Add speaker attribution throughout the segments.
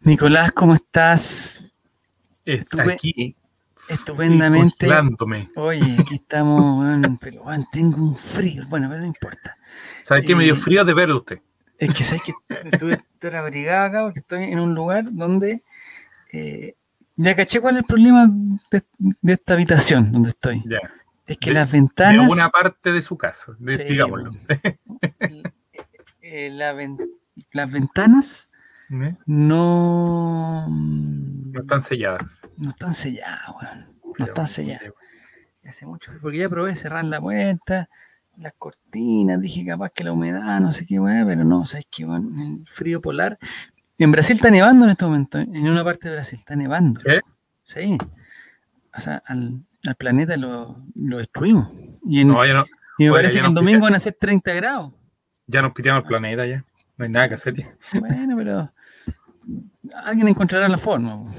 Speaker 1: Nicolás, ¿cómo estás?
Speaker 2: Está
Speaker 1: Estuve-
Speaker 2: aquí
Speaker 1: Estupendamente.
Speaker 2: congelándome.
Speaker 1: Oye, aquí estamos, weón, pero weón, tengo un frío. Bueno, pero no importa.
Speaker 2: ¿Sabe qué? Me
Speaker 1: Eh,
Speaker 2: dio frío de verlo usted.
Speaker 1: Es que sabes que estuve estoy abrigado acá porque estoy en un lugar donde eh, ya caché cuál es el problema de, de esta habitación donde estoy.
Speaker 2: Ya.
Speaker 1: Es que
Speaker 2: De-
Speaker 1: las
Speaker 2: De
Speaker 1: ventanas.
Speaker 2: una parte de su casa, de-
Speaker 1: Sí,
Speaker 2: digámoslo.
Speaker 1: el- eh, la ven- las ventanas
Speaker 2: ¿Eh?
Speaker 1: no,
Speaker 2: No están selladas.
Speaker 1: no están selladas, weón. No
Speaker 2: Pero-
Speaker 1: están selladas. hace mucho frío, porque ya probé cerrar la puerta, las cortinas, dije capaz que la humedad, no sé qué, weá, pero no, sabes que el frío polar. En Brasil está nevando en este momento, en una parte de Brasil está nevando.
Speaker 2: ¿Sí?
Speaker 1: Sí. O sea, al, al planeta lo, lo destruimos. Y, en-
Speaker 2: No, ya, no,
Speaker 1: y me
Speaker 2: oye,
Speaker 1: parece
Speaker 2: ya
Speaker 1: que el
Speaker 2: no
Speaker 1: domingo van a ser 30 grados.
Speaker 2: ya nos piteamos el planeta ya. No hay nada que hacer. ya.
Speaker 1: Bueno, pero alguien encontrará la forma po,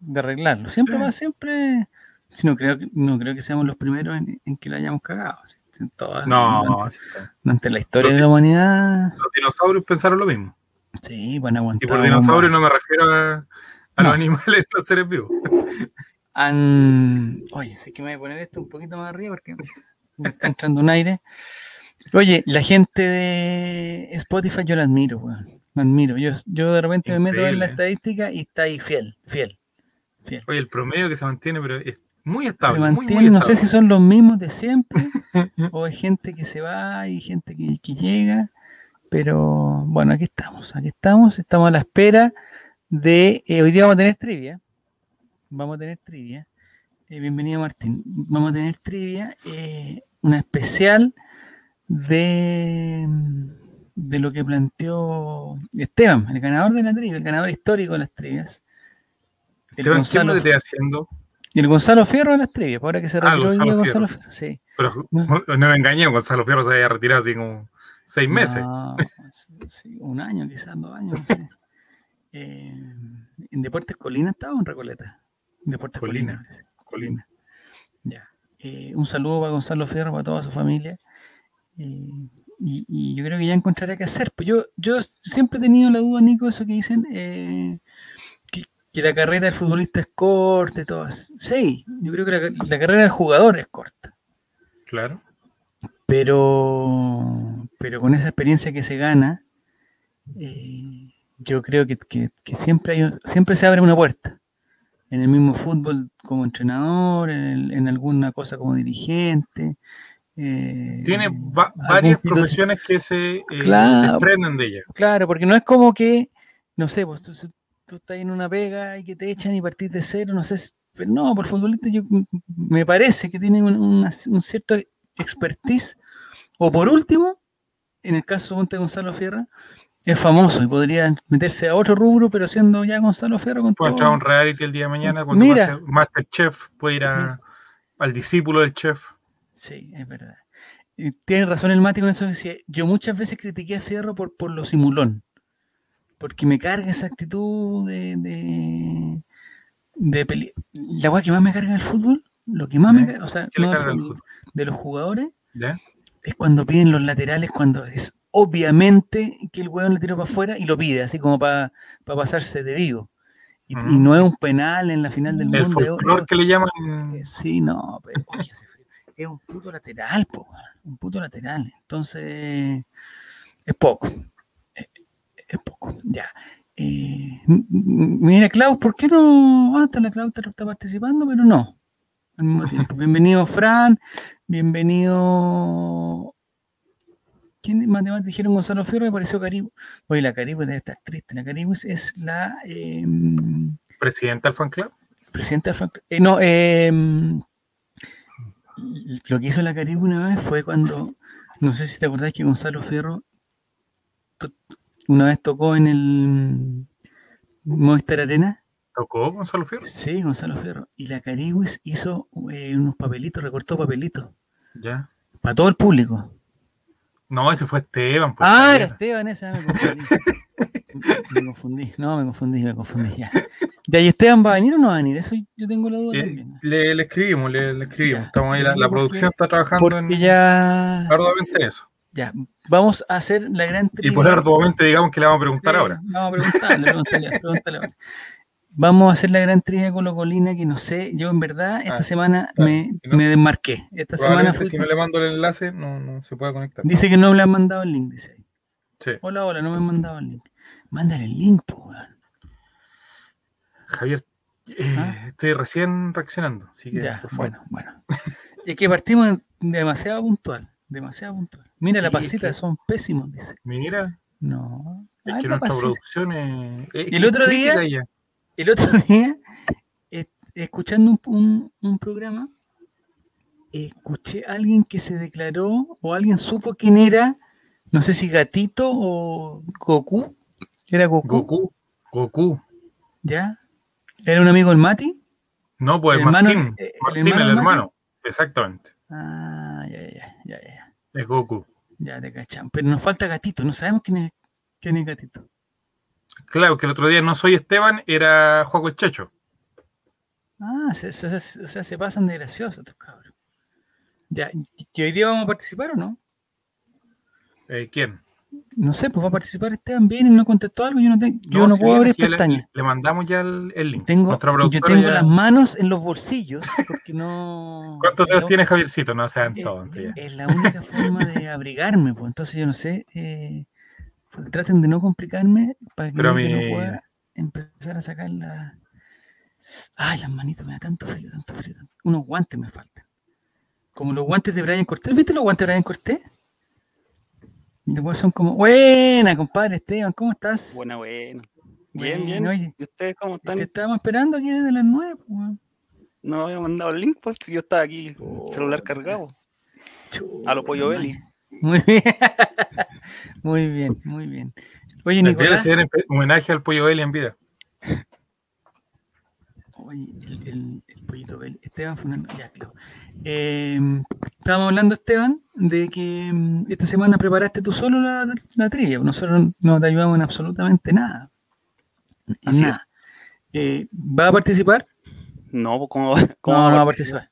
Speaker 1: de arreglarlo. Siempre va, siempre. Si no creo que no creo que seamos los primeros en, en que lo hayamos cagado. si- si todas-
Speaker 2: No, así está.
Speaker 1: Durante la historia
Speaker 2: Lo
Speaker 1: de
Speaker 2: que-
Speaker 1: la humanidad.
Speaker 2: los dinosaurios pensaron lo mismo.
Speaker 1: Sí, van a
Speaker 2: Y
Speaker 1: aguantar.
Speaker 2: por dinosaurios no me refiero a, a
Speaker 1: No.
Speaker 2: los animales, los seres vivos.
Speaker 1: Han... Oye, sé que me voy a poner esto un poquito más arriba porque me está entrando un aire. Oye, la gente de Spotify yo la admiro, weón. La admiro. Yo, yo de repente me meto en la
Speaker 2: Increíble.
Speaker 1: estadística y está ahí fiel, fiel.
Speaker 2: Oye, el promedio que se mantiene, pero es muy
Speaker 1: se
Speaker 2: estable. muy, muy
Speaker 1: mantienen, no sé
Speaker 2: estable.
Speaker 1: si son los mismos de siempre o hay gente que se va y gente que, que llega, pero bueno, aquí estamos, aquí estamos, estamos a la espera de, eh, hoy día vamos a tener trivia, vamos a tener trivia, Eh, bienvenido Martín, vamos a tener trivia, eh, una especial de, de lo que planteó Esteban, el ganador de la trivia, el ganador histórico de las trivias. El
Speaker 2: Esteban, ¿qué es lo
Speaker 1: Gonzalo
Speaker 2: que te haciendo?
Speaker 1: y el Gonzalo Fierro de las trivias, ahora que se
Speaker 2: Ah,
Speaker 1: retiró hoy día
Speaker 2: Gonzalo
Speaker 1: Gonzalo
Speaker 2: Fierro.
Speaker 1: Fierro. Sí.
Speaker 2: Pero no, no me engañé, Gonzalo Fierro se había retirado así como seis meses.
Speaker 1: No, sí, un año, quizás dos años. no sé. Eh, ¿En Deportes Colina estaba o en Recoleta? En Deportes Colina.
Speaker 2: Colina.
Speaker 1: parece.
Speaker 2: Colina.
Speaker 1: Ya. Eh, un saludo para Gonzalo Fierro, para toda su familia. Eh, y, y yo creo que ya encontraré qué hacer. Pues yo, yo siempre he tenido la duda, Nico, eso que dicen, eh, que, que la carrera del futbolista es corta y todo. eso. Sí, yo creo que la, la carrera del jugador es corta.
Speaker 2: Claro.
Speaker 1: pero, pero con esa experiencia que se gana, eh, yo creo que, que- que siempre, hay, siempre se abre una puerta. En el mismo fútbol como entrenador, en, el- en alguna cosa como dirigente. eh,
Speaker 2: Tiene va-
Speaker 1: algún
Speaker 2: varias
Speaker 1: pito-
Speaker 2: profesiones que se eh,
Speaker 1: Claro.
Speaker 2: desprenden de ella.
Speaker 1: Claro, porque no es como que, no sé, pues tú, tú- tú estás en una pega y que te echan y partís de cero, no sé, si- pero no, por futbolista yo me parece que tienen un, una- un cierto expertise. O por último, en el caso ponte de Gonzalo Fierra, es famoso y podría meterse a otro rubro, pero siendo ya Gonzalo Fierro con todo-
Speaker 2: Puede entrar a un reality el día de mañana cuando
Speaker 1: Oh. Mira.
Speaker 2: pase Masterchef, puede ir a- al discípulo del chef.
Speaker 1: Sí, es verdad. Y tiene razón el Mati con eso que decía. Yo muchas veces critiqué a Fierro por, por lo simulón. Porque me carga esa actitud de. de, de pele- La weá que más me carga el fútbol, lo que más me
Speaker 2: ¿Ya?
Speaker 1: carga, o sea,
Speaker 2: ¿Qué le
Speaker 1: no del
Speaker 2: carga al
Speaker 1: fútbol,
Speaker 2: fútbol?
Speaker 1: de los jugadores,
Speaker 2: ¿Ya?
Speaker 1: es cuando piden los laterales, cuando es obviamente que el weón le tiró para afuera y lo pide, así como para pasarse de vivo. Y, y
Speaker 2: Ujú.
Speaker 1: no es un penal en la final del
Speaker 2: El
Speaker 1: mundo. es- es-
Speaker 2: folclor que le llaman.
Speaker 1: eh, Sí, no, pero oye, hace frío. es un puto lateral, po, weón, un puto lateral. Entonces, es poco. Es, es poco, ya. Eh, m- m- mira, Klaus, ¿por qué no? Ah, está la Klaus está participando, pero no. Al mismo tiempo. Bienvenido, Fran. Bienvenido. ¿Quién más además dijeron Gonzalo Fierro? Me pareció Caribu. Oye, la Caribu debe estar triste. La Caribu es- es la. em,
Speaker 2: Presidente del fan club.
Speaker 1: Presidenta Frank- eh, no, eh, mm, lo que hizo la Caribe una vez fue cuando, no sé si te acordás que Gonzalo Fierro to- una vez tocó en el Movistar Arena.
Speaker 2: ¿Tocó Gonzalo Fierro?
Speaker 1: Sí, Gonzalo Fierro. Y la Caribus hizo eh, unos papelitos, recortó papelitos
Speaker 2: Ya.
Speaker 1: para todo el público.
Speaker 2: No, ese fue Esteban. pues,
Speaker 1: ah, era
Speaker 2: Javier.
Speaker 1: Esteban, esa me confundí. me confundí, no, me confundí, me confundí ya. ¿Ya y Esteban va a venir o no va a venir? Eso yo tengo la duda
Speaker 2: Eh,
Speaker 1: también.
Speaker 2: le, le escribimos, le, le escribimos.
Speaker 1: Ya.
Speaker 2: Estamos ahí, la, la
Speaker 1: Porque-
Speaker 2: producción está trabajando
Speaker 1: Porque
Speaker 2: en,
Speaker 1: ya.
Speaker 2: arduamente en eso.
Speaker 1: Ya, vamos a hacer la gran
Speaker 2: Y por arduamente, digamos que le vamos a preguntar
Speaker 1: Sí,
Speaker 2: ahora.
Speaker 1: Vamos a preguntarle, pregúntale, pregúntale ahora. Vamos a hacer la gran trivia con Colina, que no sé, yo en verdad esta
Speaker 2: Ah,
Speaker 1: semana
Speaker 2: claro,
Speaker 1: me,
Speaker 2: si no-
Speaker 1: me desmarqué. Esta semana
Speaker 2: Probablemente
Speaker 1: fui-
Speaker 2: si no le mando el enlace, no, no se puede conectar.
Speaker 1: dice que no le han mandado el link, dice ahí.
Speaker 2: Sí.
Speaker 1: Hola, hola, no me han mandado el link. Mándale el link, po, weón.
Speaker 2: Javier, eh,
Speaker 1: Ah.
Speaker 2: estoy recién reaccionando. Así que,
Speaker 1: Ya,
Speaker 2: por favor.
Speaker 1: bueno, bueno. Es que partimos demasiado puntual, demasiado puntual. Mira, la
Speaker 2: Sí, es
Speaker 1: pasita,
Speaker 2: que-
Speaker 1: son pésimos, dice.
Speaker 2: Mira,
Speaker 1: No.
Speaker 2: es
Speaker 1: Ay,
Speaker 2: que
Speaker 1: la
Speaker 2: nuestra
Speaker 1: pasita.
Speaker 2: producción es. es-
Speaker 1: Y el otro
Speaker 2: es
Speaker 1: día-
Speaker 2: crítica ya.
Speaker 1: El otro día, eh, escuchando un, un- un programa, escuché a alguien que se declaró o alguien supo quién era, no sé si Gatito o Goku. ¿Era Goku?
Speaker 2: Goku. Goku.
Speaker 1: ¿Ya? ¿Era un amigo del Mati?
Speaker 2: No, pues
Speaker 1: El
Speaker 2: el
Speaker 1: hermano-
Speaker 2: Martín.
Speaker 1: eh, el
Speaker 2: Martín, el
Speaker 1: hermano
Speaker 2: hermano.
Speaker 1: Martín.
Speaker 2: Exactamente.
Speaker 1: Ah, ya, ya, ya, ya, ya,
Speaker 2: Es Goku.
Speaker 1: ya te cachamos. Pero nos falta Gatito, no sabemos quién es, quién es Gatito.
Speaker 2: Claro, que el otro día no soy Esteban, era Juaco el Checho.
Speaker 1: Ah, se- se- se- o sea, se pasan de graciosos estos cabros. Ya, ¿y- ¿y hoy día vamos a participar o no?
Speaker 2: Eh, ¿Quién?
Speaker 1: No sé, pues va a participar Esteban bien y no contestó algo. Yo no, tengo, yo no,
Speaker 2: si
Speaker 1: puedo
Speaker 2: bien,
Speaker 1: abrir
Speaker 2: si ya le-
Speaker 1: pestañas.
Speaker 2: Le, mandamos ya el, el link.
Speaker 1: Tengo,
Speaker 2: Nuestra
Speaker 1: yo
Speaker 2: productora
Speaker 1: tengo
Speaker 2: ya-
Speaker 1: las manos en los bolsillos porque no.
Speaker 2: ¿Cuántos dedos
Speaker 1: no-
Speaker 2: tiene Javiercito? No sean
Speaker 1: es-
Speaker 2: tontos ya.
Speaker 1: Es la única forma de abrigarme, pues. Entonces yo no sé. eh, pues, traten de no complicarme para que
Speaker 2: Pero
Speaker 1: no, que no
Speaker 2: mi-
Speaker 1: pueda empezar a sacar la. Ay, las manitos, me da tanto frío, tanto frío. tanto- Unos guantes me faltan. Como los guantes de Brian Cortés. ¿Viste los guantes de Brian Cortés? Después son como, buena, compadre Esteban, ¿cómo estás?
Speaker 3: Buena, buena. Bien,
Speaker 1: Bueno,
Speaker 3: bien.
Speaker 1: oye, este
Speaker 3: ¿Y ustedes cómo están?
Speaker 1: te estábamos esperando aquí desde las 9, pues, weón.
Speaker 3: No había mandado el link, pues si yo estaba aquí, celular
Speaker 1: Oh,
Speaker 3: cargado.
Speaker 1: chuta,
Speaker 3: A lo Pollo
Speaker 1: madre.
Speaker 3: Belly.
Speaker 1: Muy bien. muy bien, muy bien. Oye,
Speaker 2: Debería
Speaker 1: Nicolás.
Speaker 2: ser en homenaje al Pollo Belli en vida.
Speaker 1: Oye, el, el- el pollito Belly. Esteban Fernando. Ya, claro. Eh, estábamos hablando, Esteban, de que mm, esta semana preparaste tú solo la, la trivia. pues Nosotros no te ayudamos en absolutamente nada. En
Speaker 3: Así es.
Speaker 1: nada. Eh, ¿Va a participar?
Speaker 3: No, pues, ¿cómo, va- cómo
Speaker 1: no,
Speaker 3: va
Speaker 1: no va a
Speaker 3: a
Speaker 1: participar.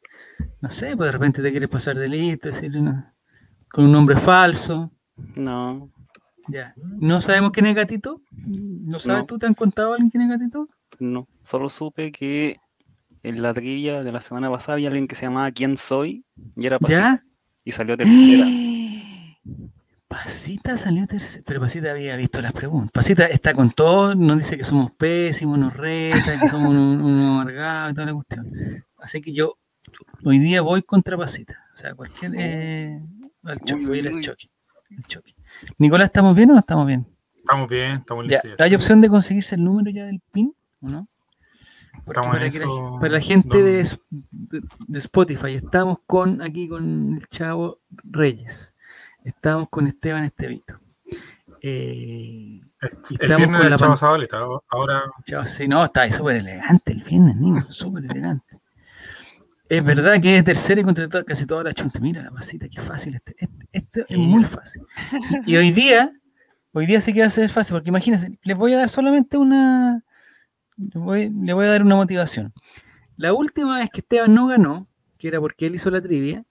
Speaker 1: No sé, pues de repente te quieres pasar de listo, decirle una- con un nombre falso.
Speaker 3: participar? No,
Speaker 1: Ya. No sabemos quién es gatito. ¿No sabes
Speaker 3: Mm. No.
Speaker 1: tú? ¿Te han contado a alguien quién es gatito?
Speaker 3: no. Solo supe que en la trivia de la semana pasada había alguien que se llamaba ¿Quién soy? Y era pasita.
Speaker 1: ¿Ya? ¡Eh!
Speaker 3: Y salió tercera.
Speaker 1: Pasita salió tercera. Pero Pasita había visto las preguntas. Pasita está con todo, nos dice que somos pésimos, nos reta, que somos unos unos amargados y toda la cuestión. Así que yo hoy día voy contra Pasita. O sea, cualquier. eh, al choque,
Speaker 3: Oh. Uy,
Speaker 1: voy a ir
Speaker 3: uy,
Speaker 1: al
Speaker 3: uy.
Speaker 1: choque. al choque. Nicolás, ¿estamos bien o no estamos bien?
Speaker 2: Estamos bien, estamos
Speaker 1: Ya,
Speaker 2: listos. ya.
Speaker 1: ¿Hay opción de conseguirse el número ya del PIN? ¿O no? Porque
Speaker 2: Estamos en
Speaker 1: para, que la-
Speaker 2: eso,
Speaker 1: para la gente
Speaker 2: don-
Speaker 1: de, es- de- de Spotify, estamos con aquí con el chavo Reyes. Estamos con Esteban Estevito. Eh,
Speaker 2: El,
Speaker 1: estamos
Speaker 2: el viernes
Speaker 1: con
Speaker 2: del
Speaker 1: la
Speaker 2: Chavo
Speaker 1: pan-
Speaker 2: Zabaleta, ahora
Speaker 1: chavo, sí, no, está ahí súper elegante el viernes, niño, súper elegante. Es verdad que es tercero y contra todo- casi toda la chunta. Mira la pasita, qué fácil. Este, este- este es muy fácil. Y hoy día, hoy día sí que va a ser fácil, porque imagínense, les voy a dar solamente una. Le voy, le voy a dar una motivación. La última vez que Esteban no ganó, que era porque él hizo la trivia,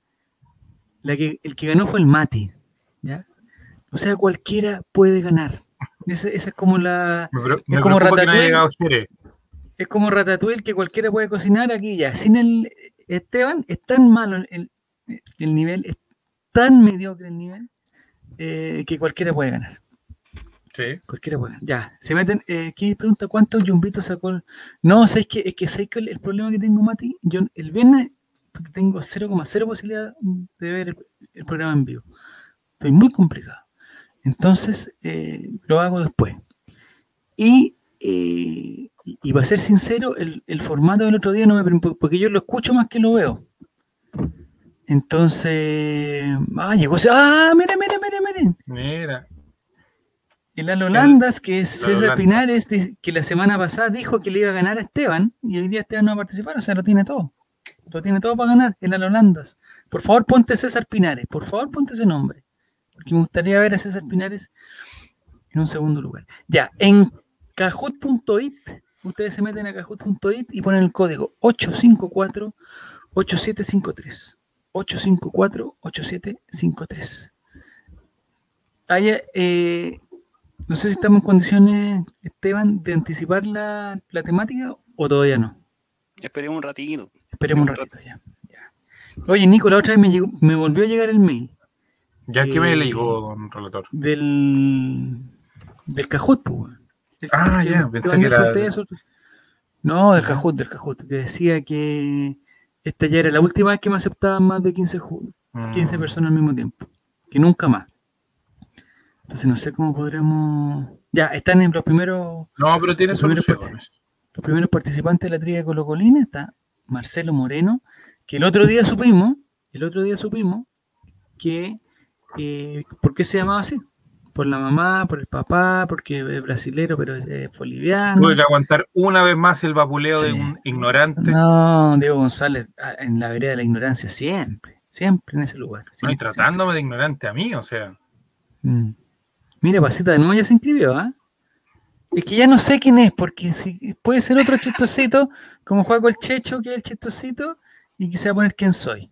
Speaker 1: la que, el que ganó fue el Mati. ¿ya? O sea, cualquiera puede ganar. Ese- esa es como la.
Speaker 2: me, pre- me
Speaker 1: como
Speaker 2: preocupa que no haya
Speaker 1: Ratatouille.
Speaker 2: llegado Jere.
Speaker 1: Es como Ratatouille que cualquiera puede cocinar aquí ya. Sin el Esteban es tan malo el, el nivel, es tan mediocre el nivel, eh, que cualquiera puede ganar.
Speaker 2: Sí.
Speaker 1: Cualquiera puede ganar. Ya, se meten. Eh, aquí pregunta cuántos yumbitos sacó. el- No, sé, es que, es que sé que el, el problema que tengo, Mati, yo el viernes tengo 0,0 posibilidad de ver el, el programa en vivo. Estoy muy complicado. Entonces, eh, lo hago después. Y, eh, y- y para ser sincero, el, el formato del otro día no me preocupa, porque yo lo escucho más que lo veo. Entonces, ah, llegó. Ah, miren, miren, miren, miren.
Speaker 2: Mira,
Speaker 1: El Lalo Landas, que es
Speaker 2: Lalo
Speaker 1: César
Speaker 2: Landas.
Speaker 1: Pinares, dice- que la semana pasada dijo que le iba a ganar a Esteban, y hoy día Esteban no va a participar, o sea, lo tiene todo. Lo tiene todo para ganar, el Lalo Landas. Por favor, ponte César Pinares, por favor, ponte ese nombre. Porque me gustaría ver a César Pinares en un segundo lugar. Ya, en cajut.it, ustedes se meten a cajut.it y ponen el código 854-8753. 854-8753. haya, eh, no sé si estamos en condiciones, Esteban, de anticipar la, la temática o todavía no.
Speaker 3: Esperemos un ratito.
Speaker 1: Esperemos un ratito ya. ya. Oye, Nico, la otra vez me, llegó- me volvió a llegar el mail
Speaker 2: Ya que me
Speaker 1: Eh,
Speaker 2: le digo, don relator.
Speaker 1: del, del Cajut, pues, weón. El-
Speaker 2: Ah,
Speaker 1: el-
Speaker 2: ya,
Speaker 1: el-
Speaker 2: pensé
Speaker 1: el-
Speaker 2: que era-
Speaker 1: ustedes, otros- No, del Cajut, del Cajut, que decía que esta ya era la última vez que me aceptaban más de 15 ju- 15 Mm. personas al mismo tiempo. Que nunca más. Entonces no sé cómo podremos. Ya, están en los primeros,
Speaker 2: No, pero tiene
Speaker 1: Primero
Speaker 2: soluciones.
Speaker 1: los primeros participantes de la trivia de Colo Colina. Está Marcelo Moreno, que el otro día supimos, el otro día supimos que eh, ¿por qué se llamaba así? Por la mamá, por el papá, porque es brasilero, pero es, es boliviano.
Speaker 2: Tuve que aguantar una vez más el vapuleo de
Speaker 1: Sí.
Speaker 2: un ignorante. No,
Speaker 1: No, Diego González, ah, en la vereda de la ignorancia, siempre, siempre en ese lugar.
Speaker 2: y
Speaker 1: siempre,
Speaker 2: tratándome de ignorante a mí, o sea.
Speaker 1: Mm. Mira, Pasita de nuevo ya se inscribió, ¿ah? Es que ya no sé quién es, porque si, puede ser otro chistosito, como Juaco el Checho, que es el chistosito, y que se va a poner quién soy.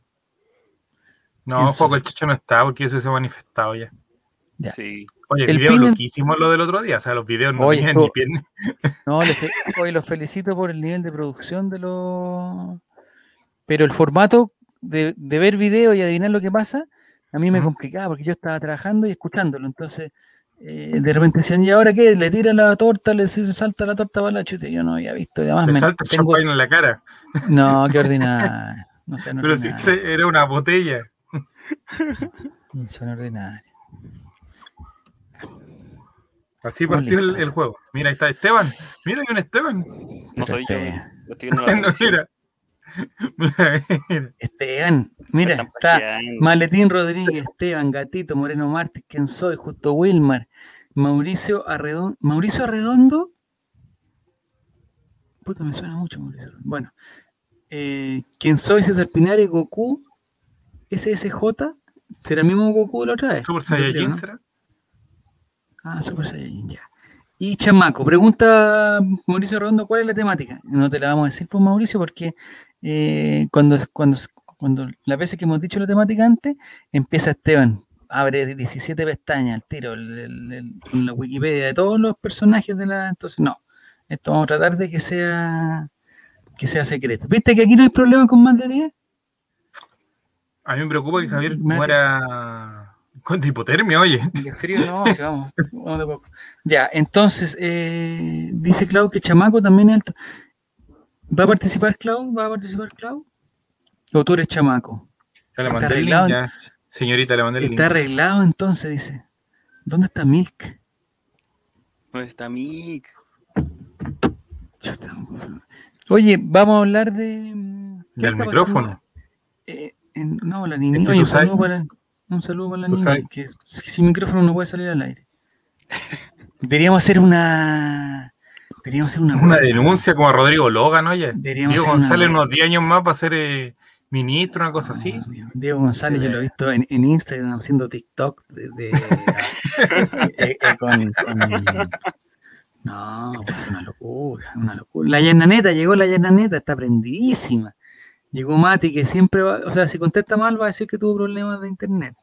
Speaker 2: No,
Speaker 1: ¿Quién soy?
Speaker 2: poco el chicho no está porque eso se ha manifestado ya.
Speaker 1: Ya.
Speaker 3: Sí.
Speaker 2: Oye,
Speaker 1: El
Speaker 2: el video
Speaker 1: Pimen-
Speaker 2: loquísimo lo del otro día. O sea, los videos no
Speaker 1: Oye,
Speaker 2: tenían
Speaker 1: estuvo-
Speaker 2: ni piernas.
Speaker 1: No, les fe- hoy los felicito por el nivel de producción de los. Pero el formato de, de ver video y adivinar lo que pasa, a mí me
Speaker 2: Ujú.
Speaker 1: complicaba porque yo estaba trabajando y escuchándolo. Entonces, eh, de repente decían, ¿y ahora qué? Le tira la torta, le se salta la torta para la chuta. y Yo no había visto, y además
Speaker 2: Me
Speaker 1: Ah, me
Speaker 2: salta el
Speaker 1: tengo-
Speaker 2: champagne en la cara.
Speaker 1: No, qué ordinario. No sean
Speaker 2: Pero sí,
Speaker 1: ordinarios.
Speaker 2: se- era una botella.
Speaker 1: No sean ordinarios.
Speaker 2: Así
Speaker 1: ¿Cómo
Speaker 2: partió
Speaker 1: le
Speaker 2: el,
Speaker 1: pasa?
Speaker 2: el juego. Mira, ahí está Esteban. Mira, hay un Esteban.
Speaker 3: No soy yo.
Speaker 1: Esteban,
Speaker 3: Lo estoy viendo en la
Speaker 2: No,
Speaker 3: televisión.
Speaker 2: mira. Mira, mira.
Speaker 1: Esteban, mira,
Speaker 3: Están
Speaker 1: está
Speaker 3: paseando.
Speaker 1: Maletín Rodríguez, Esteban, Gatito, Moreno Martí, ¿quién soy? Justo Wilmar, Mauricio Arredondo. ¿Mauricio Arredondo? Puta, me suena mucho Mauricio Arredondo. Bueno, eh, ¿quién soy? César Pinar y Goku, SSJ. ¿Será el mismo Goku de la otra vez?
Speaker 2: Super
Speaker 1: Yo creo,
Speaker 2: Saiyajin
Speaker 1: ¿no?
Speaker 2: será.
Speaker 1: Ah, Super Saiyajin, ya. Y Chamaco, pregunta Mauricio Redondo, ¿cuál es la temática? No te la vamos a decir, pues Mauricio, porque eh, cuando, cuando, cuando las veces que hemos dicho la temática antes, empieza Esteban, abre 17 pestañas al tiro, el- el- el- con la Wikipedia de todos los personajes de la... Entonces, no, esto vamos a tratar de que sea que sea secreto. ¿Viste que aquí no hay problema con más de 10?
Speaker 2: A mí me preocupa que Javier
Speaker 1: Mm, Me-
Speaker 2: muera con hipotermia, oye.
Speaker 1: De frío no, sí, vamos, vamos de poco. Ya, entonces, eh, dice Clau que Chamaco también es alto. ¿Va a participar Clau? ¿Va a participar Clau? ¿O tú eres Chamaco?
Speaker 2: Ya le
Speaker 1: Está
Speaker 2: mandé el link,
Speaker 1: arreglado.
Speaker 2: ya. Señorita, le mandé el link.
Speaker 1: Está arreglado entonces, dice. ¿Dónde está Milk?
Speaker 3: ¿Dónde está Mick?
Speaker 1: Chuta, Oye, vamos a hablar de... mm, ¿qué
Speaker 2: Del
Speaker 1: está pasando?
Speaker 2: micrófono.
Speaker 1: Eh, en- no, la
Speaker 2: Es
Speaker 1: niña.
Speaker 2: que
Speaker 1: Oye,
Speaker 2: tú
Speaker 1: un saludo,
Speaker 2: sabes-
Speaker 1: para, un saludo para la
Speaker 2: tú
Speaker 1: niña,
Speaker 2: sabes-
Speaker 1: que, que sin micrófono no puede salir al aire. Deberíamos hacer una... Deberíamos hacer una...
Speaker 2: Una denuncia como a Rodrigo Logan, oye.
Speaker 1: Deberíamos
Speaker 2: Diego
Speaker 1: hacer una
Speaker 2: González,
Speaker 1: huelga.
Speaker 2: unos 10 años más para ser eh, ministro, una cosa así.
Speaker 1: Ah, Diego- Diego González,
Speaker 2: Se
Speaker 1: yo
Speaker 2: ve.
Speaker 1: lo he visto en, en Instagram haciendo TikTok de, de- eh, eh, con, con- No, pues una locura, una locura. La Yananeta, llegó la Yananeta, está prendidísima. Llegó Mati, que siempre va, o sea, si contesta mal va a decir que tuvo problemas de internet.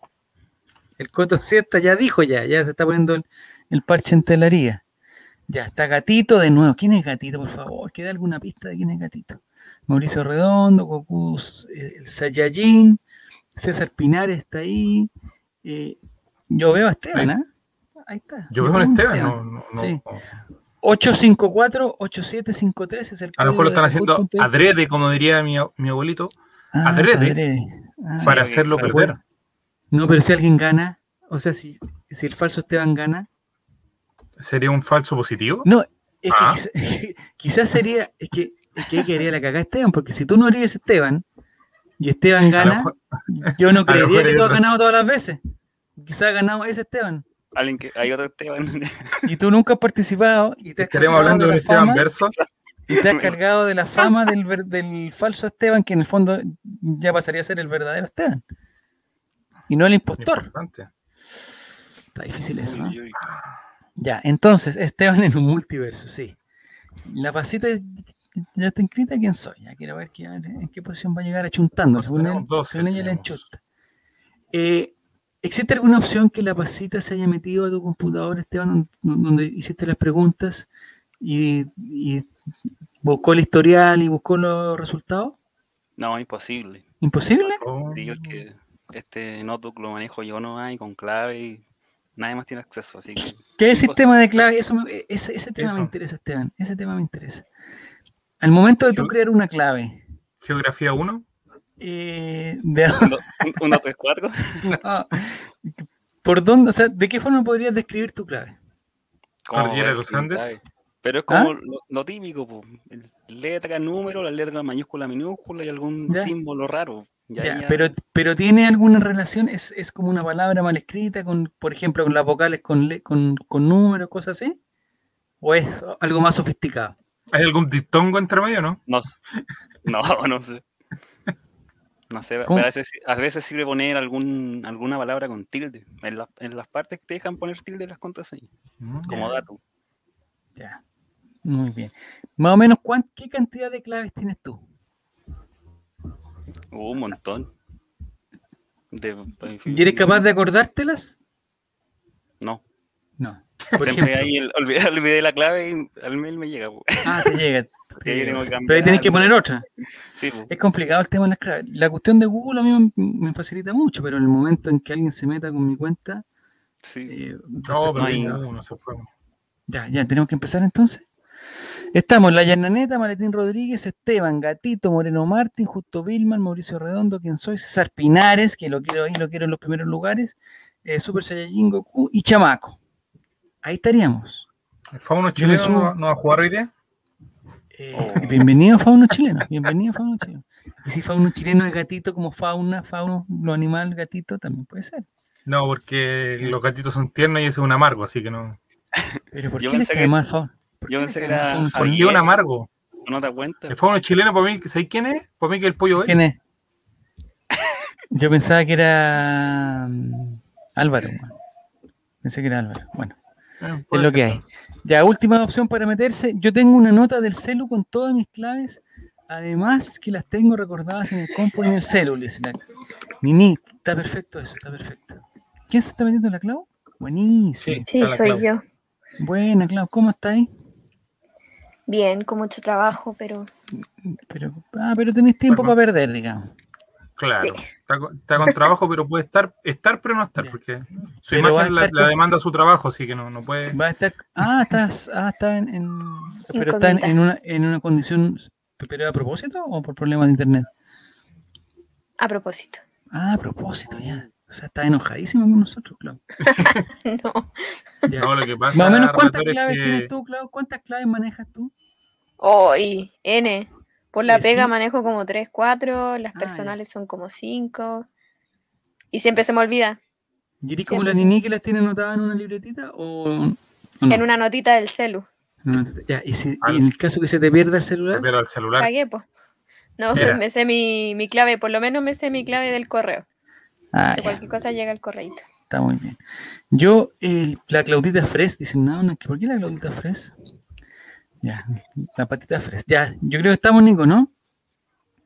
Speaker 1: El Coto Siesta ya dijo ya, ya se está poniendo el, el parche en telaría. Ya está Gatito de nuevo. ¿Quién es Gatito, por favor? ¿Que dé alguna pista de quién es Gatito? Mauricio Redondo, Goku, eh, el Saiyajin, César Pinar está ahí. eh, yo veo a Esteban, ¿ah? Ahí está.
Speaker 2: Yo veo a un Esteban, no, no, no.
Speaker 1: Sí. 854-8753 es el
Speaker 2: A lo mejor lo están haciendo
Speaker 1: código de Kahoot.es.
Speaker 2: adrede, como diría mi, mi abuelito,
Speaker 1: Ah,
Speaker 2: adrede.
Speaker 1: está Ah,
Speaker 2: para
Speaker 3: sí,
Speaker 2: hacerlo
Speaker 3: exacto.
Speaker 2: perder.
Speaker 1: No, pero si alguien gana, o sea, si, si el falso Esteban gana.
Speaker 2: ¿Sería un falso positivo?
Speaker 1: No, es que
Speaker 2: Ah.
Speaker 1: quizá- quizás sería, es que, es que ahí quedaría la cagada Esteban, porque si tú no eres Esteban y Esteban
Speaker 2: A lo
Speaker 1: gana,
Speaker 2: mejor-
Speaker 1: Yo no
Speaker 2: lo mejor
Speaker 1: creería que
Speaker 2: hay
Speaker 1: tú has
Speaker 2: otro.
Speaker 1: ganado todas las veces. Quizás ha ganado ese Esteban.
Speaker 3: Alguien que. Hay otro Esteban.
Speaker 1: Y tú nunca has participado y te has cargado
Speaker 2: estaremos hablando
Speaker 1: de
Speaker 2: de
Speaker 1: la
Speaker 2: Esteban
Speaker 1: fama,
Speaker 2: Verso.
Speaker 1: y te has cargado de la fama del, ver- del falso Esteban, que en el fondo ya pasaría a ser el verdadero Esteban. Y no el impostor.
Speaker 2: Importante.
Speaker 1: Está difícil eso. ¿no?
Speaker 3: Uy, uy.
Speaker 1: Ya, entonces, Esteban en un multiverso, sí. La pasita ya está inscrita, ¿quién soy? Ya quiero ver qué- en qué posición va a llegar achuntando.
Speaker 2: Pues
Speaker 1: Según, él,
Speaker 2: tenemos doce,
Speaker 1: según ella le
Speaker 2: tenemos.
Speaker 1: enchusta. Eh, ¿Existe alguna opción que la pasita se haya metido a tu computador, Esteban, don- donde hiciste las preguntas y, y buscó el historial y buscó los resultados?
Speaker 3: No, imposible.
Speaker 1: ¿Imposible?
Speaker 2: Oh,
Speaker 3: Digo es que este notebook lo manejo yo nomás y con clave y nadie más tiene acceso, así que
Speaker 1: ¿Qué
Speaker 3: Imposible.
Speaker 1: sistema de clave? Eso me- e-, ese, ese tema me
Speaker 2: Eso.
Speaker 1: interesa, Esteban. Ese tema me interesa. Al momento de tú
Speaker 2: Yo-
Speaker 1: crear una clave,
Speaker 2: Geografía 1.
Speaker 1: eh, de-
Speaker 3: un do- un- un 2, 3, 4.
Speaker 1: ah, ¿por dónde, o sea, ¿de qué forma podrías describir tu clave?
Speaker 3: ¿Cómo
Speaker 2: Cordillera
Speaker 3: voy a
Speaker 2: de los
Speaker 3: escribir
Speaker 2: Andes.
Speaker 3: clave? Pero es como lo, lo típico, po, el- letra, número, la letra mayúscula, minúscula y algún
Speaker 1: Ya.
Speaker 3: símbolo raro. Y ahí
Speaker 1: Ya,
Speaker 3: ya-
Speaker 1: pero, pero tiene alguna relación, es, es como una palabra mal escrita, con, por ejemplo, con las vocales, con, le- con, con números, cosas así, o es algo más sofisticado.
Speaker 2: ¿Hay algún diptongo entre medio, no?
Speaker 3: No, s- no, no sé. No sé,
Speaker 1: ¿Cómo?
Speaker 3: a veces, a veces sirve poner algún, alguna palabra con tilde. En, la- en las partes que te dejan poner tilde las contraseñas,
Speaker 2: Mm,
Speaker 3: como
Speaker 2: ya.
Speaker 3: dato.
Speaker 1: Ya, muy bien. Más o menos, ¿cuán- ¿qué cantidad de claves tienes tú?
Speaker 3: Hubo Uh, un montón. De, pues,
Speaker 1: ¿Y eres capaz de acordártelas?
Speaker 3: No.
Speaker 1: No. Por
Speaker 3: Siempre
Speaker 1: ejemplo,
Speaker 3: ahí el- olvidé, olvidé la clave y al mail me llega. po.
Speaker 1: ah, te llega. te
Speaker 3: Porque ahí
Speaker 1: llega.
Speaker 3: tengo que
Speaker 1: Pero ahí tienes que
Speaker 3: cambiar.
Speaker 1: poner otra.
Speaker 3: Sí, pues, po.
Speaker 1: Es complicado el tema de las claves. La cuestión de Google a mí me me facilita mucho, pero en el momento en que alguien se meta con mi cuenta,
Speaker 3: sí.
Speaker 1: eh,
Speaker 2: No, pero
Speaker 3: No hay-
Speaker 2: ya uno se fue.
Speaker 1: Ya, ya, tenemos que empezar entonces. Estamos La Llananeta, Maletín Rodríguez, Esteban, Gatito, Moreno Martín, Justo Vilman, Mauricio Redondo, quien soy, César Pinares, que lo quiero ahí, lo quiero en los primeros lugares, eh, Super Saiyajin Goku y Chamaco. Ahí estaríamos.
Speaker 2: Fauno
Speaker 1: Yo le
Speaker 2: chileno
Speaker 1: subo.
Speaker 2: no, no va a jugar hoy día.
Speaker 1: Eh,
Speaker 3: Oh.
Speaker 1: Bienvenido fauno chileno, bienvenido fauno chileno. Y si fauno chileno es gatito como fauna, fauno, lo animal, gatito, también puede ser.
Speaker 2: No, porque los gatitos son tiernos y ese es un amargo, así que no.
Speaker 1: Pero ¿por
Speaker 3: Yo
Speaker 1: qué les
Speaker 3: pensé
Speaker 1: cae
Speaker 3: que-
Speaker 1: mal fauno? ¿Por
Speaker 3: yo
Speaker 1: qué les
Speaker 3: pensé
Speaker 1: cae
Speaker 3: que
Speaker 1: mal
Speaker 3: era
Speaker 1: fauno
Speaker 3: Javier.
Speaker 1: chileno?
Speaker 2: Y un amargo.
Speaker 3: ¿No te das cuenta?
Speaker 2: El fauno chileno para mí, ¿sabes quién es? Para mí que es el pollo él.
Speaker 1: ¿Quién es? Yo pensaba que era mm, Álvaro. weón. Pensé que era Álvaro. Bueno,
Speaker 2: Eh,
Speaker 1: es lo que hay. Ya, última opción para meterse. Yo tengo una nota del celu con todas mis claves. Además que las tengo recordadas en el compu y en el celu. le dice la- Nini, está perfecto eso, está perfecto. ¿Quién se está metiendo en la clau? Buenísimo.
Speaker 4: Sí, soy yo.
Speaker 1: Buena, Clau, ¿cómo está ahí?
Speaker 4: Bien, con mucho trabajo, pero
Speaker 1: Pero, ah, pero tenés tiempo
Speaker 2: Bueno.
Speaker 1: para perder, digamos.
Speaker 2: Claro.
Speaker 4: Sí.
Speaker 2: Está, con, está con trabajo, pero puede estar, estar pero no estar,
Speaker 1: Ya.
Speaker 2: porque su
Speaker 1: Pero va a
Speaker 2: imagen la,
Speaker 1: estar
Speaker 2: la
Speaker 1: con-
Speaker 2: demanda su trabajo, así que no, no puede.
Speaker 1: Va a estar. Ah, estás, ah, está en. en- pero está en,
Speaker 4: Incógnita.
Speaker 1: en una, en una condición. ¿Pero a propósito o por problemas de internet?
Speaker 4: a propósito.
Speaker 1: Ah, a propósito, ya. O sea, está enojadísimo con nosotros, Clau.
Speaker 4: No.
Speaker 1: Ya.
Speaker 2: No, lo que pasa,
Speaker 1: Más o menos, ¿cuántas
Speaker 2: relator, es
Speaker 1: claves
Speaker 2: que-
Speaker 1: tienes tú, Clau? ¿Cuántas claves manejas tú?
Speaker 4: Hoy, N. Por
Speaker 1: Eh,
Speaker 4: la
Speaker 1: sí.
Speaker 4: pega manejo como 3, 4,
Speaker 1: Ah,
Speaker 4: las
Speaker 1: ya.
Speaker 4: personales son como 5. Y siempre se me olvida.
Speaker 1: ¿Y eres como
Speaker 4: Siempre,
Speaker 1: la Nini que las tiene anotadas en una libretita o.? o no?
Speaker 4: En una notita del celu.
Speaker 1: No, entonces, ya, y, si- y
Speaker 2: Al-
Speaker 1: en el caso que se te pierda el celular,
Speaker 2: Pero al celular.
Speaker 4: Pagué, po. No,
Speaker 2: Era.
Speaker 4: me sé mi, mi clave, por lo menos me sé mi clave del correo.
Speaker 1: ah,
Speaker 4: Que
Speaker 1: ya,
Speaker 4: cualquier cosa llega al correito.
Speaker 1: está muy bien. Yo, el- la Claudita Fres, dicen, no, no, ¿por qué la Claudita Fres? Ya, la patita Fres. Ya, yo creo que estamos, Nico, ¿no?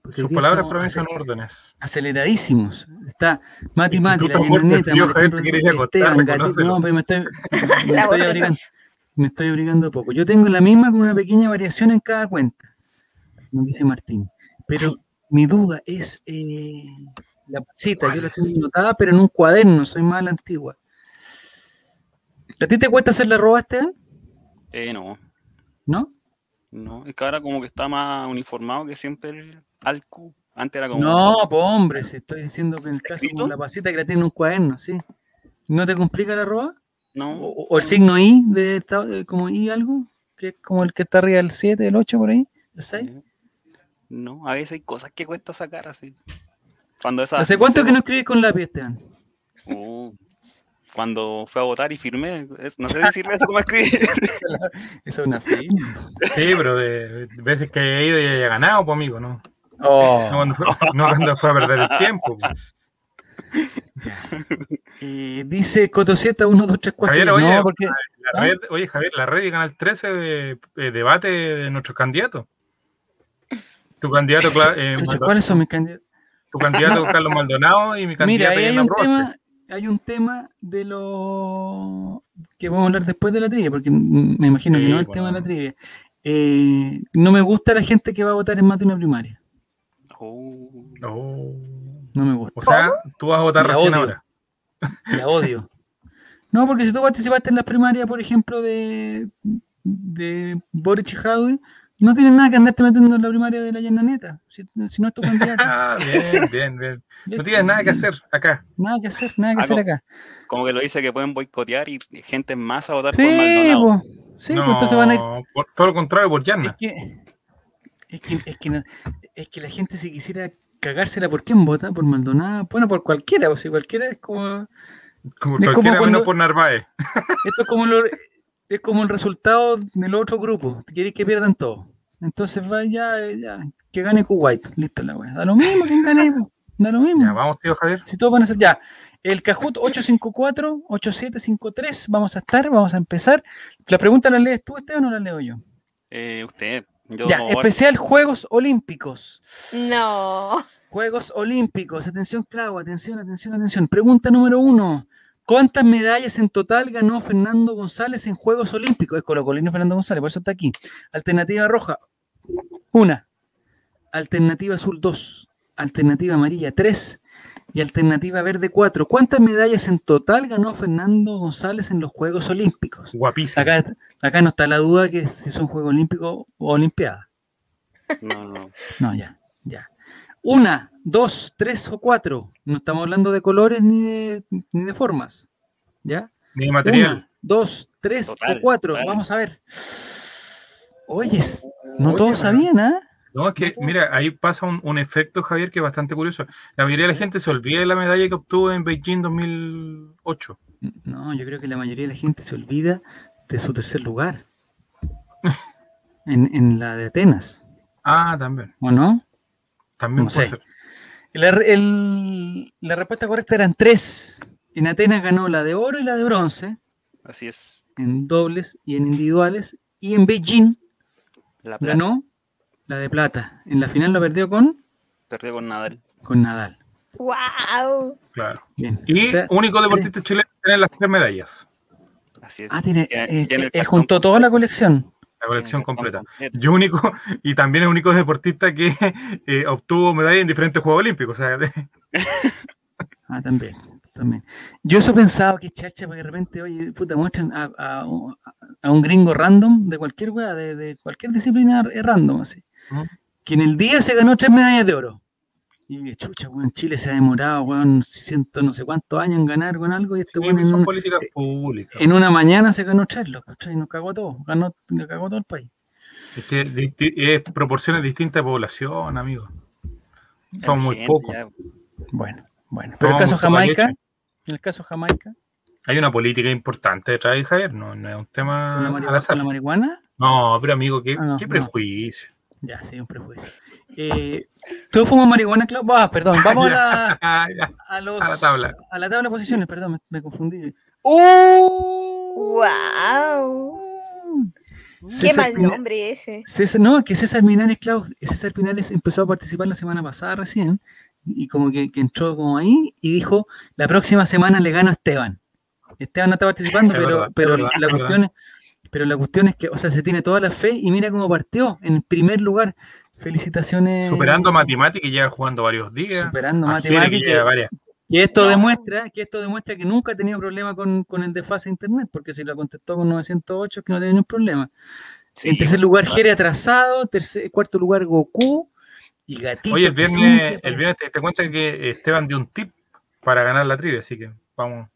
Speaker 1: Porque hoy
Speaker 2: Sus
Speaker 1: día
Speaker 2: palabras
Speaker 1: estamos
Speaker 2: para mí son
Speaker 1: acel-
Speaker 2: órdenes.
Speaker 1: aceleradísimos. Está Mati
Speaker 2: Sí,
Speaker 1: Mati,
Speaker 2: tú
Speaker 1: la
Speaker 2: tampoco te
Speaker 1: Llanoneta,
Speaker 2: frío, Javier,
Speaker 1: Martín
Speaker 2: te quieres ir a
Speaker 1: Rodríguez,
Speaker 2: acostar,
Speaker 1: Esteban, Gatito.
Speaker 2: reconócelo.
Speaker 1: No, pero me estoy, me
Speaker 4: La voz
Speaker 1: estoy
Speaker 4: se
Speaker 1: abrigando. Me estoy abrigando poco. Yo tengo la misma con una pequeña variación en cada cuenta, nos dice Martín. Pero mi duda es eh, la pasita. Yo la tengo anotada, pero en un cuaderno, soy más a la antigua. ¿A ti te cuesta hacer la roba, Esteban?
Speaker 3: Eh, no,
Speaker 1: ¿No?
Speaker 3: no. Es que ahora como que está más uniformado que siempre el al Q. Antes era como.
Speaker 1: No, pues hombre, si estoy diciendo que en el caso
Speaker 3: ¿Escrito?
Speaker 1: con la pasita que la tiene en un cuaderno, ¿sí? ¿No te complica la roba?
Speaker 3: No,
Speaker 1: O, o el signo I, de, esta- eh, como I algo, que es como el que está arriba del 7, del 8, por ahí, el 6.
Speaker 3: eh, no, a veces hay cosas que cuesta sacar así. Cuando esa,
Speaker 1: ¿Hace
Speaker 3: no
Speaker 1: cuánto
Speaker 3: sé,
Speaker 1: que no escribís con lápiz, Esteban?
Speaker 3: Uh, cuando fue a votar y firmé, es- no sé si sirve eso como escribir.
Speaker 1: Eso es una firma.
Speaker 2: Sí, pero de, de veces que he ido y he ganado, pues amigo, ¿no? No
Speaker 1: Oh.
Speaker 2: cuando fue, no cuando fue a perder el tiempo. pues.
Speaker 1: Eh, dice Cotoseta 1, 2, 3, 4.
Speaker 2: Javier,
Speaker 1: no,
Speaker 2: oye,
Speaker 1: porque
Speaker 2: La
Speaker 1: ¿Ah?
Speaker 2: red, oye, Javier, la red y Canal 13 eh, eh, debate de nuestros candidatos. Tu candidato, Cla- eh,
Speaker 1: Chucha,
Speaker 2: Maldo-
Speaker 1: ¿cuáles son mis candidatos?
Speaker 2: tu candidato Carlos Maldonado y mi
Speaker 1: Mira,
Speaker 2: candidata
Speaker 1: ahí hay
Speaker 2: Diana
Speaker 1: un
Speaker 2: Proboste.
Speaker 1: tema, hay un tema de lo que vamos a hablar después de la trivia, porque mm, me imagino
Speaker 2: Sí,
Speaker 1: que no es el
Speaker 2: bueno.
Speaker 1: tema de la trivia. Eh, no me gusta la gente que va a votar en más de una primaria.
Speaker 3: Oh.
Speaker 2: Oh.
Speaker 1: No me gusta.
Speaker 2: O sea, tú vas a votar
Speaker 1: La
Speaker 2: recién
Speaker 1: odio.
Speaker 2: ahora.
Speaker 1: La odio. No, porque si tú participaste en las primarias, por ejemplo, de, de Boric y Jadwe, no tienes nada que andarte metiendo en la primaria de la Yananeta, si, si no es tu candidato.
Speaker 2: Ah, bien, bien, bien. No tienes nada que hacer acá.
Speaker 1: Nada que hacer, nada que
Speaker 3: Ah,
Speaker 1: hacer
Speaker 3: no.
Speaker 1: acá.
Speaker 3: Como que lo dice que pueden boicotear y gente en masa votar
Speaker 1: Sí,
Speaker 3: por Maldonado.
Speaker 1: pues, sí, pues entonces van a ir
Speaker 2: No, por- todo lo contrario, por
Speaker 1: Es
Speaker 2: Yarna.
Speaker 1: que, es que, es que, no- es que la gente si quisiera cagársela por quién vota, por Maldonado, bueno, por cualquiera, o sea, cualquiera es como,
Speaker 2: Como
Speaker 1: es como
Speaker 2: cualquiera menos
Speaker 1: cuando-
Speaker 2: por Narváez.
Speaker 1: esto es como, lo- es como el resultado del otro grupo, quieres que pierdan todo. Entonces va ya, ya, que gane Kuwait, listo la wea. Da lo mismo que gane, po, da lo mismo.
Speaker 2: Ya, vamos, tío Javier.
Speaker 1: Si todos van a ser ya. El Cajut 854-8753, vamos a estar, vamos a empezar. ¿La pregunta la lees tú, Esteban, o la leo yo?
Speaker 3: Eh, usted, yo
Speaker 1: Ya,
Speaker 3: como voy-
Speaker 1: especial Juegos Olímpicos.
Speaker 4: No.
Speaker 1: Juegos Olímpicos. Atención, Clau, atención, atención, atención. Pregunta número uno. ¿Cuántas medallas en total ganó Fernando González en Juegos Olímpicos? Es colocolino Fernando González, por eso está aquí. Alternativa roja, una. Alternativa azul, dos. Alternativa amarilla, tres. Y alternativa verde, cuatro. ¿Cuántas medallas en total ganó Fernando González en los Juegos Olímpicos?
Speaker 2: Guapísimo.
Speaker 1: Acá, acá no está la duda que si son Juegos Olímpicos o Olimpiadas.
Speaker 3: No, no, no.
Speaker 1: No, ya, ya. Una, dos, tres o cuatro. No estamos hablando de colores ni de, ni de formas. ¿Ya?
Speaker 2: Ni material.
Speaker 1: Una, dos, tres
Speaker 3: Total,
Speaker 1: o cuatro.
Speaker 3: total.
Speaker 1: Vamos a ver. Oyes, no
Speaker 2: Oye,
Speaker 1: todos
Speaker 2: pero-
Speaker 1: sabían, ¿ah?
Speaker 2: No, es que,
Speaker 1: Entonces-
Speaker 2: mira, ahí pasa un, un efecto, Javier, que es bastante curioso. La mayoría de la gente se olvida de la medalla que obtuvo en Beijing 2008.
Speaker 1: No, yo creo que la mayoría de la gente se olvida de su tercer lugar. En, en la de Atenas,
Speaker 2: Ah, también.
Speaker 1: ¿o no?
Speaker 2: También
Speaker 1: No
Speaker 2: puede
Speaker 1: sé.
Speaker 2: ser.
Speaker 1: La, re- el- la respuesta correcta eran tres. En Atenas ganó la de oro y la de bronce.
Speaker 3: Así es.
Speaker 1: en dobles y en individuales. Y en Beijing
Speaker 3: La plata
Speaker 1: ganó la de plata. En la final lo perdió con,
Speaker 3: perdió con Nadal.
Speaker 1: con Nadal.
Speaker 4: Wow.
Speaker 2: Claro.
Speaker 1: Bien.
Speaker 2: Y
Speaker 1: o sea,
Speaker 2: único deportista chileno en tener las tres medallas.
Speaker 3: Así es.
Speaker 1: ah, tiene,
Speaker 3: Tiene-
Speaker 1: eh,
Speaker 3: tiene el
Speaker 1: eh,
Speaker 3: cartón
Speaker 1: juntó toda la colección.
Speaker 2: La
Speaker 3: Tiene
Speaker 2: colección
Speaker 3: el cartón
Speaker 2: completa.
Speaker 3: completo.
Speaker 2: Y único, y también es único deportista que eh, obtuvo medalla en diferentes Juegos Olímpicos. O sea,
Speaker 1: Ah, también. también. Yo eso pensaba que chacha, porque de repente, oye, puta, muestran a, a un- a un gringo random de cualquier wea, de, de cualquier disciplina r- eh, random, así.
Speaker 2: Ujú.
Speaker 1: Que en el día se ganó tres medallas de oro. Y dije, chucha, weón, Chile se ha demorado, weón, ciento no sé cuántos años en ganar con algo, y este weón en
Speaker 2: son
Speaker 1: un-
Speaker 2: políticas públicas.
Speaker 1: En una mañana se ganó tres, los y nos cagó a todos, ganó, nos cagó a todo el país.
Speaker 2: Es que di- di- es proporciones distintas de población, amigo. Son
Speaker 3: Hay
Speaker 2: muy
Speaker 3: gente
Speaker 2: pocos.
Speaker 3: ya-
Speaker 1: Bueno, bueno. Pero el
Speaker 2: Somos
Speaker 1: caso
Speaker 2: mucho más
Speaker 1: Jamaica,
Speaker 2: leche.
Speaker 1: en el caso Jamaica,
Speaker 2: Hay una política importante detrás de Javier, no, no es
Speaker 1: con
Speaker 2: un
Speaker 1: la,
Speaker 2: tema
Speaker 1: marihuana,
Speaker 2: Ah, al azar.
Speaker 1: con la marihuana,
Speaker 2: No, pero amigo, qué,
Speaker 1: Ah, no,
Speaker 2: qué
Speaker 1: no.
Speaker 2: prejuicio.
Speaker 1: ya, sí, un prejuicio. Eh, ¿Tú fumas marihuana, Clau? Ah, perdón, vamos a la,
Speaker 2: Ah, ya.
Speaker 1: a, los-
Speaker 2: a la tabla.
Speaker 1: A la tabla de posiciones, perdón, me, me confundí. ¡Uh!
Speaker 4: Wow. Qué
Speaker 1: César
Speaker 4: mal
Speaker 1: Pina-
Speaker 4: nombre ese.
Speaker 1: César- no, que César Minares, Clau, César Pinares empezó a participar la semana pasada recién y como que, que entró como ahí y dijo, la próxima semana le gano a Esteban. Esteban no está participando,
Speaker 2: Es
Speaker 1: pero,
Speaker 2: verdad, es
Speaker 1: pero,
Speaker 2: verdad,
Speaker 1: la
Speaker 2: es
Speaker 1: cuestión es, pero la cuestión es que, o sea, se tiene toda la fe y mira cómo partió en primer lugar. Felicitaciones.
Speaker 2: Superando a Matimati, que lleva jugando varios días.
Speaker 1: Eh, Superando
Speaker 2: A
Speaker 1: a
Speaker 2: Fede, que
Speaker 1: Matemati, que-
Speaker 2: lleva varias.
Speaker 1: y esto
Speaker 3: No.
Speaker 1: demuestra que esto demuestra que nunca ha tenido problema con, con el desfase de internet, porque si lo contestó con 908 es que no tiene ningún problema.
Speaker 3: Sí,
Speaker 1: en
Speaker 2: pues,
Speaker 1: tercer lugar, Jere atrasado, tercer, cuarto lugar Goku y Gatito. pues.
Speaker 2: Oye, el
Speaker 1: que
Speaker 2: viernes,
Speaker 1: siempre
Speaker 2: el
Speaker 1: aparece.
Speaker 2: viernes te, te cuento que Esteban dio un tip para ganar la trivia, así que vamos.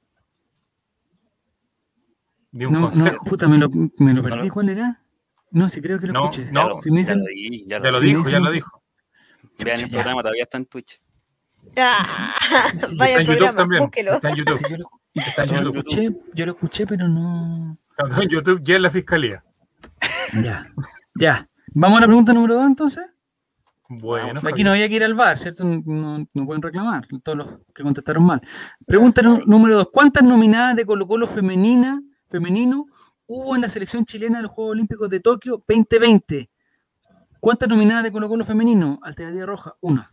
Speaker 2: Dio un
Speaker 1: No, no,
Speaker 2: consejo.
Speaker 1: puta, me lo, me lo perdí.
Speaker 3: lo-
Speaker 1: ¿Cuál era? No, si creo que lo
Speaker 2: No,
Speaker 1: escuché.
Speaker 3: ya
Speaker 2: no.
Speaker 3: lo-
Speaker 1: Si me
Speaker 3: ya
Speaker 1: dicen-
Speaker 3: lo di, ya
Speaker 2: ya lo
Speaker 1: sí,
Speaker 3: di.
Speaker 2: dijo, ya lo
Speaker 1: sí.
Speaker 2: dijo.
Speaker 3: Vean el
Speaker 1: Chucha, ya.
Speaker 3: programa, todavía está en Twitch.
Speaker 4: Ah,
Speaker 1: Sí, sí, yo-
Speaker 2: Está
Speaker 4: vaya
Speaker 2: en YouTube
Speaker 4: programa,
Speaker 2: también.
Speaker 4: búsquelo.
Speaker 2: Está en YouTube.
Speaker 1: sí, yo lo-
Speaker 2: Está en
Speaker 1: yo lo
Speaker 2: YouTube.
Speaker 1: escuché, yo lo escuché, pero no.
Speaker 2: Está en YouTube ya en la fiscalía.
Speaker 1: Ya, ya. Vamos a la pregunta número dos entonces.
Speaker 2: Bueno,
Speaker 1: Aquí
Speaker 2: Javier.
Speaker 1: no había que ir al bar, ¿cierto? No, no- no pueden reclamar, todos los que contestaron mal. Pregunta nu- número dos. ¿Cuántas nominadas de Colo Colo femenina, femenino hubo en la selección chilena de los Juegos Olímpicos de Tokio 2020? ¿Cuántas nominadas de Colo Colo femenino? Alternativa roja, una.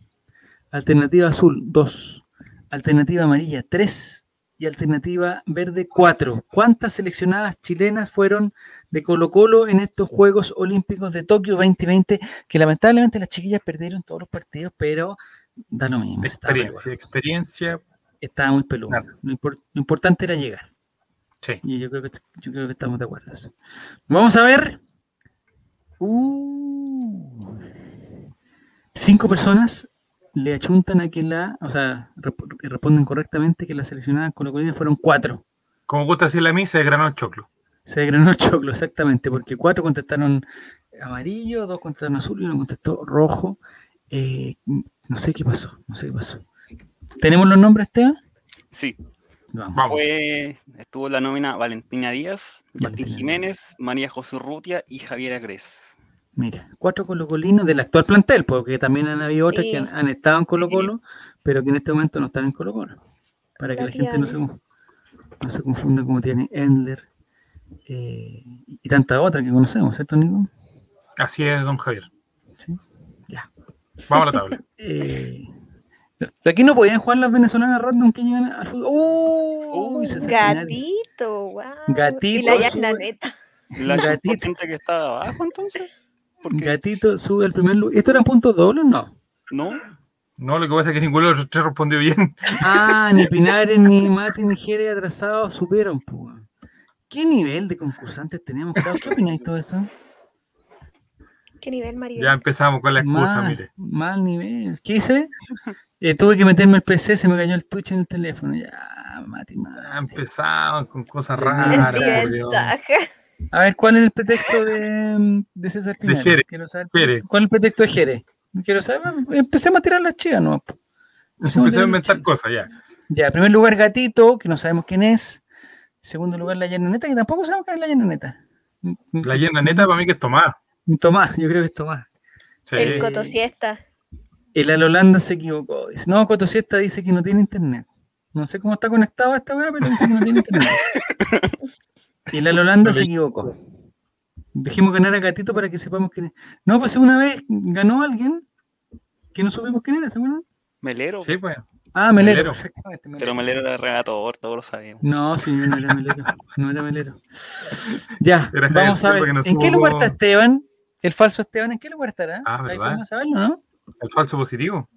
Speaker 1: Alternativa azul, dos. Alternativa amarilla, tres. y Alternativa Verde 4. ¿Cuántas seleccionadas chilenas fueron de Colo Colo en estos Juegos Olímpicos de Tokio 2020? Que lamentablemente las chiquillas perdieron todos los partidos, pero da lo mismo. estaba
Speaker 2: Experiencia, experiencia.
Speaker 1: peludo, Estaba muy peludo.
Speaker 2: Claro.
Speaker 1: Lo, impor- lo importante era llegar.
Speaker 2: Sí.
Speaker 1: Y yo creo que, yo creo que estamos de acuerdo. Vamos a ver. Uh. cinco personas le achuntan a que la, o sea, rep- responden correctamente que las seleccionadas colocolinas fueron cuatro.
Speaker 2: Como gusta decir la misa, de granó el choclo.
Speaker 1: Se desgranó el choclo, exactamente, porque cuatro contestaron amarillo, dos contestaron azul y uno contestó rojo. Eh, no sé qué pasó, no sé qué pasó. ¿Tenemos los nombres, Esteban?
Speaker 3: Sí,
Speaker 1: Vamos.
Speaker 2: Vamos.
Speaker 3: fue, estuvo la nómina Valentina Díaz, Martín
Speaker 1: Valentina
Speaker 3: Jiménez, María José Urrutia y Javiera Gres.
Speaker 1: Mira, cuatro colocolinos del actual plantel, porque también han habido otras que
Speaker 4: Sí.
Speaker 1: han, han estado en Colo Colo, pero que en este momento no están en Colo Colo. Para que la gente no se,
Speaker 4: Variable.
Speaker 1: con- no se confunda como tiene Endler eh, y tantas otras que conocemos, ¿cierto, Nico?
Speaker 2: Así es, don Javier.
Speaker 1: Sí, ya.
Speaker 2: Vamos a la tabla.
Speaker 1: Eh, aquí no podían jugar las venezolanas random que llegan al fútbol. ¡Uh!
Speaker 3: Uh,
Speaker 1: Se sacan al-
Speaker 4: Gatito, wow.
Speaker 1: Gatito,
Speaker 4: Y la Yana
Speaker 1: sube.
Speaker 4: neta.
Speaker 3: La
Speaker 1: Gatito.
Speaker 3: gente que estaba abajo entonces, porque
Speaker 1: Gatito sube al primer lugar. ¿Esto eran puntos dobles? No.
Speaker 3: no,
Speaker 2: No, lo que pasa es que ninguno de los tres respondió bien.
Speaker 1: Ah, ni Pinares, ni Mati, ni Jerez atrasados subieron. pú. ¿Qué nivel de concursantes tenemos? Claudio? ¿Qué opináis de todo eso?
Speaker 4: ¿Qué nivel, María?
Speaker 2: Ya empezamos con la excusa,
Speaker 1: Mal,
Speaker 2: mire.
Speaker 1: mal nivel. ¿Qué hice? Eh, tuve que meterme el PC, se me cayó el Twitch en el teléfono. Ya, Mati,
Speaker 2: Ya
Speaker 1: Mati.
Speaker 2: empezamos con cosas
Speaker 1: Tenía
Speaker 2: raras.
Speaker 1: Claro,
Speaker 2: por Dios.
Speaker 4: Desventaja.
Speaker 2: Ah,
Speaker 1: A ver, ¿cuál es el pretexto de, de César Pinal?
Speaker 2: Jerez,
Speaker 1: Quiero saber,
Speaker 2: Jerez.
Speaker 1: ¿Cuál es el pretexto de Jerez? Quiero saber. Empecemos a tirar las chivas, ¿no? Empecemos a
Speaker 2: Empecé
Speaker 1: tirar
Speaker 2: a
Speaker 1: las
Speaker 2: inventar
Speaker 1: chivas.
Speaker 2: cosas ya.
Speaker 1: Ya, en primer lugar, Gatito, que no sabemos quién es. En segundo lugar, la Llana Neta, que tampoco sabemos quién es la Llana Neta.
Speaker 2: La llena neta para mí que es tomada.
Speaker 1: mm, Tomás, yo creo que es Tomás.
Speaker 2: Sí.
Speaker 4: El
Speaker 1: Eh,
Speaker 4: Coto Siesta.
Speaker 1: El Alolanda se equivocó. Dice, no, Cotosiesta dice que no tiene internet. No sé cómo está conectado a esta weá, pero dice que no tiene internet. Y el Alolanda se equivocó. Dejemos ganar a Gatito para que sepamos quién es. No, pues una vez ganó alguien que no supimos quién era, ¿se acuerdan?
Speaker 3: Melero,
Speaker 2: Sí, pues.
Speaker 1: Ah, Melero.
Speaker 2: Melero.
Speaker 1: perfectamente,
Speaker 3: pero Melero era regatador, todos lo sabemos.
Speaker 1: No, sí, no era Melero. No era Melero. Ya,
Speaker 2: Era Javier
Speaker 1: vamos a
Speaker 2: Silva
Speaker 1: ver.
Speaker 2: que no
Speaker 1: ¿En qué
Speaker 2: supo-
Speaker 1: lugar está Esteban? El falso Esteban, ¿en qué lugar estará?
Speaker 2: Ah,
Speaker 1: ¿Hay
Speaker 2: ¿verdad?
Speaker 1: forma de saberlo, no?
Speaker 2: El falso positivo.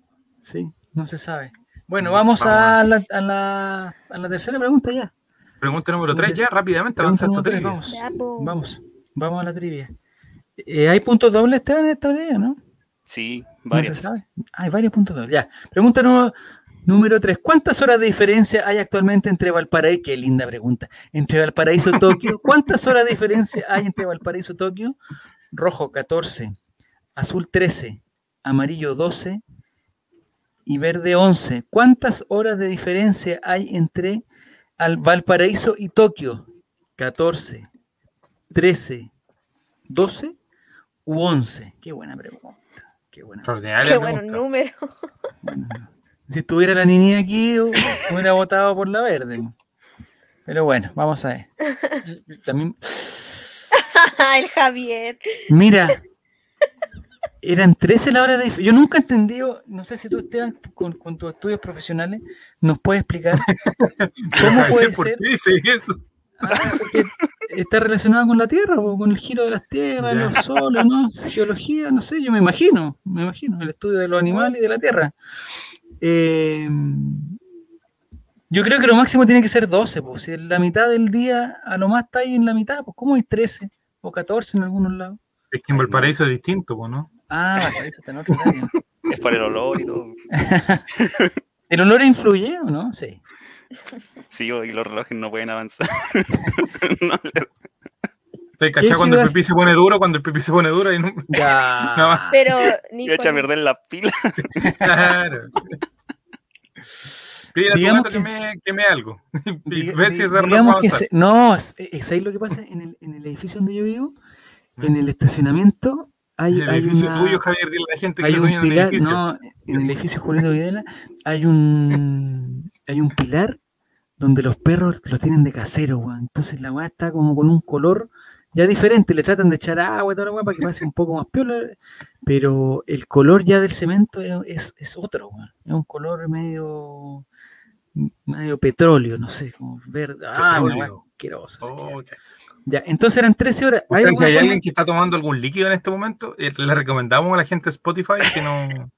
Speaker 1: Sí, no se sabe. Bueno,
Speaker 2: Mm,
Speaker 1: vamos
Speaker 2: vamos
Speaker 1: a la, a la, a la tercera pregunta ya.
Speaker 2: Pregunta número 3 ya, rápidamente,
Speaker 1: Pregunta
Speaker 2: avanzando
Speaker 1: número
Speaker 2: tres.
Speaker 1: tres, vamos,
Speaker 4: Ya, po.
Speaker 1: vamos, vamos a la trivia. Eh, ¿Hay puntos dobles, Esteban, en esta trivia, no?
Speaker 3: Sí,
Speaker 1: No se
Speaker 3: varias.
Speaker 1: sabe. Hay varios puntos dobles. Ya, pregunta número, número tres. ¿Cuántas horas de diferencia hay actualmente entre Valparaíso? Qué linda pregunta. Entre Valparaíso y Tokio. ¿Cuántas horas de diferencia hay entre Valparaíso y Tokio? Rojo 14, azul 13, amarillo 12 y verde 11. ¿Cuántas horas de diferencia hay entre al- Valparaíso y Tokio? 14, 13, 12 u 11. Qué buena pregunta. Qué buena
Speaker 2: Extraordinaria
Speaker 4: Qué
Speaker 2: pregunta.
Speaker 4: buenos números.
Speaker 1: si estuviera la niña aquí, hu- hubiera votado por la verde. Pero bueno, vamos a ver. También-
Speaker 4: Ah, el Javier.
Speaker 1: mira, eran 13 las horas de... dif- Yo nunca he entendido, no sé si tú, Esteban, con, con tus estudios profesionales, nos puedes explicar cómo
Speaker 2: Javier,
Speaker 1: puede
Speaker 2: ¿Por
Speaker 1: ser...
Speaker 2: qué dice eso?
Speaker 1: Ah, porque está relacionada con la Tierra, po, con el giro de las tierras,
Speaker 2: Ya.
Speaker 1: los soles, ¿no? Geología, no sé, yo me imagino, me imagino, el estudio de los animales y de la Tierra. Eh, yo creo que lo máximo tiene que ser 12, pues si en la mitad del día a lo más está ahí en la mitad, pues ¿cómo hay 13 o 14 en algunos lados?
Speaker 2: Es que en Valparaíso es distinto, po, ¿no?
Speaker 1: Ah, Valparaíso está en otro horario.
Speaker 3: Es por el olor y todo.
Speaker 1: ¿El olor influye o no? Sí.
Speaker 3: Sí, y los relojes no pueden avanzar.
Speaker 2: ¿Te cachás cuando
Speaker 1: ciudad-
Speaker 2: el pipí se pone duro? Cuando el pipí se pone duro y no...
Speaker 1: Ya.
Speaker 2: No.
Speaker 4: Pero,
Speaker 3: Y echa a
Speaker 4: Nico,
Speaker 3: perder la pila.
Speaker 2: Claro. Pide a tu
Speaker 1: Digamos
Speaker 2: gato que,
Speaker 1: que-
Speaker 2: me, que me algo. Y
Speaker 1: Diga-
Speaker 2: ve si
Speaker 1: di-
Speaker 2: ese reloj va a
Speaker 1: digamos que
Speaker 2: avanzar.
Speaker 1: se- no, es, es ahí lo que pasa en el, en el edificio donde yo vivo, en el estacionamiento hay,
Speaker 2: ¿Mm? El
Speaker 1: hay
Speaker 2: edificio
Speaker 1: una-
Speaker 2: tuyo, Javier, dile a la gente que
Speaker 1: hay
Speaker 2: es
Speaker 1: un
Speaker 2: dueño de un
Speaker 1: pilar,
Speaker 2: edificio.
Speaker 1: no, en el edificio Julián Videla hay un hay un pilar donde los perros los tienen de casero, weón. Entonces la weá está como con un color ya diferente, le tratan de echar agua y toda la weá para que pase un poco más piola, pero el color ya del cemento es, es- es otro, weón. Es un color medio medio petróleo, no sé, como verde. Ah, una
Speaker 2: Petróleo.
Speaker 1: weá asquerosa, así que
Speaker 2: Oh, ok.
Speaker 1: ya. Ya, entonces eran 13 horas.
Speaker 2: O sea, si
Speaker 1: alguna
Speaker 2: hay
Speaker 1: forma-
Speaker 2: alguien que está tomando algún líquido en este momento, eh, le recomendamos a la gente de Spotify que no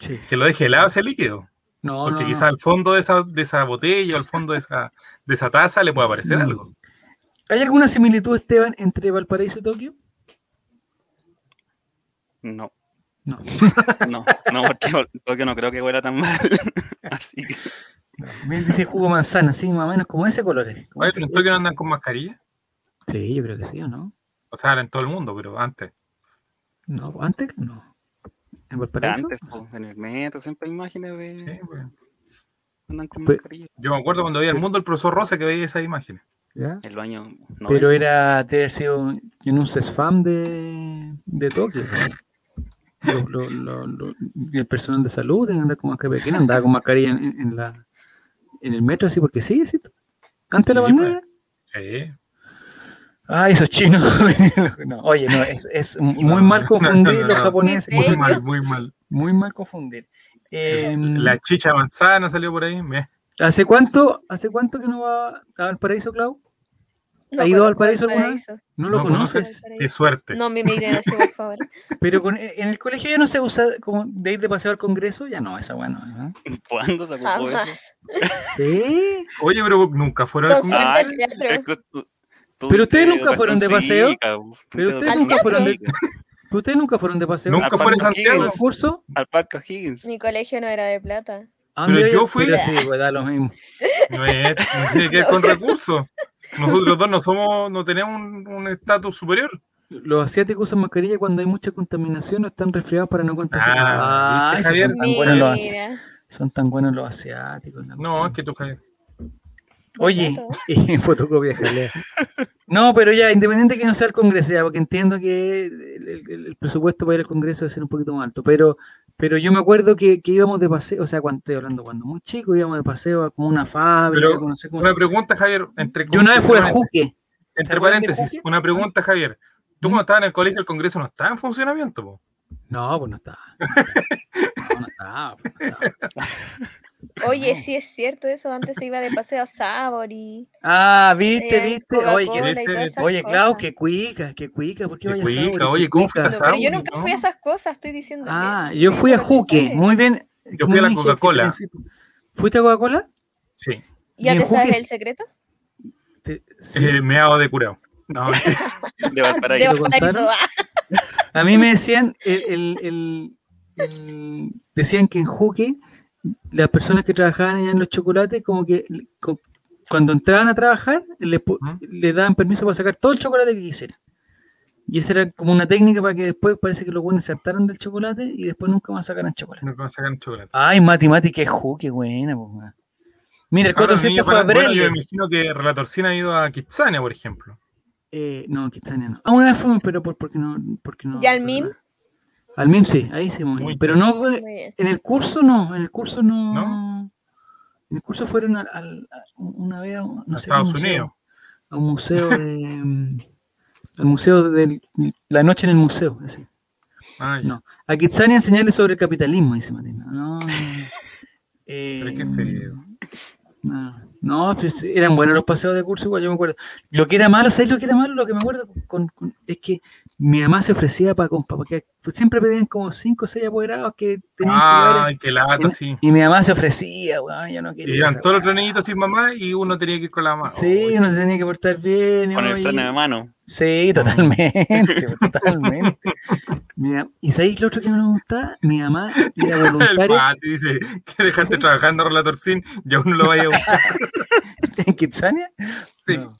Speaker 1: Sí.
Speaker 2: que lo deje helado ese líquido.
Speaker 1: No,
Speaker 2: Porque
Speaker 1: no,
Speaker 2: quizás
Speaker 1: no.
Speaker 2: al fondo de esa, de esa botella o al fondo de esa, de esa taza le puede aparecer
Speaker 1: Mm.
Speaker 2: algo.
Speaker 1: ¿Hay alguna similitud, Esteban, entre Valparaíso y Tokio?
Speaker 3: No.
Speaker 1: No.
Speaker 3: No, no, porque no- porque no creo que huela tan mal. Así que
Speaker 1: Él dice jugo manzana, sí, más o menos como ese color. es, como
Speaker 2: Oye,
Speaker 1: ese
Speaker 2: pero en
Speaker 1: color.
Speaker 2: Tokio no andan con mascarilla.
Speaker 1: Sí, yo creo que sí, ¿o no?
Speaker 2: O sea, ahora en todo el mundo, pero antes.
Speaker 1: No, antes no. ¿En Valparaíso?
Speaker 3: antes, po, en el metro, siempre hay imágenes de.
Speaker 2: Sí, bueno.
Speaker 3: Andan con
Speaker 1: Pe-
Speaker 3: mascarilla.
Speaker 2: Yo me acuerdo cuando veía el mundo el profesor Rosa que veía esas imágenes.
Speaker 1: ¿Ya?
Speaker 3: El baño. no
Speaker 1: Pero
Speaker 3: hay,
Speaker 1: era de haber sido un- en un CESFAM de, de Tokio. ¿no? Lo- lo- lo- lo- el personal de salud tenía que andar con mascarilla. ¿Quién andaba con mascarilla en, en- en la, en el metro? Así porque sí, sí. Antes de la
Speaker 2: Sí, pues.
Speaker 1: pandemia.
Speaker 2: Sí.
Speaker 1: Ah, esos chinos. No, oye, no, es, es muy mal
Speaker 2: No,
Speaker 1: confundir
Speaker 2: no, no,
Speaker 1: los
Speaker 2: no.
Speaker 1: japoneses.
Speaker 4: De
Speaker 2: Muy
Speaker 4: hecho.
Speaker 2: mal, muy mal.
Speaker 1: Muy mal confundir. Em,
Speaker 2: Eh, La chicha manzana salió por ahí. me-
Speaker 1: ¿Hace cuánto, ¿Hace cuánto que no va a Valparaíso, Clau?
Speaker 4: No
Speaker 1: ¿Ha ido a
Speaker 4: conozco
Speaker 1: Valparaíso alguna vez?
Speaker 4: Valparaíso.
Speaker 1: No lo
Speaker 2: No
Speaker 1: conoces, este?
Speaker 2: Qué suerte.
Speaker 4: No me miren así, por favor.
Speaker 1: pero con- eh, en el colegio ya no se usa como de ir de paseo al congreso, ya no, ¿eh? esa bueno.
Speaker 3: ¿Cuándo se ocupó eso?
Speaker 4: Jamás.
Speaker 1: Sí,
Speaker 2: Oye, pero nunca fueron al
Speaker 4: Entonces,
Speaker 2: congreso.
Speaker 3: Ay,
Speaker 4: al teatro.
Speaker 3: Es que tú- tú
Speaker 1: Pero ustedes
Speaker 3: te
Speaker 1: nunca fueron de paseo.
Speaker 3: Totoncica, po, fuiste
Speaker 1: Pero ustedes
Speaker 4: nunca fueron de-
Speaker 3: Totoncica.
Speaker 1: pero ustedes nunca fueron de paseo.
Speaker 2: Nunca
Speaker 1: ¿A
Speaker 2: fueron a
Speaker 3: Aparte que-
Speaker 2: Santiago.
Speaker 1: un curso?
Speaker 3: Al Parque Higgins.
Speaker 4: Mi colegio no era de plata.
Speaker 1: ¿A
Speaker 2: Pero
Speaker 1: dónde
Speaker 2: yo
Speaker 1: iba?
Speaker 2: fui-
Speaker 1: Pero sí, pues, da lo mismo.
Speaker 2: No es, no tiene que ver con recursos. Nosotros dos no somos, no tenemos un un estatus superior.
Speaker 1: Los asiáticos usan mascarilla cuando hay mucha contaminación o están resfriados para no contagiar.
Speaker 2: Ah,
Speaker 1: Ah,
Speaker 2: ¿viste,
Speaker 1: esos son
Speaker 2: Javier?
Speaker 1: tan buenos los, asi-
Speaker 4: Mira,
Speaker 1: son tan buenos los asiáticos. la
Speaker 2: No,
Speaker 1: cuestión.
Speaker 2: es que tú Javier.
Speaker 1: Oye,
Speaker 4: Foto.
Speaker 1: en fotocopia, jalea. No, pero ya, independiente que no sea el Congreso, ya, porque entiendo que el, el- el presupuesto para ir al Congreso debe ser un poquito más alto, pero, pero yo me acuerdo que, que íbamos de paseo, o sea, cuando estoy hablando, cuando muy chico íbamos de paseo a como una fábrica,
Speaker 2: Pero,
Speaker 1: a conocer cómo
Speaker 2: Una
Speaker 1: se-
Speaker 2: pregunta, Javier. Entre,
Speaker 1: Yo una vez fui a Juque, ¿Se
Speaker 2: Entre
Speaker 1: acuerdan de
Speaker 2: paréntesis,
Speaker 1: Juque?
Speaker 2: una pregunta, Javier. Tú
Speaker 1: ¿Mm?
Speaker 2: cuando estabas en el colegio, el Congreso no estaba en funcionamiento. po.
Speaker 1: no, pues no estaba. No, no estaba, pues, no estaba.
Speaker 4: Oye,
Speaker 1: No.
Speaker 4: sí es cierto eso. Antes se iba de paseo a Sabor y.
Speaker 1: Ah, viste,
Speaker 4: eh,
Speaker 1: viste,
Speaker 4: Coca-Cola
Speaker 1: oye,
Speaker 4: y
Speaker 1: que,
Speaker 2: qué-
Speaker 4: todas esas
Speaker 1: oye, claro,
Speaker 4: cosas.
Speaker 1: que cuica, que cuica, ¿por qué
Speaker 2: Que
Speaker 1: vayas a
Speaker 2: cuica,
Speaker 1: Sauri?
Speaker 2: oye,
Speaker 1: Que
Speaker 2: ¿cómo
Speaker 1: cuica.
Speaker 2: fuiste a
Speaker 4: No, pero yo
Speaker 2: Sauri,
Speaker 4: nunca
Speaker 2: ¿no?
Speaker 4: fui a esas cosas, estoy diciendo.
Speaker 1: Ah, yo fui a Juque, muy bien.
Speaker 2: Yo fui a la
Speaker 1: muy bien,
Speaker 2: Coca-Cola.
Speaker 1: principio. ¿Fuiste a Coca-Cola?
Speaker 2: Sí.
Speaker 1: y
Speaker 4: ¿Ya
Speaker 1: en
Speaker 4: te sabes
Speaker 1: Juque
Speaker 4: el
Speaker 1: es-
Speaker 4: secreto?
Speaker 1: Te- sí.
Speaker 2: Eh, me hago de curado. No,
Speaker 3: De
Speaker 4: De
Speaker 3: Valparaíso.
Speaker 1: ¿Lo
Speaker 4: Valparaíso.
Speaker 1: contaron?
Speaker 4: ah,
Speaker 1: A mí me decían, el, el- el- el- decían que en Juque las personas que trabajaban allá en los chocolates, como que le- co- cuando entraban a trabajar, les, po-
Speaker 2: Ujú.
Speaker 1: les daban permiso para sacar todo el chocolate que quisieran. Y esa era como una técnica para que después parece que los buenos se hartaran del chocolate y después nunca más sacaran chocolate.
Speaker 2: no me sacan chocolate.
Speaker 1: Ay, Mati, Mati, qué Juque, buena. po, weón. Mira, el
Speaker 2: Ahora,
Speaker 1: Coto
Speaker 2: los
Speaker 1: siempre
Speaker 2: niños
Speaker 1: fue a
Speaker 2: van- bueno, yo
Speaker 1: Brel.
Speaker 2: me imagino que Relatorcina ha ido a Kitsania, por ejemplo.
Speaker 1: Eh, no, Quitania no. Ah, una vez fuimos, pero por, porque no, porque no.
Speaker 4: ¿Y al MIM?
Speaker 1: Al MIM sí, ahí sí, hemos ido,
Speaker 2: Muy
Speaker 1: pero no, eh,
Speaker 4: Muy bien.
Speaker 1: en el curso no, en el curso no.
Speaker 2: ¿No?
Speaker 1: En el curso fueron al, al- a- una vez a, un- no
Speaker 2: a
Speaker 1: sé, a
Speaker 2: Estados
Speaker 1: un museo,
Speaker 2: Unidos.
Speaker 1: A un museo de. mm, al museo de la noche en el museo. así.
Speaker 2: Ah, ya.
Speaker 1: No. A Kitsania enseñarle sobre el capitalismo, dice Matina. No, no, no. Eh,
Speaker 2: Pero qué feo.
Speaker 1: No, no, pues, eran buenos los paseos de curso, igual yo me acuerdo. Lo que era malo, ¿sabes lo que era malo? Lo que me acuerdo con- con- es que mi mamá se ofrecía para compa, porque pues, siempre pedían como 5 o 6 apoderados que tenían que llevar.
Speaker 2: Ay, qué lata, sí.
Speaker 1: Y mi mamá se ofrecía, weón, yo no
Speaker 2: Y
Speaker 1: quería.
Speaker 2: eran
Speaker 1: esa
Speaker 2: todos los
Speaker 1: weá.
Speaker 2: otros niñitos sin mamá y uno tenía que ir con la mamá.
Speaker 1: Sí,
Speaker 2: Oh,
Speaker 1: uno se tenía que portar bien. y
Speaker 3: Con el
Speaker 1: oye,
Speaker 3: freno de mano.
Speaker 1: Sí, totalmente, totalmente. Mi mam- ¿Y sabéis lo otro que no me gustaba? Mi mamá era
Speaker 2: El
Speaker 1: voluntaria
Speaker 2: Mati dice que dejaste trabajando a Relatorcín y aún no lo vaya a buscar.
Speaker 1: en Kitsania.
Speaker 2: Sí.
Speaker 1: No.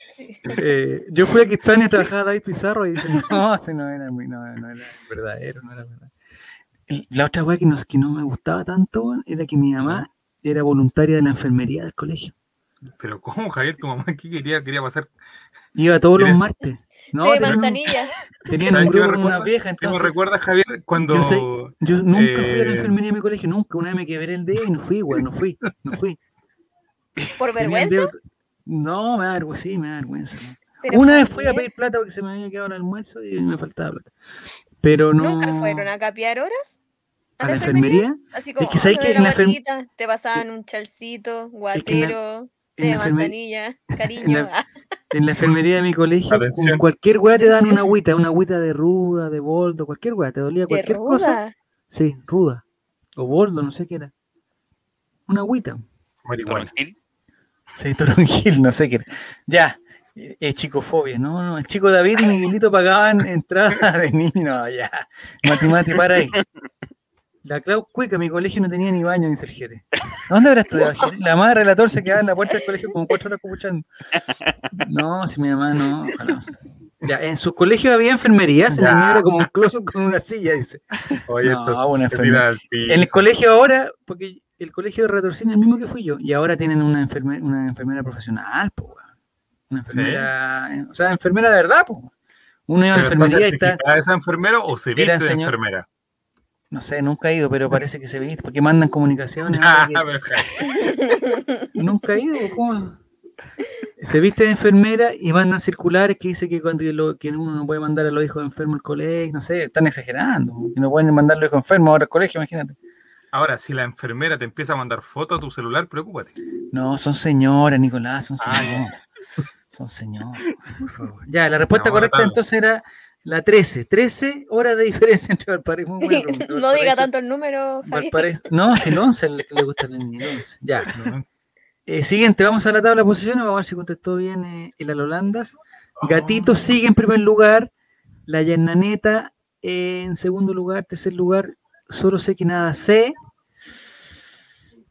Speaker 1: Eh, yo fui a Kitsania a trabajar a David Pizarro y dice, no, ese no era, muy- no, no era verdadero, no era verdadero. El- La otra weá que no, que no me gustaba tanto weón, era que mi mamá era voluntaria de la enfermería del colegio.
Speaker 2: Pero ¿cómo, Javier? Tu mamá aquí quería, quería pasar.
Speaker 1: Iba todos los
Speaker 2: ¿Quieres-
Speaker 1: martes. No,
Speaker 4: de
Speaker 1: tenían un-
Speaker 4: manzanilla.
Speaker 1: tenían
Speaker 2: ¿Sabes
Speaker 1: un
Speaker 2: qué me
Speaker 1: grupo con una
Speaker 2: recuerda?
Speaker 1: vieja,
Speaker 2: ¿Qué me
Speaker 1: entonces
Speaker 2: recuerdas, Javier, cuando
Speaker 1: Yo sé- Yo nunca fui a la
Speaker 2: Eh,
Speaker 1: enfermería de mi colegio, nunca. Una vez me quebré el dedo y no fui, güey, no fui, no fui.
Speaker 4: Por
Speaker 1: Tenía el
Speaker 4: vergüenza.
Speaker 1: dedo- No, me da vergüenza, sí, me da vergüenza. güey.
Speaker 4: pero
Speaker 1: Una
Speaker 4: ¿por
Speaker 1: vez fui a
Speaker 4: qué?
Speaker 1: pedir plata porque se me había quedado el almuerzo y me faltaba plata. Pero no.
Speaker 4: ¿ah? ¿Nunca fueron a capear horas?
Speaker 1: ¿A la enfermería?
Speaker 4: Así como,
Speaker 1: Es que sabes
Speaker 4: "Ah,
Speaker 1: que
Speaker 4: de
Speaker 1: en la enfer-
Speaker 4: guatita, te pasaban un chalcito, guatero,
Speaker 1: En
Speaker 4: té de
Speaker 1: la, enferme-
Speaker 4: manzanilla, cariño. ah,
Speaker 1: la- en la enfermería de mi colegio,
Speaker 2: Atención.
Speaker 1: con cualquier weá te dan una agüita, una agüita de ruda, de boldo, cualquier weá, te dolía
Speaker 4: de
Speaker 1: cualquier cosa.
Speaker 4: ruda.
Speaker 1: Sí, ruda. O boldo, no sé qué era. Una agüita.
Speaker 2: Marihuana.
Speaker 3: Toronjil.
Speaker 1: Sí, Toronjil, no sé qué era. Ya, eh, eh, chicofobia, ¿no? no, El chico David y Miguelito pagaban entrada de niño, ya. Mati, Mati, para ahí. La Clau Cuica, mi colegio no tenía ni baño, dice el Jere. ¿Dónde habrá estudiado el Jere? La madre del relator se quedaba en la puerta del colegio como cuatro horas escuchando. No, si mi mamá no. ojalá. Ya, en sus colegios había enfermerías, en el
Speaker 2: Ya.
Speaker 1: mío era como un closet con una silla, dice.
Speaker 2: Oye,
Speaker 1: No,
Speaker 2: esto
Speaker 1: una
Speaker 2: se tira al piso.
Speaker 1: En el colegio ahora, porque el colegio de Retorcina es el mismo que fui yo, y ahora tienen una, enferme- una enfermera profesional, po, weón. Una enfermera, eh, o sea, enfermera de verdad, po. weón. Uno iba a la
Speaker 2: Pero ¿está
Speaker 1: enfermería y está,
Speaker 2: certificada esa enfermera o se
Speaker 1: Era
Speaker 2: viste de
Speaker 1: señor-
Speaker 2: enfermera?
Speaker 1: no sé, nunca he ido, pero parece que se ve, porque mandan comunicaciones.
Speaker 2: Ah,
Speaker 1: ahora
Speaker 2: pero-
Speaker 1: que- nunca he ido, ¿cómo? Se viste de enfermera y mandan circulares que dice que cuando lo- que uno no puede mandar a los hijos enfermos al colegio, no sé, están exagerando, que no pueden mandar a los hijos enfermos ahora al colegio, imagínate.
Speaker 2: Ahora, si la enfermera te empieza a mandar fotos a tu celular, preocúpate.
Speaker 1: No, son señoras, Nicolás, son
Speaker 2: Ah, ya.
Speaker 1: señoras. Son señoras. por favor. Ya, la respuesta
Speaker 2: No,
Speaker 1: correcta
Speaker 2: notable.
Speaker 1: entonces era la 13. 13 horas de diferencia entre Valparaíso. Muy buena pregunta,
Speaker 4: no diga
Speaker 1: Valparaíso-
Speaker 4: tanto el número, Javier.
Speaker 1: Valparaíso- No, es el 11 el que le gusta el niño, el 11. Ya.
Speaker 2: No,
Speaker 1: Eh, siguiente, vamos a la tabla de posiciones. Vamos a ver si contestó bien eh, el Alolandas. Gatito
Speaker 2: Oh.
Speaker 1: sigue en primer lugar. La Yernaneta en segundo lugar. Tercer lugar, Solo sé que nada sé.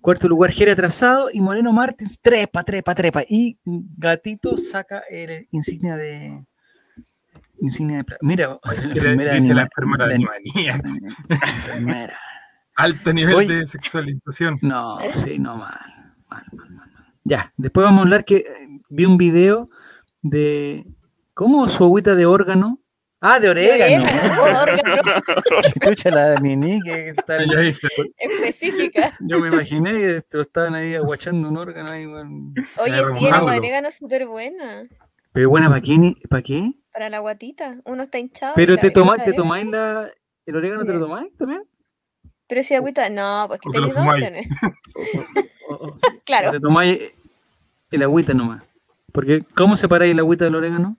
Speaker 1: Cuarto lugar, Jere atrasado. Y Moreno Martins, trepa, trepa, trepa. Y Gatito saca el insignia de. Insignia de. pla- Mira, la enfermera de
Speaker 2: dice la
Speaker 1: anima-
Speaker 2: enfermera de
Speaker 1: de-
Speaker 2: animanía.
Speaker 1: enfermera.
Speaker 2: Alto nivel
Speaker 1: Oye.
Speaker 2: de sexualización.
Speaker 1: No, sí, no, mal. Mal, mal, mal, mal. Ya, después vamos a hablar que eh, vi un video de cómo su agüita de órgano. Ah, de orégano.
Speaker 4: Orégano, órgano
Speaker 1: Chucha la Nini, que está
Speaker 2: Yo dije,
Speaker 4: específica.
Speaker 1: Yo me imaginé que te lo estaban ahí aguachando un órgano ahí, weón.
Speaker 4: Oye,
Speaker 2: Claro,
Speaker 4: sí, el agua
Speaker 2: malo.
Speaker 4: de orégano es súper buena
Speaker 1: Pero bueno, ¿para qué? ni- ¿Para qué?
Speaker 4: para la guatita. Uno está hinchado. y
Speaker 1: Pero
Speaker 4: la-
Speaker 1: te,
Speaker 4: y
Speaker 1: toma,
Speaker 4: la
Speaker 1: te
Speaker 4: orégano.
Speaker 1: tomáis la. ¿El orégano te lo tomáis también?
Speaker 4: Pero si agüita, no, pues que
Speaker 2: Porque lo
Speaker 4: tenéis dos
Speaker 2: fumáis.
Speaker 4: opciones.
Speaker 1: O- o- o
Speaker 4: Claro,
Speaker 1: te tomáis el agüita nomás. Porque, ¿cómo separáis el agüita del orégano?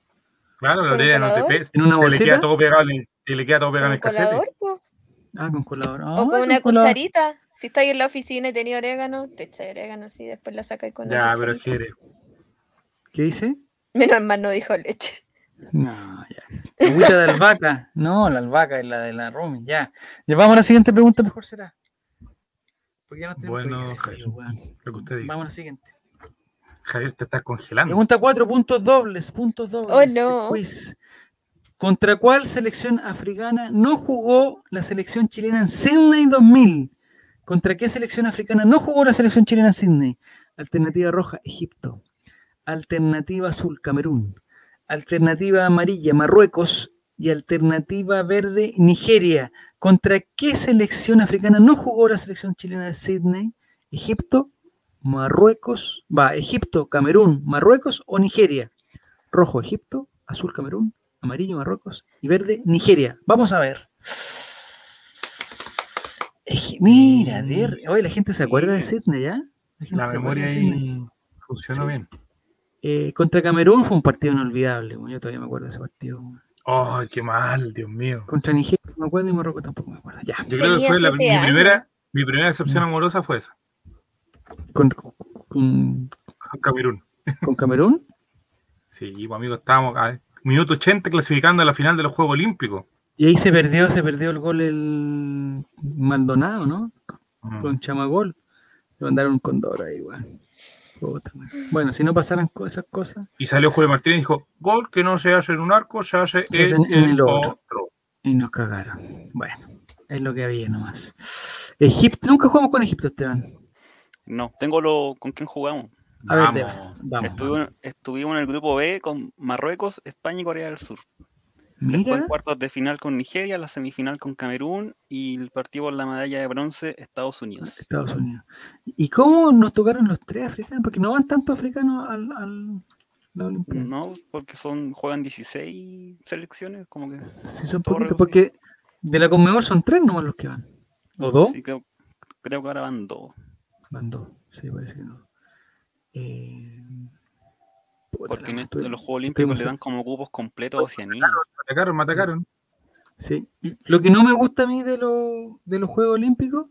Speaker 2: claro, la
Speaker 4: ¿Con
Speaker 2: orella no te
Speaker 4: colador?
Speaker 2: pesa.
Speaker 1: ¿En una
Speaker 2: Y le
Speaker 1: bolsita?
Speaker 2: queda todo pegado en el, y le queda todo pegado en
Speaker 4: con un
Speaker 2: el casete.
Speaker 4: colador, pues. po,
Speaker 1: Ah, con colador. Ah,
Speaker 4: o con una
Speaker 1: colador.
Speaker 4: cucharita. Si estáis en la oficina y tenéis orégano, te echáis orégano así, después la sacáis con una
Speaker 2: Ya, pero es que
Speaker 4: cucharita.
Speaker 2: eres-
Speaker 1: ¿Qué dice?
Speaker 4: Menos mal no dijo leche.
Speaker 1: No, ya. Agüita de albahaca. No, la albahaca es la de la Romy. Ya. Ya vamos a la siguiente pregunta, mejor será. Porque ya no tenemos
Speaker 2: Bueno,
Speaker 1: oye, qué
Speaker 2: Jairo,
Speaker 1: frío, weón.
Speaker 2: lo que usted diga.
Speaker 1: Vamos a la siguiente.
Speaker 2: Javier, te estás congelando.
Speaker 1: Pregunta 4, puntos dobles, puntos dobles. del
Speaker 4: no.
Speaker 1: quiz. ¿Contra cuál selección africana no jugó la selección chilena en Sydney 2000? ¿Contra qué selección africana no jugó la selección chilena en Sydney? Alternativa roja, Egipto. Alternativa azul, Camerún. Alternativa amarilla, Marruecos. Y alternativa verde, Nigeria. ¿Contra qué selección africana no jugó la selección chilena de Sydney? Egipto, Marruecos, va, Egipto, Camerún, Marruecos o Nigeria. Rojo Egipto, azul Camerún, amarillo Marruecos y verde Nigeria. Vamos a ver. Eji- Mira, de- oye, la gente se acuerda de Sydney, ¿ya? La, gente
Speaker 2: La
Speaker 1: se acuerda
Speaker 2: memoria
Speaker 1: de Sydney.
Speaker 2: ahí funciona
Speaker 1: Sí.
Speaker 2: bien.
Speaker 1: Eh, contra Camerún fue un partido inolvidable, bueno, yo todavía me acuerdo de ese partido.
Speaker 2: Ay, qué mal, Dios mío.
Speaker 1: Contra Nigeria no me acuerdo y Marruecos tampoco me acuerdo. Ya,
Speaker 2: Yo creo que
Speaker 4: Tenía
Speaker 2: fue la, mi,
Speaker 4: siete años.
Speaker 2: primera, mi primera decepción amorosa fue esa,
Speaker 1: con, con-
Speaker 2: con Camerún.
Speaker 1: con Camerún.
Speaker 2: Sí, pues, amigo, estábamos a minuto 80 clasificando a la final de los Juegos Olímpicos.
Speaker 1: Y ahí se perdió, se perdió el gol el Maldonado, ¿no?
Speaker 2: Mm.
Speaker 1: con Chamagol. Le mandaron con Dora ahí, weón. Puta madre. Bueno, si no pasaran co- esas cosas,
Speaker 2: Y salió Julio Martínez y dijo, gol que no se hace en un arco, se hace
Speaker 1: Se hace
Speaker 2: en,
Speaker 1: en el
Speaker 2: el
Speaker 1: otro".
Speaker 2: otro.
Speaker 1: y nos cagaron. Bueno, es lo que había nomás. Egipto, nunca jugamos con Egipto, Esteban.
Speaker 3: No, tengo lo con quién jugamos.
Speaker 1: A ver,
Speaker 2: Vamos.
Speaker 1: Esteban, vamos.
Speaker 3: Estuvimos, estuvimos en el grupo B con Marruecos, España y Corea del Sur. Fue
Speaker 1: Mira,
Speaker 3: en cuartos de final con Nigeria, la semifinal con Camerún y el partido por la medalla de bronce Estados Unidos.
Speaker 1: Estados Unidos. ¿Y cómo nos tocaron los tres africanos? Porque no van tantos africanos al, al la Olimpiada.
Speaker 3: No, porque son juegan 16 selecciones, como que
Speaker 1: Si son poquitos,
Speaker 3: todo reducido.
Speaker 1: porque de la Conmebol son tres nomás los que van. ¿O dos?
Speaker 3: Así que creo que ahora van dos.
Speaker 1: Van dos, sí, parece que no. Eh, puta la
Speaker 3: Porque en
Speaker 1: madre,
Speaker 3: esto de los Juegos
Speaker 1: estoy
Speaker 3: Olímpicos le
Speaker 1: conce-
Speaker 3: dan como cupos completos a Oceanía.
Speaker 2: atacaron, me atacaron.
Speaker 1: Sí. Lo que no me gusta a mí de, lo- de los Juegos Olímpicos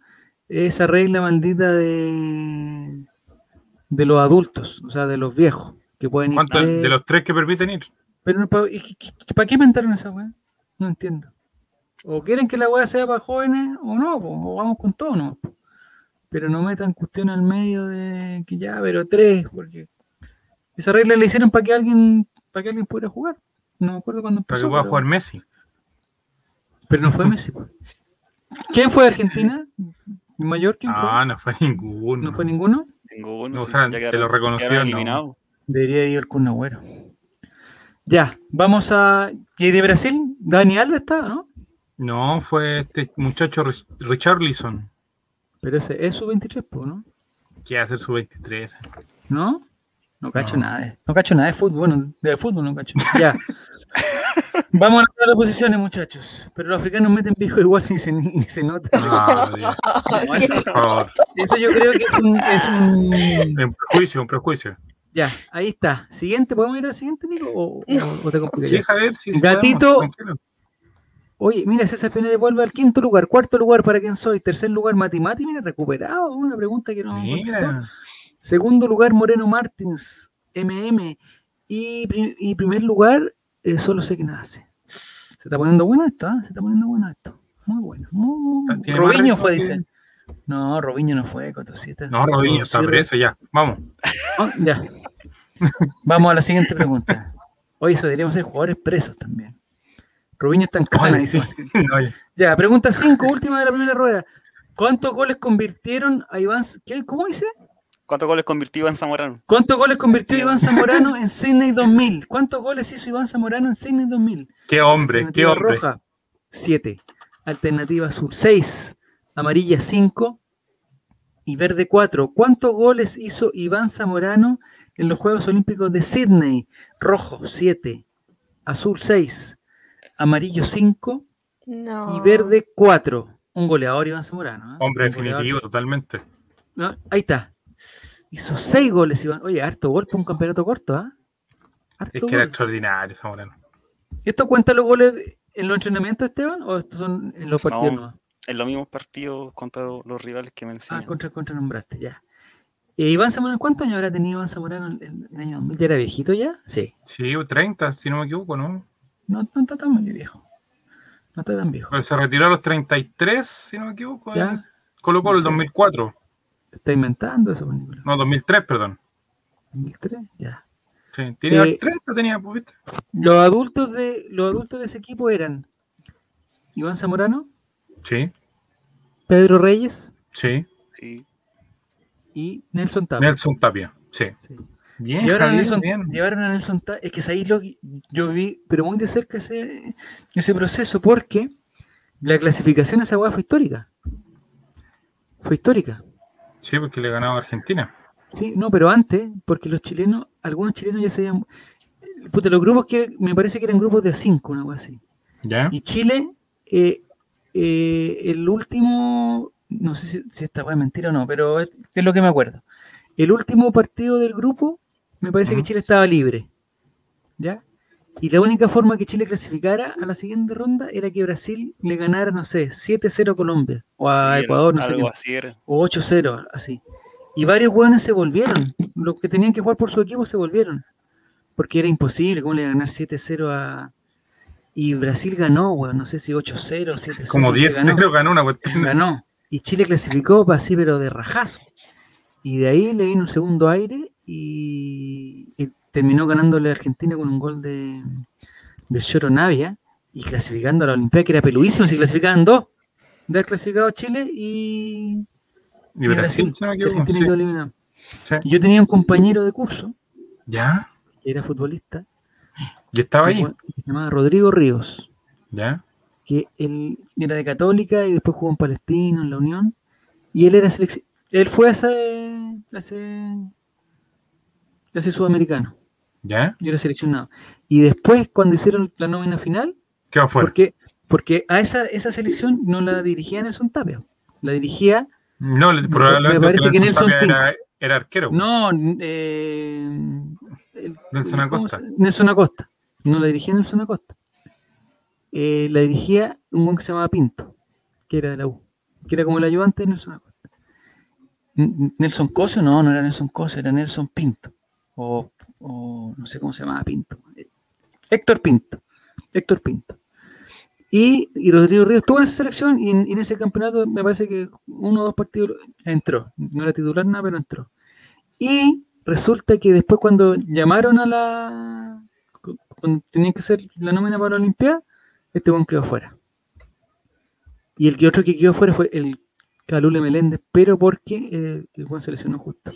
Speaker 1: es esa regla maldita de, de los adultos, o sea, de los viejos, que pueden ir.
Speaker 2: ¿Cuántos
Speaker 1: tres-
Speaker 2: de los tres que permiten ir?
Speaker 1: Pero no, ¿para, ¿para qué inventaron esa weá? No entiendo. O quieren que la weá sea para jóvenes o no, po, o vamos con todo, no. Pero no metan cuestión al medio de que ya, pero tres, porque esa regla la hicieron para que alguien, para que alguien pudiera jugar. No me acuerdo cuándo
Speaker 2: Para que
Speaker 1: empezó,
Speaker 2: pueda
Speaker 1: pero-
Speaker 2: jugar Messi.
Speaker 1: pero no fue Messi. po. ¿Quién fue de Argentina? ¿Mayor? ¿Quién
Speaker 2: Ah, no fue
Speaker 1: fue?
Speaker 2: ninguno.
Speaker 1: ¿No fue ninguno?
Speaker 3: Tengo uno.
Speaker 2: No,
Speaker 3: sí,
Speaker 2: o sea,
Speaker 3: ya
Speaker 2: te
Speaker 3: quedaron-
Speaker 2: lo reconocieron,
Speaker 3: quedaron
Speaker 2: no.
Speaker 3: eliminados.
Speaker 1: Debería ir el Kun Agüero. Ya, vamos a. ¿Y de Brasil? Dani Alves está, ¿no?
Speaker 2: No, fue este muchacho Rich- Richarlison,
Speaker 1: Pero ese es su 23, po, ¿no?
Speaker 2: que va a ser su 23.
Speaker 1: ¿No? No cacho
Speaker 2: No.
Speaker 1: nada. de- No cacho nada de fútbol. Bueno, de fútbol no cacho. Ya. Vamos a notar las posiciones, muchachos. Pero los africanos meten pico igual y se, y se nota.
Speaker 2: Ah, Dios,
Speaker 3: No, eso-
Speaker 2: por favor.
Speaker 1: Eso yo creo que es un, es un-
Speaker 2: Un prejuicio, un prejuicio.
Speaker 1: Ya, ahí está. Siguiente, ¿podemos ir al siguiente, Nico? ¿O, o- o te complica
Speaker 2: Sí,
Speaker 1: ya?
Speaker 2: Javier, sí, sí
Speaker 1: Gatito.
Speaker 2: podemos, tranquilo.
Speaker 1: Oye, mira, César Pineda vuelve al quinto lugar. Cuarto lugar, ¿para quién soy? Tercer lugar, Matimati. Mira, recuperado. Una pregunta que no contestó.
Speaker 2: Mira,
Speaker 1: Segundo lugar, Moreno Martins, MM. Y, pri- y primer lugar, eh, solo sé que nace. Se está poniendo bueno esto, ¿ah? Se está poniendo bueno esto. Muy bueno. Muy, muy bueno.
Speaker 2: Tiene más
Speaker 1: Robinho
Speaker 2: ritmo
Speaker 1: fue,
Speaker 2: que-
Speaker 1: dicen. No, Robinho no fue, Cotosita. Oh,
Speaker 2: no, Robinho está preso ya. Vamos.
Speaker 1: ya. Vamos a la siguiente pregunta. Hoy eso deberíamos ser jugadores presos también. Robinho está en cana,
Speaker 2: Oye,
Speaker 1: dice.
Speaker 2: sí. Oye,
Speaker 1: Ya, pregunta 5, última de la primera rueda. ¿Cuántos goles convirtieron a Iván? ¿Qué? ¿Cómo dice?
Speaker 3: ¿Cuántos goles convirtió en Zamorano?
Speaker 1: ¿Cuántos goles convirtió Iván Zamorano en Sydney 2000? ¿Cuántos goles hizo Iván Zamorano en Sydney 2000?
Speaker 2: Qué hombre, qué
Speaker 1: Alternativa
Speaker 2: hombre.
Speaker 1: roja, 7. Alternativa azul, 6. Amarilla, 5. Y verde, 4. ¿Cuántos goles hizo Iván Zamorano en los Juegos Olímpicos de Sydney? Rojo, 7. Azul, 6. Amarillo, 5.
Speaker 4: No.
Speaker 1: Y verde, 4. Un goleador Iván Zamorano. ¿eh?
Speaker 2: Hombre
Speaker 1: Un goleador.
Speaker 2: definitivo, totalmente.
Speaker 1: No, ahí está. Hizo seis goles, Iván. Oye, harto gol para un campeonato corto, ¿ah? Harto
Speaker 2: Es que era
Speaker 1: gol.
Speaker 2: extraordinario Zamorano.
Speaker 1: ¿Esto cuenta los goles de- en los entrenamientos, Esteban? ¿O estos son en los
Speaker 3: No,
Speaker 1: partidos? nomás?
Speaker 3: En los mismos partidos contra los rivales que mencioné.
Speaker 1: Ah, contra, contra nombraste, ya. Eh, Iván Zamorano, ¿cuántos años habrá tenido Iván Zamorano en en el año 2000? ¿Ya era viejito ya? Sí.
Speaker 2: Sí, 30, si no me equivoco, ¿no?
Speaker 1: No, no está tan muy viejo. No está tan viejo.
Speaker 2: Pero se retiró a los 33, si no me equivoco. ¿eh?
Speaker 1: Ya,
Speaker 2: Colocó
Speaker 1: No
Speaker 2: el
Speaker 1: sé.
Speaker 2: 2004.
Speaker 1: se está inventando eso, pues, Nicolás.
Speaker 2: No, 2003, perdón.
Speaker 1: 2003, ya.
Speaker 2: Sí, tenía
Speaker 1: Eh,
Speaker 2: 30, tenía, pues, ¿viste?
Speaker 1: Los adultos de, los adultos de ese equipo eran Iván Zamorano,
Speaker 2: Sí,
Speaker 1: Pedro Reyes
Speaker 2: sí.
Speaker 3: Sí.
Speaker 1: y Nelson Tapia.
Speaker 2: Nelson Tapia, sí.
Speaker 1: Sí.
Speaker 2: Bien,
Speaker 1: Llevaron a,
Speaker 2: Javier,
Speaker 1: Nelson,
Speaker 2: bien.
Speaker 1: llevaron a Nelson Ta- Es que es ahí lo que yo vi, pero muy de cerca ese, ese proceso, porque la clasificación a esa hueá fue histórica. Fue histórica.
Speaker 2: Sí, porque le ganaba a Argentina.
Speaker 1: Sí, no, pero antes, porque los chilenos, algunos chilenos ya se habían. Puta, los grupos que me parece que eran grupos de a cinco, una hueá así.
Speaker 2: ¿Ya?
Speaker 1: Y Chile, eh, eh, el último, no sé si, si esta hueá es mentira o no, pero es, es lo que me acuerdo. El último partido del grupo, me parece que
Speaker 2: Ujú.
Speaker 1: Chile estaba libre. ¿Ya? Y la única forma que Chile clasificara a la siguiente ronda era que Brasil le ganara, no sé, 7-0 a Colombia, o a
Speaker 3: Sí,
Speaker 1: Ecuador, no sé
Speaker 3: algo
Speaker 1: qué,
Speaker 3: así era.
Speaker 1: o 8-0, así. Y varios hueones se volvieron. Los que tenían que jugar por su equipo se volvieron. Porque era imposible, ¿cómo le iba a ganar 7-0 a. Y Brasil ganó, weón, no sé si 8-0, 7-0.
Speaker 2: Como
Speaker 1: no sé,
Speaker 2: 10-0 ganó. una cuestión.
Speaker 1: ganó. Y Chile clasificó para así, pero de rajazo. Y de ahí le vino un segundo aire y, y terminó ganándole a Argentina con un gol de del Choro Navia y clasificando a la Olimpiada, que era peluísimo, si clasificaban dos. De haber clasificado Chile y,
Speaker 2: Y Brasil, si no me
Speaker 1: si
Speaker 2: equivoco.
Speaker 1: Argentina
Speaker 2: sí.
Speaker 1: quedó eliminada.
Speaker 2: Sí.
Speaker 1: Y Yo tenía un compañero de curso,
Speaker 2: ¿Ya?
Speaker 1: que era futbolista,
Speaker 2: ¿Y estaba
Speaker 1: que
Speaker 2: ahí?
Speaker 1: jugaba- que se llamaba Rodrigo Ríos,
Speaker 2: ¿Ya?
Speaker 1: que él era de Católica y después jugó en Palestino, en la Unión, y él era selecci- él fue a ese, a ese- a ese sudamericano,
Speaker 2: ¿Ya?
Speaker 1: y era seleccionado. Y después, cuando hicieron la nómina final,
Speaker 2: ¿Qué va afuera?
Speaker 1: porque, porque a esa, esa selección no la dirigía Nelson Tapia, la dirigía.
Speaker 2: No, le- probablemente
Speaker 1: me parece que Nelson
Speaker 2: Tapia era, era arquero.
Speaker 1: No, eh, el-
Speaker 2: Nelson
Speaker 1: ¿cómo se-
Speaker 2: Acosta.
Speaker 1: Nelson Acosta. No la dirigía Nelson Acosta. Eh, la dirigía un buen que se llamaba Pinto, que era de la U, que era como el ayudante de Nelson Acosta. N- Nelson Cosio, no, no era Nelson Cosio, era Nelson Pinto. O, o no sé cómo se llamaba Pinto. Eh, Héctor Pinto. Héctor Pinto. Y, y Rodrigo Ríos estuvo en esa selección y en, y en ese campeonato me parece que uno o dos partidos entró. No era titular nada, pero entró. Y resulta que después cuando llamaron a la... cu- Cuando tenían que hacer la nómina para la Olimpiada, este buen quedó fuera. Y el que otro que quedó fuera fue el Calule Meléndez, pero porque eh, el buen se lesionó justo.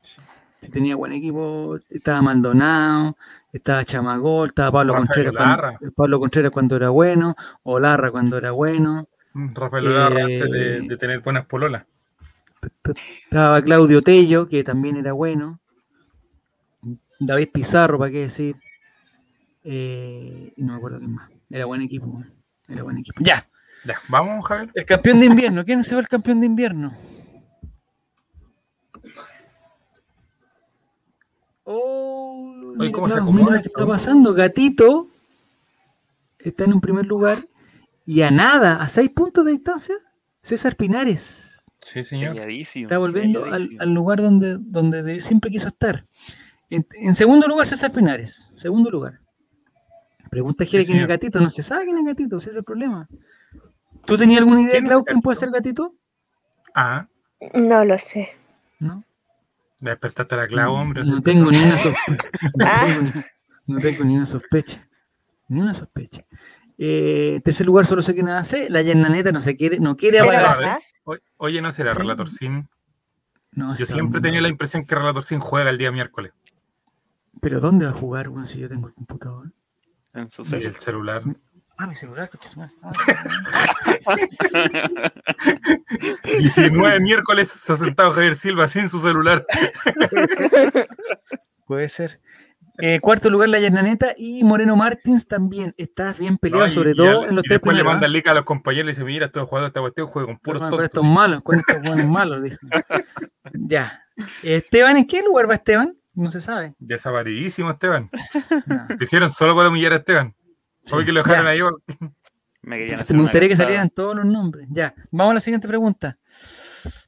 Speaker 1: Si tenía buen equipo, estaba Maldonado, estaba Chamagol, estaba Pablo
Speaker 2: Rafael
Speaker 1: Contreras, cuando,
Speaker 2: Larra.
Speaker 1: Pablo Contreras cuando era bueno, Olarra cuando era bueno,
Speaker 2: Rafael Olarra
Speaker 1: Eh,
Speaker 2: antes de, de tener buenas pololas.
Speaker 1: Estaba Claudio Tello, que también era bueno. David Pizarro, para qué decir. Eh, y no me acuerdo quién más. Era buen equipo. Era buen equipo. Ya.
Speaker 2: Ya, vamos, Javier.
Speaker 1: El campeón de invierno. ¿Quién se va el campeón de invierno? Oh, mira,
Speaker 2: ¿cómo se
Speaker 1: Klaus,
Speaker 2: acomoda
Speaker 1: mira lo que
Speaker 2: esto?
Speaker 1: está pasando. Gatito está en un primer lugar. Y a nada, a seis puntos de distancia, César Pinares.
Speaker 2: Sí, señor.
Speaker 3: Peleadísimo,
Speaker 1: Está volviendo al,
Speaker 3: peleadísimo.
Speaker 1: al lugar donde, donde de- siempre quiso estar. En, en segundo lugar, César Pinares. Segundo lugar. Pregunta Jere
Speaker 2: Sí,
Speaker 1: quién es
Speaker 2: señor.
Speaker 1: gatito. No se sabe quién es gatito, ese es el problema. ¿Tú tenías alguna idea,
Speaker 2: ¿Quién es
Speaker 1: Clau, quién
Speaker 2: Gatito?
Speaker 1: puede ser gatito?
Speaker 2: Ah,
Speaker 4: No lo sé.
Speaker 1: No.
Speaker 2: me despertaste la clave, hombre.
Speaker 1: Mm, No tengo ni una sospecha.
Speaker 4: Ah.
Speaker 1: No tengo ni- no tengo ni una sospecha. Ni una sospecha. Eh, tercer lugar, solo sé que nada sé. La Yernaneta no se quiere, no quiere
Speaker 2: ¿Será
Speaker 1: apagar.
Speaker 2: verdad? O- Oye, no será
Speaker 1: Sí.
Speaker 2: Relator Sin.
Speaker 1: No, si todo
Speaker 2: Yo
Speaker 1: el
Speaker 2: siempre
Speaker 1: mundo-
Speaker 2: tenía la impresión que Relator Sin juega el día miércoles.
Speaker 1: Pero ¿dónde va a jugar, weón, si yo tengo el computador?
Speaker 3: En su
Speaker 2: Y el
Speaker 3: cel.
Speaker 2: celular.
Speaker 1: Ah, mi celular, coche su madre. Ah,
Speaker 2: 19 miércoles se ha sentado Javier Silva sin su celular.
Speaker 1: Puede ser. Eh, cuarto lugar, la Yernaneta y Moreno Martins también. Está bien peleado,
Speaker 2: No, y-
Speaker 1: sobre
Speaker 2: y
Speaker 1: todo
Speaker 2: al-
Speaker 1: en los
Speaker 2: y
Speaker 1: tres
Speaker 2: Después le
Speaker 1: primeros,
Speaker 2: manda el
Speaker 1: ¿eh?
Speaker 2: link a los compañeros y le dice: Mira, estoy jugando esta cuestión, juego con puros
Speaker 1: Con
Speaker 2: tontos.
Speaker 1: estos malos, con estos buenos malos, dijo. Ya. Esteban, ¿en qué lugar va Esteban? No se sabe.
Speaker 2: Desaparidísimo, Esteban.
Speaker 1: No.
Speaker 2: Lo hicieron solo para humillar a Esteban.
Speaker 1: Sí.
Speaker 2: Hoy que lo dejaron
Speaker 1: Ya.
Speaker 2: ahí.
Speaker 3: Me querían
Speaker 1: Me
Speaker 3: hacer una
Speaker 1: gustaría que
Speaker 3: cantada.
Speaker 1: salieran todos los nombres. Ya, vamos a la siguiente pregunta.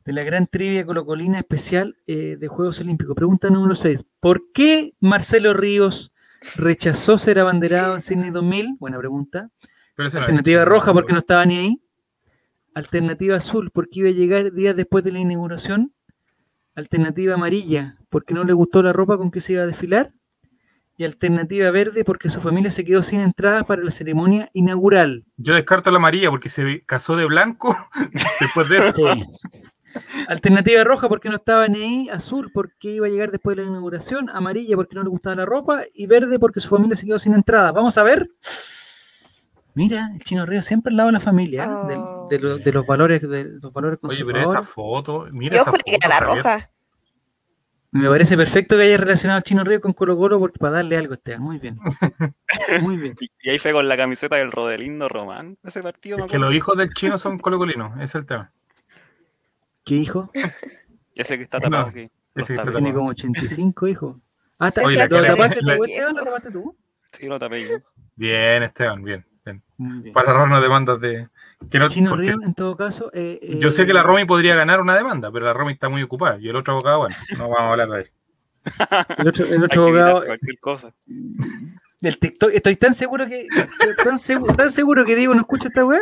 Speaker 1: De la gran trivia colocolina especial eh, de Juegos Olímpicos. Pregunta número 6. ¿Por qué Marcelo Ríos rechazó ser abanderado en Sydney 2000? Buena pregunta.
Speaker 2: Pero eso no es-
Speaker 1: Alternativa roja porque no estaba ni ahí. Alternativa azul porque iba a llegar días después de la inauguración. Alternativa amarilla porque no le gustó la ropa con que se iba a desfilar. Y alternativa verde porque su familia se quedó sin entradas para la ceremonia inaugural.
Speaker 2: Yo descarto la amarilla porque se casó de blanco después de eso.
Speaker 1: alternativa roja porque no estaba ni ahí. Azul porque iba a llegar después de la inauguración. Amarilla porque no le gustaba la ropa. Y verde porque su familia se quedó sin entradas. Vamos a ver. Mira, el chino Río siempre al lado de la familia, ¿eh? Del-
Speaker 4: Oh.
Speaker 1: de, lo- de los valores de los valores
Speaker 2: Oye, pero esa
Speaker 1: conservadores.
Speaker 2: foto, mira
Speaker 4: Yo
Speaker 2: esa
Speaker 4: juré
Speaker 2: foto.
Speaker 4: que era la
Speaker 2: Javier.
Speaker 4: roja.
Speaker 1: Me parece perfecto que haya relacionado a Chino Río con Colo Colo porque para darle algo a Esteban. Muy bien. Muy bien.
Speaker 3: Y- Y ahí fue con la camiseta del Rodelindo Román ese partido. me
Speaker 2: Es que
Speaker 3: acuerdo.
Speaker 2: los hijos del chino son colocolinos, es el tema.
Speaker 1: ¿Qué hijo?
Speaker 3: Ese que está
Speaker 2: No,
Speaker 3: tapado. que lo
Speaker 2: ese que está
Speaker 3: tapé.
Speaker 1: Tiene como 85 hijos. Ah, está-
Speaker 2: Oye, la
Speaker 1: ¿Lo
Speaker 2: cara-
Speaker 1: tapaste
Speaker 2: la-
Speaker 1: tú, Esteban? ¿Lo tapaste tú?
Speaker 3: Sí, lo tapé yo.
Speaker 2: Bien, Esteban, bien. bien.
Speaker 1: Muy bien.
Speaker 2: Para ahorrarnos demandas de. Que no,
Speaker 1: Chino
Speaker 2: porque
Speaker 1: Río, en todo caso. eh,
Speaker 2: yo sé
Speaker 1: eh,
Speaker 2: que la Romy podría ganar una demanda, pero la Romy está muy ocupada y el otro abogado, bueno, no vamos a hablar de él.
Speaker 1: El otro, el
Speaker 3: Hay que
Speaker 1: otro
Speaker 3: evitar
Speaker 1: abogado.
Speaker 3: Cualquier cosa.
Speaker 1: del TikTok. Estoy tan seguro que. estoy Tan seguro, tan seguro que Diego no escucha esta weá.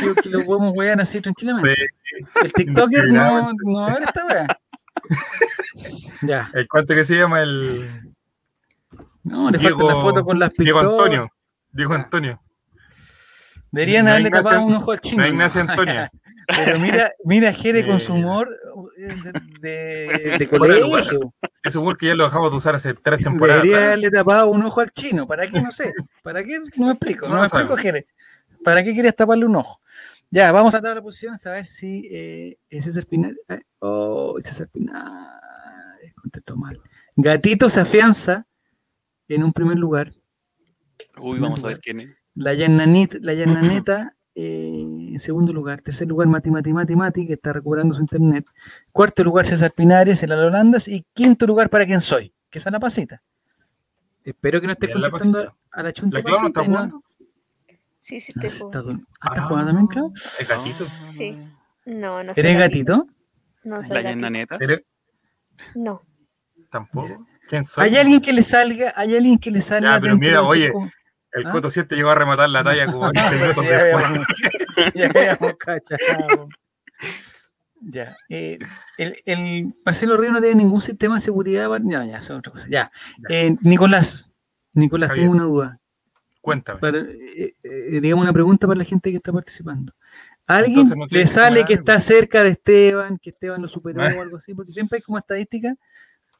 Speaker 1: Digo que lo podemos wear así tranquilamente. El TikToker no, no va a ver esta weá. Ya.
Speaker 2: El cuate que se llama el.
Speaker 1: No, le falta
Speaker 2: Diego-
Speaker 1: la foto con las
Speaker 2: Diego
Speaker 1: pistolas.
Speaker 2: Antonio. Diego
Speaker 1: Ah,
Speaker 2: Antonio.
Speaker 1: Deberían
Speaker 2: No,
Speaker 1: haberle
Speaker 2: Ignacio-
Speaker 1: tapado un ojo al chino.
Speaker 2: No, Ignacio Antonio.
Speaker 1: Pero mira, mira a Jere con su
Speaker 2: Mira.
Speaker 1: humor eh, de, de, de
Speaker 2: Fuera de lugar.
Speaker 1: colegio.
Speaker 2: Ese humor que ya lo dejamos de usar hace tres temporadas.
Speaker 1: Debería
Speaker 2: atrás.
Speaker 1: haberle tapado un ojo al chino. ¿Para qué? No sé. ¿Para qué? No me explico. No,
Speaker 2: No
Speaker 1: me
Speaker 2: lo
Speaker 1: explico,
Speaker 2: sabemos.
Speaker 1: Jere. ¿Para qué querías taparle un ojo? Ya, vamos a tabla de posiciones a ver si eh, es César Pinal. eh, oh, César Pinal. Contestó mal. Gatito se afianza en un primer lugar.
Speaker 3: Uy, vamos a ver quién es.
Speaker 1: La Yananita, la Yananeta, eh, en segundo lugar, tercer lugar Mati Mati Mati Mati, que está recuperando su internet, cuarto lugar César Pinares, el Alolandas, y quinto lugar para quien soy, que es Ana Pasita. Espero que no estés
Speaker 2: Bien, la
Speaker 1: contestando
Speaker 2: Pasita.
Speaker 1: a la chunta
Speaker 2: ¿La Clau no
Speaker 1: Pasita
Speaker 2: está
Speaker 1: y no-
Speaker 2: jugando?
Speaker 4: Sí, sí,
Speaker 1: no
Speaker 4: te
Speaker 1: sé,
Speaker 4: juro.
Speaker 1: está dur- Ah, ¿Estás
Speaker 2: Ah.
Speaker 1: jugando también, Clau?
Speaker 2: ¿Es gatito?
Speaker 4: Sí. No, no soy
Speaker 1: ¿Eres gatito?
Speaker 4: No soy
Speaker 3: La
Speaker 4: gatito.
Speaker 3: yenda neta.
Speaker 2: ¿Eres?
Speaker 4: No.
Speaker 2: Tampoco. ¿Quién soy?
Speaker 1: ¿Hay alguien que le salga? ¿Hay alguien que le salga?
Speaker 2: pero
Speaker 1: dentro
Speaker 2: mira,
Speaker 1: de sus
Speaker 2: oye,
Speaker 1: cu-
Speaker 2: El
Speaker 1: ¿Ah? Pues
Speaker 2: Coto 7 llegó a rematar la talla como 20 minutos
Speaker 1: ya
Speaker 2: después.
Speaker 1: habíamos- Ah, ya habíamos cachado. Ya. eh, el, el Marcelo Río no tiene ningún sistema de seguridad. para- Ya, ya, eso es otra cosa. Ya. Eh, Nicolás, Nicolás,
Speaker 2: Javier.
Speaker 1: tengo una duda.
Speaker 2: Cuéntame.
Speaker 1: Para, eh, eh, digamos una pregunta para la gente que está participando. ¿A ¿Alguien
Speaker 2: Entonces no tiene
Speaker 1: le
Speaker 2: que
Speaker 1: sale
Speaker 2: comer
Speaker 1: que
Speaker 2: algo.
Speaker 1: está cerca de Esteban, que Esteban lo superó o algo así? Porque siempre hay como estadística.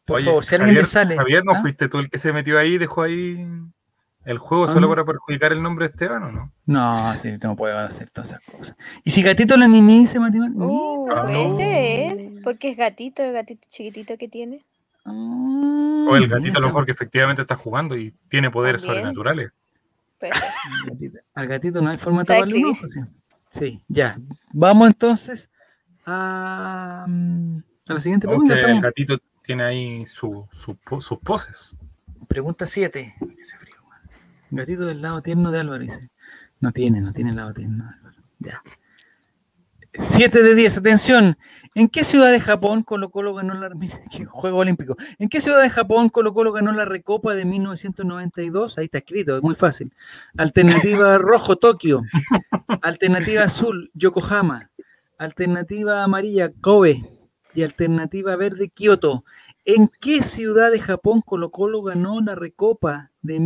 Speaker 1: Por
Speaker 2: Oye,
Speaker 1: favor, si alguien
Speaker 2: Javier,
Speaker 1: le sale.
Speaker 2: Javier, ¿no
Speaker 1: ¿ah?
Speaker 2: fuiste tú el que se metió ahí y dejó ahí el juego
Speaker 1: Ah,
Speaker 2: solo
Speaker 1: no.
Speaker 2: para perjudicar el nombre de Esteban o no?
Speaker 1: No, sí, no puedo hacer todas esas cosas. Y si gatito la niní se mate-
Speaker 4: Uh,
Speaker 2: Ah, no.
Speaker 4: ese es. Porque es gatito, el gatito chiquitito que tiene.
Speaker 1: Ah,
Speaker 2: O el
Speaker 1: mira,
Speaker 2: gatito a lo
Speaker 1: está-
Speaker 2: mejor que efectivamente está jugando y tiene poderes
Speaker 4: También.
Speaker 2: sobrenaturales.
Speaker 4: Pues,
Speaker 1: Al gatito, al gatito no hay forma de
Speaker 4: Sabe
Speaker 1: taparle un
Speaker 4: escribir.
Speaker 1: ojo, sí. Sí, ya. Vamos entonces a, mm, a la siguiente
Speaker 2: Aunque
Speaker 1: pregunta.
Speaker 2: el
Speaker 1: estamos-
Speaker 2: gatito tiene ahí su- su po- sus poses.
Speaker 1: Pregunta 7. Gatito del lado tierno de Álvaro, dice. No tiene, no tiene lado tierno de Álvaro. Ya. 7 de 10, atención. ¿En qué ciudad de Japón Colo Colo ganó la mira, qué Juego Olímpico? ¿En qué ciudad de Japón Colo Colo ganó la Recopa de 1992? Ahí está escrito, es muy fácil. Alternativa rojo, Tokio. Alternativa azul, Yokohama. Alternativa amarilla, Kobe. Y alternativa verde, Kioto. ¿En qué ciudad de Japón Colo Colo ganó la Recopa de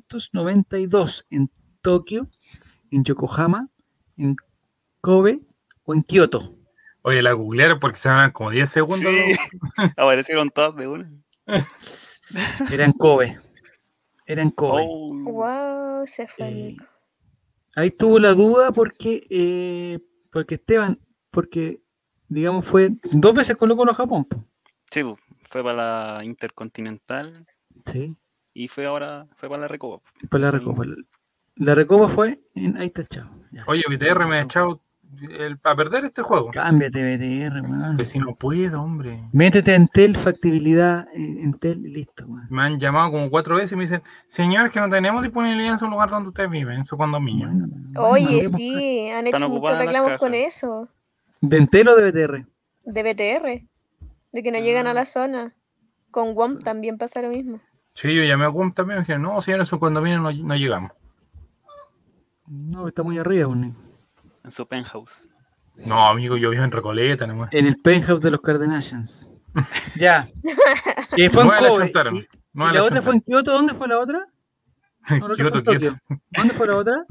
Speaker 1: 1992? ¿En Tokio? ¿En Yokohama? ¿En Kobe? ¿O en Kioto?
Speaker 2: Oye, la googlearon porque se van como 10 segundos.
Speaker 3: Sí, aparecieron todas de una.
Speaker 1: Era en Kobe. Era en Kobe.
Speaker 2: Mm.
Speaker 3: Oh,
Speaker 4: wow, se fue.
Speaker 1: Eh,
Speaker 4: Nico.
Speaker 1: ahí tuvo la duda porque, eh, porque Esteban, porque digamos fue dos veces Colo Colo a Japón. po.
Speaker 3: sí, po, fue para la Intercontinental
Speaker 1: Sí.
Speaker 3: y fue ahora, fue para la Recopa. po.
Speaker 1: Fue la
Speaker 3: Sí.
Speaker 1: Recopa. La Recopa fue en... Ahí está el chavo. Ya.
Speaker 2: Oye, BTR me ha echado el- a perder este juego.
Speaker 1: Cámbiate, BTR, weón.
Speaker 2: Pues si no puedo, hombre.
Speaker 1: Métete en Tel, factibilidad, en en Tel y listo. weón.
Speaker 2: Me han llamado como cuatro veces y me dicen, señor, que no tenemos disponibilidad en su lugar donde usted vive, en su condominio.
Speaker 1: Bueno, bueno,
Speaker 4: Oye,
Speaker 1: bueno.
Speaker 4: sí, han
Speaker 3: Están
Speaker 4: hecho muchos
Speaker 3: ocupadas las
Speaker 4: reclamos con
Speaker 3: cajas.
Speaker 4: eso.
Speaker 1: ¿De Entel o de BTR?
Speaker 4: De BTR. De que no llegan
Speaker 2: Ah.
Speaker 4: a la zona. Con WOM también pasa lo mismo.
Speaker 2: Sí, yo llamé a CUM también y me dijeron, no, señor, en su condominio no, no llegamos.
Speaker 1: No, está muy arriba, weón.
Speaker 3: En su penthouse.
Speaker 2: No, amigo, yo vivo en Recoleta nomás.
Speaker 1: En el penthouse de los Cardenalians. ya. Eh, fue en
Speaker 2: No me la
Speaker 1: Kobe.
Speaker 2: chuntaron,
Speaker 1: ¿Y- y
Speaker 2: No me
Speaker 1: la otra fue en
Speaker 2: chuntaron.
Speaker 1: Kioto? ¿Dónde fue la otra? No, la otra
Speaker 2: Kioto,
Speaker 1: fue en
Speaker 2: Kioto.
Speaker 1: Tokio. ¿Dónde fue la otra?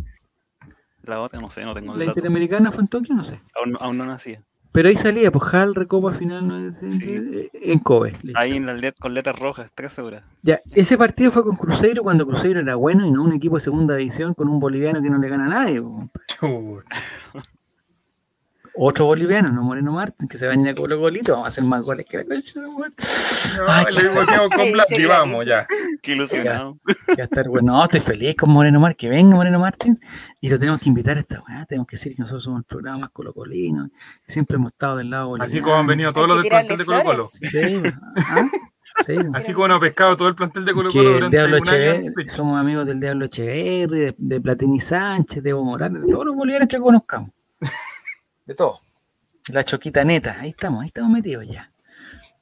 Speaker 3: La otra no sé, no tengo
Speaker 1: ¿La
Speaker 3: el dato.
Speaker 1: Interamericana fue en Tokio? No sé.
Speaker 3: Aún, aún no nacía.
Speaker 1: Pero ahí salía, pues Hal, Recopa Final no es-
Speaker 3: Sí.
Speaker 1: eh, en Kobe. listo.
Speaker 3: Ahí en las let- con letras rojas, 13 horas.
Speaker 1: Ya, ese partido fue con Cruzeiro cuando Cruzeiro era bueno y no un equipo de segunda división con un boliviano que no le gana a nadie. po.
Speaker 2: Chuta.
Speaker 1: Otro boliviano, no Moreno Martín, que se baña con los golitos, vamos a hacer más goles que la concha de su madre. Ay,
Speaker 2: No, le digo, "Tengo con
Speaker 4: Ey,
Speaker 2: Blandi,
Speaker 4: sí,
Speaker 2: vamos ya.
Speaker 3: Qué ilusionado.
Speaker 1: Ya estar bueno. No, estoy feliz con Moreno Martín, que venga Moreno Martín y lo tenemos que invitar a esta weá, tenemos que decir que nosotros somos el programa más colocolino, siempre hemos estado del lado boliviano.
Speaker 2: Así como han venido todos
Speaker 4: Hay
Speaker 2: los
Speaker 4: que
Speaker 2: del plantel de Colo
Speaker 4: tirarle
Speaker 1: Sí,
Speaker 2: Colo.
Speaker 1: pues, ah, sí, pues.
Speaker 2: Así como no ha pescado todo el plantel de Colo
Speaker 1: que
Speaker 2: Colo
Speaker 1: el
Speaker 2: durante
Speaker 1: Diablo
Speaker 2: un año.
Speaker 1: Echeverri, somos amigos del Diablo Echeverri, de, de Platini Sánchez, de Evo Morales, de todos los bolivianos que conozcamos. De todo. La choquita neta, ahí estamos, ahí estamos metidos ya.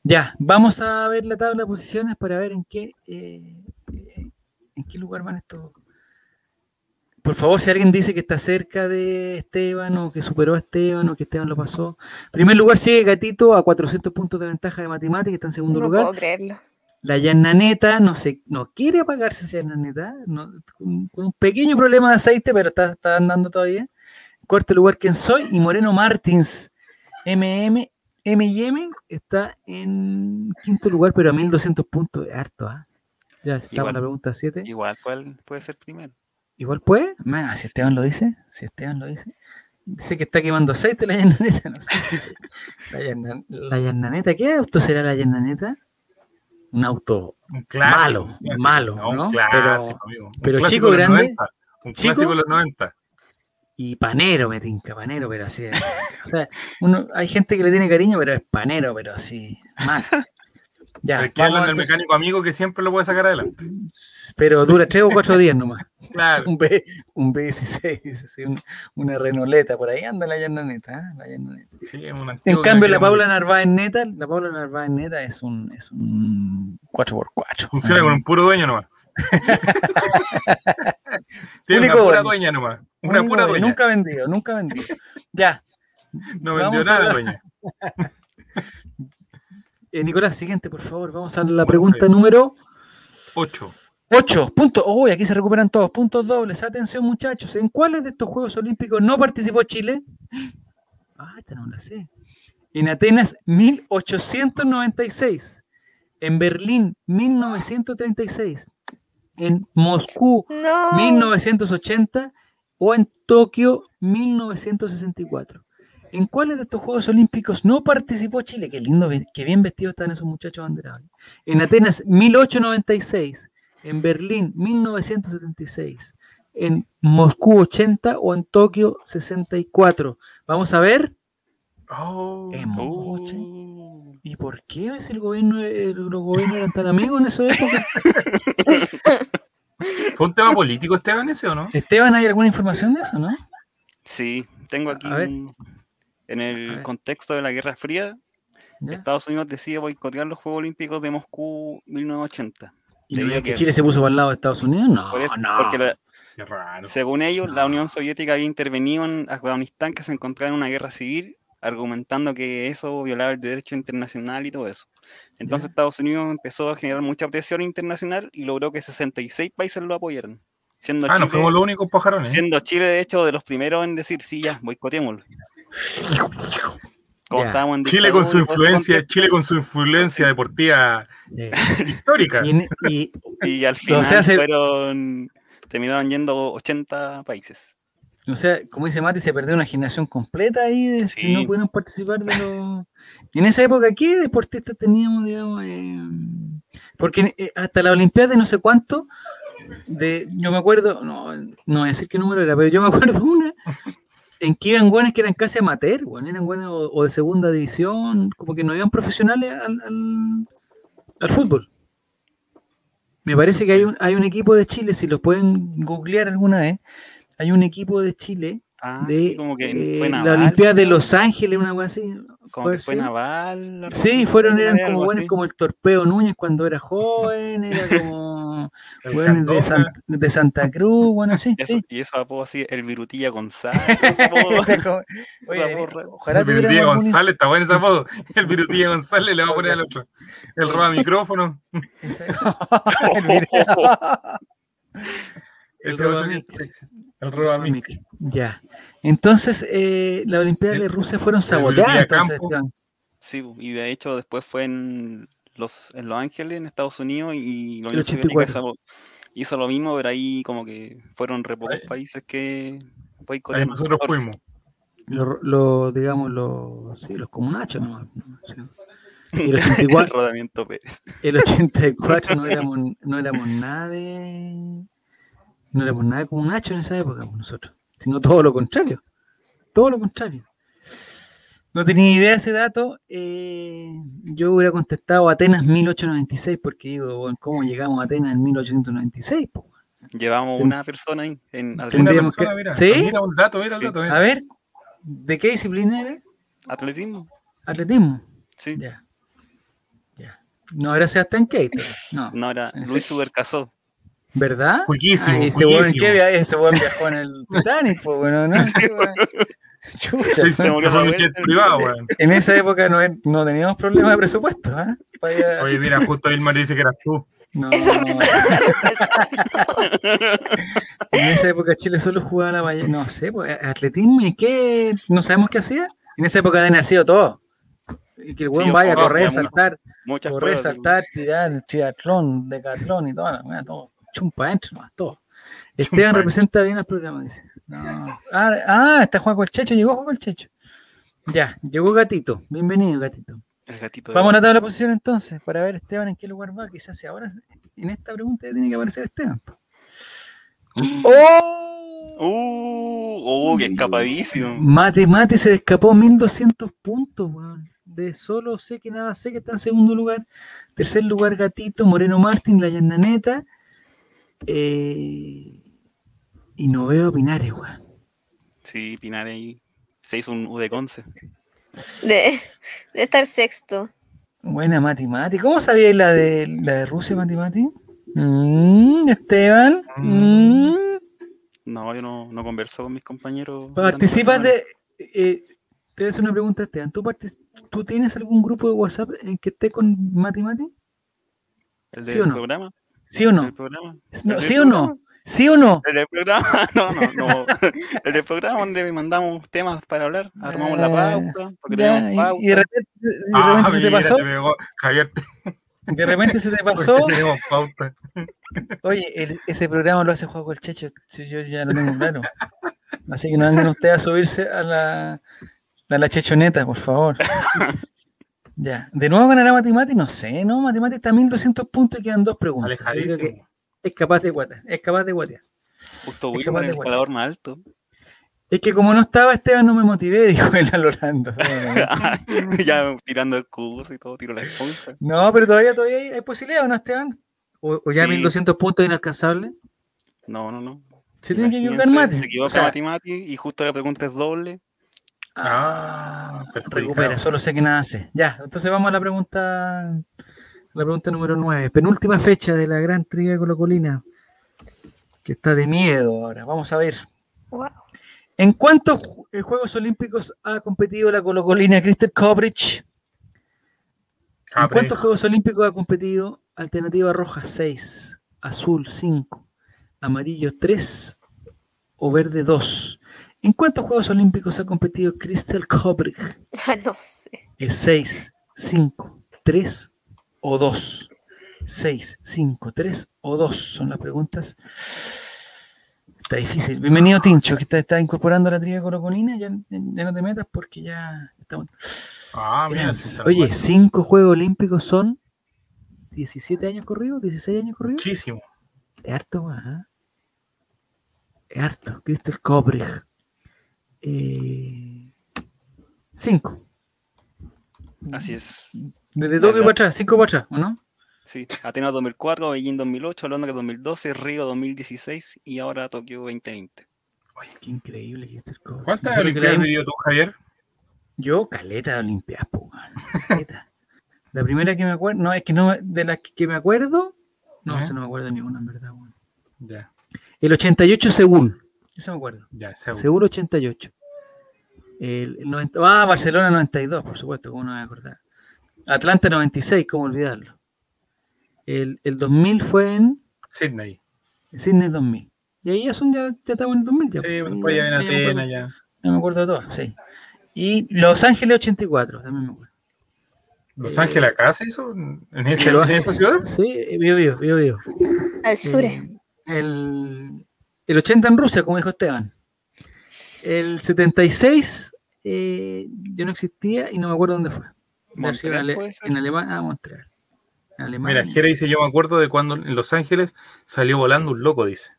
Speaker 1: Ya, vamos a ver la tabla de posiciones para ver en qué, eh, eh, en qué lugar van estos. Por favor, si alguien dice que está cerca de Esteban o que superó a Esteban o que Esteban lo pasó. En primer lugar sigue Gatito a 400 puntos de ventaja de matemática, está en segundo
Speaker 4: No
Speaker 1: lugar.
Speaker 4: puedo creerlo.
Speaker 1: La Yananeta no se, no quiere apagarse esa Yananeta, no- con, con un pequeño problema de aceite, pero está, está andando todavía. Cuarto lugar, ¿quién soy? Y Moreno Martins, MM, M&M, está en quinto lugar, pero a 1200 puntos, es harto, ¿ah? Ya estaba
Speaker 3: Igual.
Speaker 1: la pregunta 7.
Speaker 3: Igual, ¿cuál puede ser primero?
Speaker 1: Igual puede, Nah, si Esteban lo dice, si Esteban lo dice. Dice que está quemando aceite la Yananeta, no sé. La, Yana- la Yananeta, ¿qué auto será la Yananeta? Un auto
Speaker 2: Un clásico,
Speaker 1: Malo,
Speaker 2: un clásico.
Speaker 1: malo,
Speaker 2: Un
Speaker 1: ¿no?
Speaker 2: clásico,
Speaker 1: Pero-
Speaker 2: amigo. Un
Speaker 1: pero
Speaker 2: clásico
Speaker 1: chico
Speaker 2: de los
Speaker 1: grande,
Speaker 2: 90, Un
Speaker 1: chico-
Speaker 2: clásico de los 90.
Speaker 1: Y panero me tinca, panero, pero así. es. O sea, uno, hay gente que le tiene cariño, pero es panero, pero así, mal. Ya,
Speaker 2: Aquí hablan
Speaker 1: vamos,
Speaker 2: del
Speaker 1: entonces,
Speaker 2: mecánico amigo que siempre lo puede sacar adelante.
Speaker 1: pero dura tres o cuatro días nomás.
Speaker 2: Claro.
Speaker 1: Un, B, un B16, así, un- una renoleta, por ahí anda la llananeta. ¿eh? La llananeta.
Speaker 2: sí, es un antiguo
Speaker 1: En
Speaker 2: que
Speaker 1: cambio,
Speaker 2: me
Speaker 1: la
Speaker 2: queda muy
Speaker 1: Paula
Speaker 2: bien.
Speaker 1: Narváez Neta, la Paula Narváez Neta es un, es un 4x4.
Speaker 2: Funciona con un puro dueño nomás. Tiene
Speaker 1: Único
Speaker 2: una pura
Speaker 1: dueño.
Speaker 2: dueña nomás. Una
Speaker 1: Único
Speaker 2: pura
Speaker 1: dueño,
Speaker 2: dueña.
Speaker 1: Nunca vendido, nunca vendido. ya.
Speaker 2: no
Speaker 1: vamos
Speaker 2: vendió
Speaker 1: a
Speaker 2: nada la
Speaker 1: hablar-
Speaker 2: dueña.
Speaker 1: Eh, Nicolás, siguiente, por favor. Vamos a la
Speaker 2: Bueno,
Speaker 1: pregunta
Speaker 2: bien.
Speaker 1: número
Speaker 2: Ocho.
Speaker 1: 8. Punto. Uy, aquí se recuperan todos. Puntos dobles. Atención, muchachos. ¿En cuáles de estos Juegos Olímpicos no participó Chile? Ah, esta no la sé. En Atenas, 1896. En Berlín, 1936. En Moscú,
Speaker 4: No.
Speaker 1: 1980 o en Tokio 1964. ¿En cuáles de estos Juegos Olímpicos no participó Chile? Qué lindo, ve- qué bien vestidos están esos muchachos banderados. En Atenas 1896, en Berlín 1976, en Moscú 80 o en Tokio 64. Vamos a ver.
Speaker 2: Oh,
Speaker 1: En Moscú 80.
Speaker 3: Uh,
Speaker 1: ¿Y por qué es el gobierno, el- los gobiernos eran tan amigos en esa época?
Speaker 2: ¿Fue un tema político, Esteban, ese o no?
Speaker 1: Esteban, ¿hay alguna información de eso, no?
Speaker 3: Sí, tengo aquí
Speaker 1: A ver.
Speaker 3: un- en
Speaker 1: A
Speaker 3: el
Speaker 1: ver.
Speaker 3: contexto de la Guerra Fría,
Speaker 1: ¿Ya?
Speaker 3: Estados Unidos decide boicotear los Juegos Olímpicos de Moscú 1980.
Speaker 1: ¿Y no
Speaker 3: Debido
Speaker 1: digas
Speaker 3: a
Speaker 1: que
Speaker 3: que-
Speaker 1: Chile se puso para el lado de Estados Unidos? No,
Speaker 3: Por eso-
Speaker 1: no.
Speaker 3: porque la-
Speaker 2: Qué raro.
Speaker 3: según ellos, la
Speaker 1: No.
Speaker 3: Unión Soviética había intervenido en Afganistán, que se encontraba en una guerra civil, argumentando que eso violaba el derecho internacional y todo eso. Entonces
Speaker 1: Ya.
Speaker 3: Estados Unidos empezó a generar mucha presión internacional y logró que 66 países lo apoyaran, siendo,
Speaker 2: Ah, no
Speaker 3: Chile,
Speaker 2: fuimos los únicos pajarones. ¿eh?
Speaker 3: siendo Chile, de hecho, de los primeros en decir, sí, ya, boicoteémoslo. Como
Speaker 1: Ya.
Speaker 3: estábamos en
Speaker 2: Chile con su
Speaker 3: dictadura y todo ese
Speaker 2: influencia,
Speaker 3: contexto,
Speaker 2: Chile con su influencia deportiva
Speaker 1: Sí.
Speaker 2: histórica.
Speaker 1: Y, en- y-
Speaker 3: Y al
Speaker 1: O
Speaker 3: final
Speaker 1: sea, se-
Speaker 3: fueron, terminaron yendo 80 países.
Speaker 1: o sea, como dice Mati, se perdió una generación completa ahí de que
Speaker 3: Sí.
Speaker 1: no pudieron participar de los. En esa época, ¿qué deportistas teníamos, digamos? eh? Porque eh, hasta la Olimpiada de no sé cuánto, de, yo me acuerdo, no, no voy a decir qué número era, pero yo me acuerdo una en que iban guanes que eran casi amateur, bueno, eran guanes o, o de segunda división, como que no iban profesionales al, al- al fútbol. Me parece que hay un, hay un equipo de Chile, si los pueden googlear alguna vez, hay un equipo de Chile
Speaker 3: Ah,
Speaker 1: de
Speaker 3: sí, como que
Speaker 1: eh,
Speaker 3: fue
Speaker 1: la
Speaker 3: naval.
Speaker 1: Olimpiada de Los Ángeles, una cosa así.
Speaker 3: Como que
Speaker 1: puede
Speaker 3: fue
Speaker 1: ser.
Speaker 3: naval. la
Speaker 1: Sí,
Speaker 3: organización,
Speaker 1: fueron, eran
Speaker 3: algo
Speaker 1: como buenos,
Speaker 3: así.
Speaker 1: como el Torpeo Núñez cuando era joven, era como
Speaker 2: El
Speaker 1: buenos de,
Speaker 2: Candonga.
Speaker 1: San- de Santa Cruz, bueno, así.
Speaker 3: Eso-
Speaker 1: sí.
Speaker 3: Y eso apodo así, el Virutilla González. ese apodo.
Speaker 1: Era como- oye,
Speaker 3: Esa voz
Speaker 1: debería-
Speaker 3: rara.
Speaker 1: ojalá
Speaker 2: el Virutilla
Speaker 1: tuviéramos algún in-
Speaker 2: González, está bueno ese apodo. El Virutilla González le va a poner al otro. El roba micrófono.
Speaker 1: ese- el Virutilla- El
Speaker 2: Ese otro
Speaker 1: Robamic.
Speaker 2: que- El roba mic.
Speaker 1: Ya. Entonces, eh, la Olimpiada
Speaker 2: El-
Speaker 1: de Rusia fueron
Speaker 2: Virutilla
Speaker 1: saboteadas. entonces,
Speaker 2: Campo.
Speaker 1: Esteban.
Speaker 3: Sí, y de hecho después fue en Los, en los Ángeles, en Estados Unidos, y la
Speaker 1: El
Speaker 3: Unión Soviética
Speaker 1: 84.
Speaker 3: hizo, hizo lo mismo, pero ahí como que fueron re pocos
Speaker 2: Ahí-
Speaker 3: países que
Speaker 2: Ahí
Speaker 3: boicotearon.
Speaker 2: nosotros
Speaker 3: 14.
Speaker 2: fuimos.
Speaker 1: Lo- lo- digamos, los, sí, los comunachos, ¿no? Sí. Y el
Speaker 3: El
Speaker 1: 84,
Speaker 3: rodamiento Pérez.
Speaker 1: el 84 no éramos, no éramos nada de. No éramos nada como un hacho en esa época pues, nosotros. Sino todo lo contrario. Todo lo contrario. No tenía idea de ese dato. eh, yo hubiera contestado Atenas 1896, porque digo, bueno, ¿cómo llegamos a Atenas en 1896? po?
Speaker 3: Llevamos
Speaker 1: Ten-
Speaker 3: una persona ahí en
Speaker 2: Una
Speaker 1: Tendríamos
Speaker 2: persona,
Speaker 1: que-
Speaker 2: mira.
Speaker 1: ¿Sí? Ah.
Speaker 2: Mira un dato, mira un
Speaker 3: Sí.
Speaker 2: dato. mira.
Speaker 1: A ver, ¿de qué disciplina era?
Speaker 3: atletismo.
Speaker 1: Atletismo.
Speaker 3: Sí.
Speaker 1: Ya. Ya. No era Sebastián Keita. No.
Speaker 3: No, era
Speaker 1: Ese-
Speaker 3: Luis Supercasó.
Speaker 1: ¿Verdad?
Speaker 2: Jueguísimo,
Speaker 1: Ay, Ah, ese
Speaker 2: jueguísimo.
Speaker 1: weón, ¿qué via- ese weón viajó en el Titanic, pues, bueno, ¿no? Qué weón. Chucha,
Speaker 2: Sí, se
Speaker 1: weón.
Speaker 2: murió
Speaker 3: esa
Speaker 2: un
Speaker 3: weá.
Speaker 2: jet privado, weón.
Speaker 1: En esa época no, no teníamos problemas de presupuesto, ¿ah? Para ir a-
Speaker 2: Oye, mira, justo Vilma dice que eras tú.
Speaker 1: No.
Speaker 4: Esa
Speaker 1: En esa época Chile solo jugaba la valla, no sé, pues, atletismo y qué, no sabemos qué hacía. En esa época de nacido todo. Y que el weón
Speaker 3: yo
Speaker 1: vaya a
Speaker 2: jugaba,
Speaker 1: correr,
Speaker 3: jugaba mucho.
Speaker 1: saltar,
Speaker 3: Muchas
Speaker 1: correr,
Speaker 3: pruebas, digo.
Speaker 1: saltar, tirar, triatlón, decatlón y toda la weá, todo. Chumpa adentro, nomás, todo. Esteban
Speaker 2: adentro.
Speaker 1: representa bien al programa, dice. No. Ah, ah, está Juan el Checho, llegó Juan el Checho. Ya, llegó Gatito. Bienvenido, Gatito.
Speaker 3: El gatito de
Speaker 1: Vamos a
Speaker 3: oro.
Speaker 1: la tabla de posición entonces, para ver Esteban en qué lugar va. Quizás si ahora en esta pregunta ya tiene que aparecer Esteban. po. ¡Oh!
Speaker 3: ¡Uh! ¡Oh,
Speaker 1: Mm.
Speaker 3: qué escapadísimo!
Speaker 1: Mate, mate, se le escapó 1200 puntos, weón. De solo sé que nada sé que está en segundo lugar. Tercer lugar, Gatito, Moreno Martín, La Yandaneta. Eh, y no veo Pinares, weón.
Speaker 3: Sí, Pinares ahí se hizo un U de Conce.
Speaker 4: De, de estar sexto.
Speaker 1: Buena, Mati, Mati. ¿Cómo sabías la de, la de Rusia, Mati, Mati? Mm, Esteban.
Speaker 3: Mm.
Speaker 1: mm.
Speaker 3: No, yo no, no converso con mis compañeros.
Speaker 1: ¿Participas
Speaker 3: durante
Speaker 1: de.? eh, te voy a hacer una pregunta, Esteban. ¿Tú, partic- ¿Tú tienes algún grupo de WhatsApp en que esté con Mati Mati?
Speaker 3: la semana? ¿El
Speaker 1: sí
Speaker 3: del
Speaker 1: o no?
Speaker 3: programa?
Speaker 1: ¿Sí o no?
Speaker 3: ¿El programa?
Speaker 1: No,
Speaker 3: ¿El
Speaker 1: ¿Sí
Speaker 3: del
Speaker 1: o no?
Speaker 3: programa?
Speaker 1: ¿Sí o no?
Speaker 3: ¿El del programa? No, no, no. El del programa donde mandamos temas para hablar, armamos la
Speaker 1: Ah,
Speaker 3: pauta, porque
Speaker 1: Ya,
Speaker 3: tenemos pauta.
Speaker 1: y, y de repente, y de
Speaker 2: Ah,
Speaker 1: repente se te
Speaker 2: mira,
Speaker 1: pasó.
Speaker 2: pegó. Javier, te
Speaker 1: De repente se te
Speaker 2: porque
Speaker 1: pasó.
Speaker 2: tenemos pauta.
Speaker 1: Oye, el- ese programa lo hace Juego el Checho. si Yo ya lo tengo claro. Así que no anden ustedes a subirse a la, a la chechoneta, por favor. Ya. ¿De nuevo ganará Mati Mati? No sé, ¿no? Mati Mati está a 1200 puntos y quedan dos preguntas. Yo creo que-
Speaker 2: Alejadísimo.
Speaker 1: Es capaz de guatear, es capaz de guatear.
Speaker 3: Justo
Speaker 1: es
Speaker 3: voy
Speaker 1: capaz
Speaker 3: con
Speaker 1: de
Speaker 3: el
Speaker 1: guardar.
Speaker 3: jugador más alto.
Speaker 1: Es que como no estaba Esteban, no me motivé, dijo él al Orlando. No, no, no.
Speaker 3: ya tirando el cubo y todo, tiro la esponja.
Speaker 1: No, pero todavía, todavía hay, hay posibilidad, ¿o no, Esteban? ¿O, o ya
Speaker 3: Sí.
Speaker 1: 1200 puntos inalcanzable?
Speaker 3: No, no, no.
Speaker 1: Se tiene que equivocar
Speaker 3: Imagínense,
Speaker 1: Mati.
Speaker 3: Se equivoca
Speaker 1: O sea,
Speaker 3: Mati Mati y justo la pregunta es doble.
Speaker 1: ah,
Speaker 2: Ah, perjudicado.
Speaker 1: recupera, solo sé que nada hace. Ya, entonces vamos a la pregunta. La pregunta número 9. Penúltima fecha de la gran triga colocolina. Que está de miedo ahora. Vamos a ver.
Speaker 4: Guau.
Speaker 1: ¿En cuántos ju- eh, Juegos Olímpicos ha competido la colocolina Crystal Coverage? ¿En
Speaker 2: Capre.
Speaker 1: cuántos Juegos Olímpicos ha competido? Alternativa roja 6, azul 5, amarillo 3 o verde 2. ¿En cuántos Juegos Olímpicos ha competido Crystal Kubrick?
Speaker 4: Ah, no sé.
Speaker 1: ¿Es 6, 5, 3 o 2? 6, 5, 3 o 2 son las preguntas. Está difícil. Bienvenido Tincho, que está, está incorporando la trivia colocolina. Ya, ya no te metas porque ya estamos...
Speaker 2: Ah, mira.
Speaker 1: Eran-
Speaker 2: sí, tal
Speaker 1: oye,
Speaker 2: cual.
Speaker 1: cinco Juegos Olímpicos son 17 años corridos, 16 años corridos.
Speaker 2: Muchísimo.
Speaker 1: Es harto más. ¿ah? Es harto. Crystal Cobrich. Eh, cinco.
Speaker 3: Así es.
Speaker 1: Desde Tokio
Speaker 3: Verdad.
Speaker 1: para atrás, cinco para atrás, ¿o no?
Speaker 3: Sí, Atenas 2004, Beijing 2008, Londres 2012, Río 2016 y ahora Tokio 2020.
Speaker 1: Oye, qué increíble Crystal Cobrich.
Speaker 2: ¿Cuántas
Speaker 1: Nosotros que la
Speaker 2: Olimpiadas has
Speaker 1: vimos-
Speaker 2: vivido tú, Javier?
Speaker 1: Yo, caleta de Olimpiadas, po, weón, caleta. La primera que me acuerdo, no, es que no, de las que me acuerdo, no,
Speaker 2: Ajá.
Speaker 1: esa no me acuerdo ninguna, en verdad, weón.
Speaker 2: Ya,
Speaker 1: El 88 Seúl, eso me acuerdo.
Speaker 2: ya, seguro.
Speaker 1: Seguro 88. El 90 ah, Barcelona 92, por supuesto, como no me voy a acordar. Atlanta 96, cómo olvidarlo. El, el 2000 fue en
Speaker 2: Sydney.
Speaker 1: Sydney 2000. Y ahí ya, son, ya, ya estamos en el 2000. Ya,
Speaker 2: Sí,
Speaker 1: pues.
Speaker 2: después ya viene
Speaker 1: Ya me acuerdo-
Speaker 2: Atenas, ya.
Speaker 1: Ya me acuerdo de todo, sí. Y Los Ángeles 84, también me acuerdo.
Speaker 2: ¿Los
Speaker 1: Eh,
Speaker 2: Ángeles acá se hizo? ¿En, ese-
Speaker 1: Los
Speaker 2: en esa ciudad?
Speaker 1: Sí, vio, vio, vio, vio.
Speaker 4: Al sur.
Speaker 1: Eh, El, el 80 en Rusia, como dijo Esteban. El 76 eh, yo no existía y no me acuerdo dónde fue. Debe haber sido en,
Speaker 3: Montreal,
Speaker 1: Ale-
Speaker 3: puede ser.
Speaker 1: en Alemania, ah, Montreal. En Alemania.
Speaker 2: Mira, Jera dice, yo me acuerdo de cuando en Los Ángeles salió volando un loco, dice.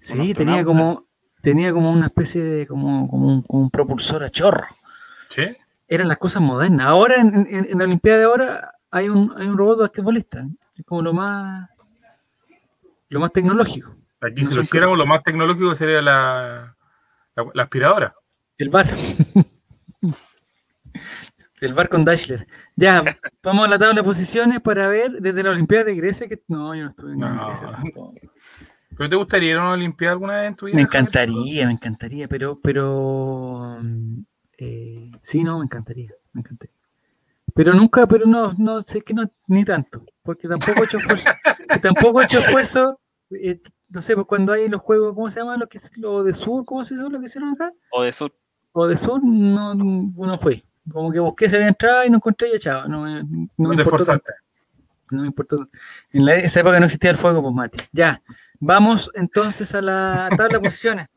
Speaker 1: sí,
Speaker 3: un
Speaker 1: tenía
Speaker 3: astronauta.
Speaker 1: como, tenía como una especie de, como, como, un, como un propulsor a chorro.
Speaker 2: ¿Sí?
Speaker 1: Eran las cosas modernas. Ahora, en, en- en la Olimpiada de ahora, hay un, hay un robot basquetbolista. Es como lo más, lo más tecnológico.
Speaker 2: Aquí
Speaker 1: No
Speaker 2: si
Speaker 1: son
Speaker 2: lo hiciéramos, lo más tecnológico sería la, la, la aspiradora.
Speaker 1: El bar. El bar con Dashler. Ya, vamos a la tabla de posiciones para ver desde la Olimpiada de Grecia que no, yo no estuve en
Speaker 2: No.
Speaker 1: Grecia tampoco.
Speaker 2: ¿Pero te gustaría ir a una Olimpiada alguna vez en tu vida?
Speaker 1: Me
Speaker 2: Javier?
Speaker 1: encantaría, me encantaría, pero, pero mm, eh, sí, no, me encantaría, me encantaría. Pero nunca, pero no, no sé que no, ni tanto, porque tampoco he hecho esfuerzo, tampoco he hecho esfuerzo, eh, no sé, pues cuando hay los juegos, ¿cómo se llaman? Los que los de sur, ¿cómo se llaman los que hicieron acá?
Speaker 3: O de sur.
Speaker 1: o de sur, no, no fui. Como que busqué, se había entrado y no encontré ya, chao. No, me- no
Speaker 2: No
Speaker 1: me importó
Speaker 2: te esforzaste.
Speaker 1: tanto, no me importó tanto. En la, esa época no existía el fuego, pues Mati. Ya, vamos entonces a la tabla de posiciones.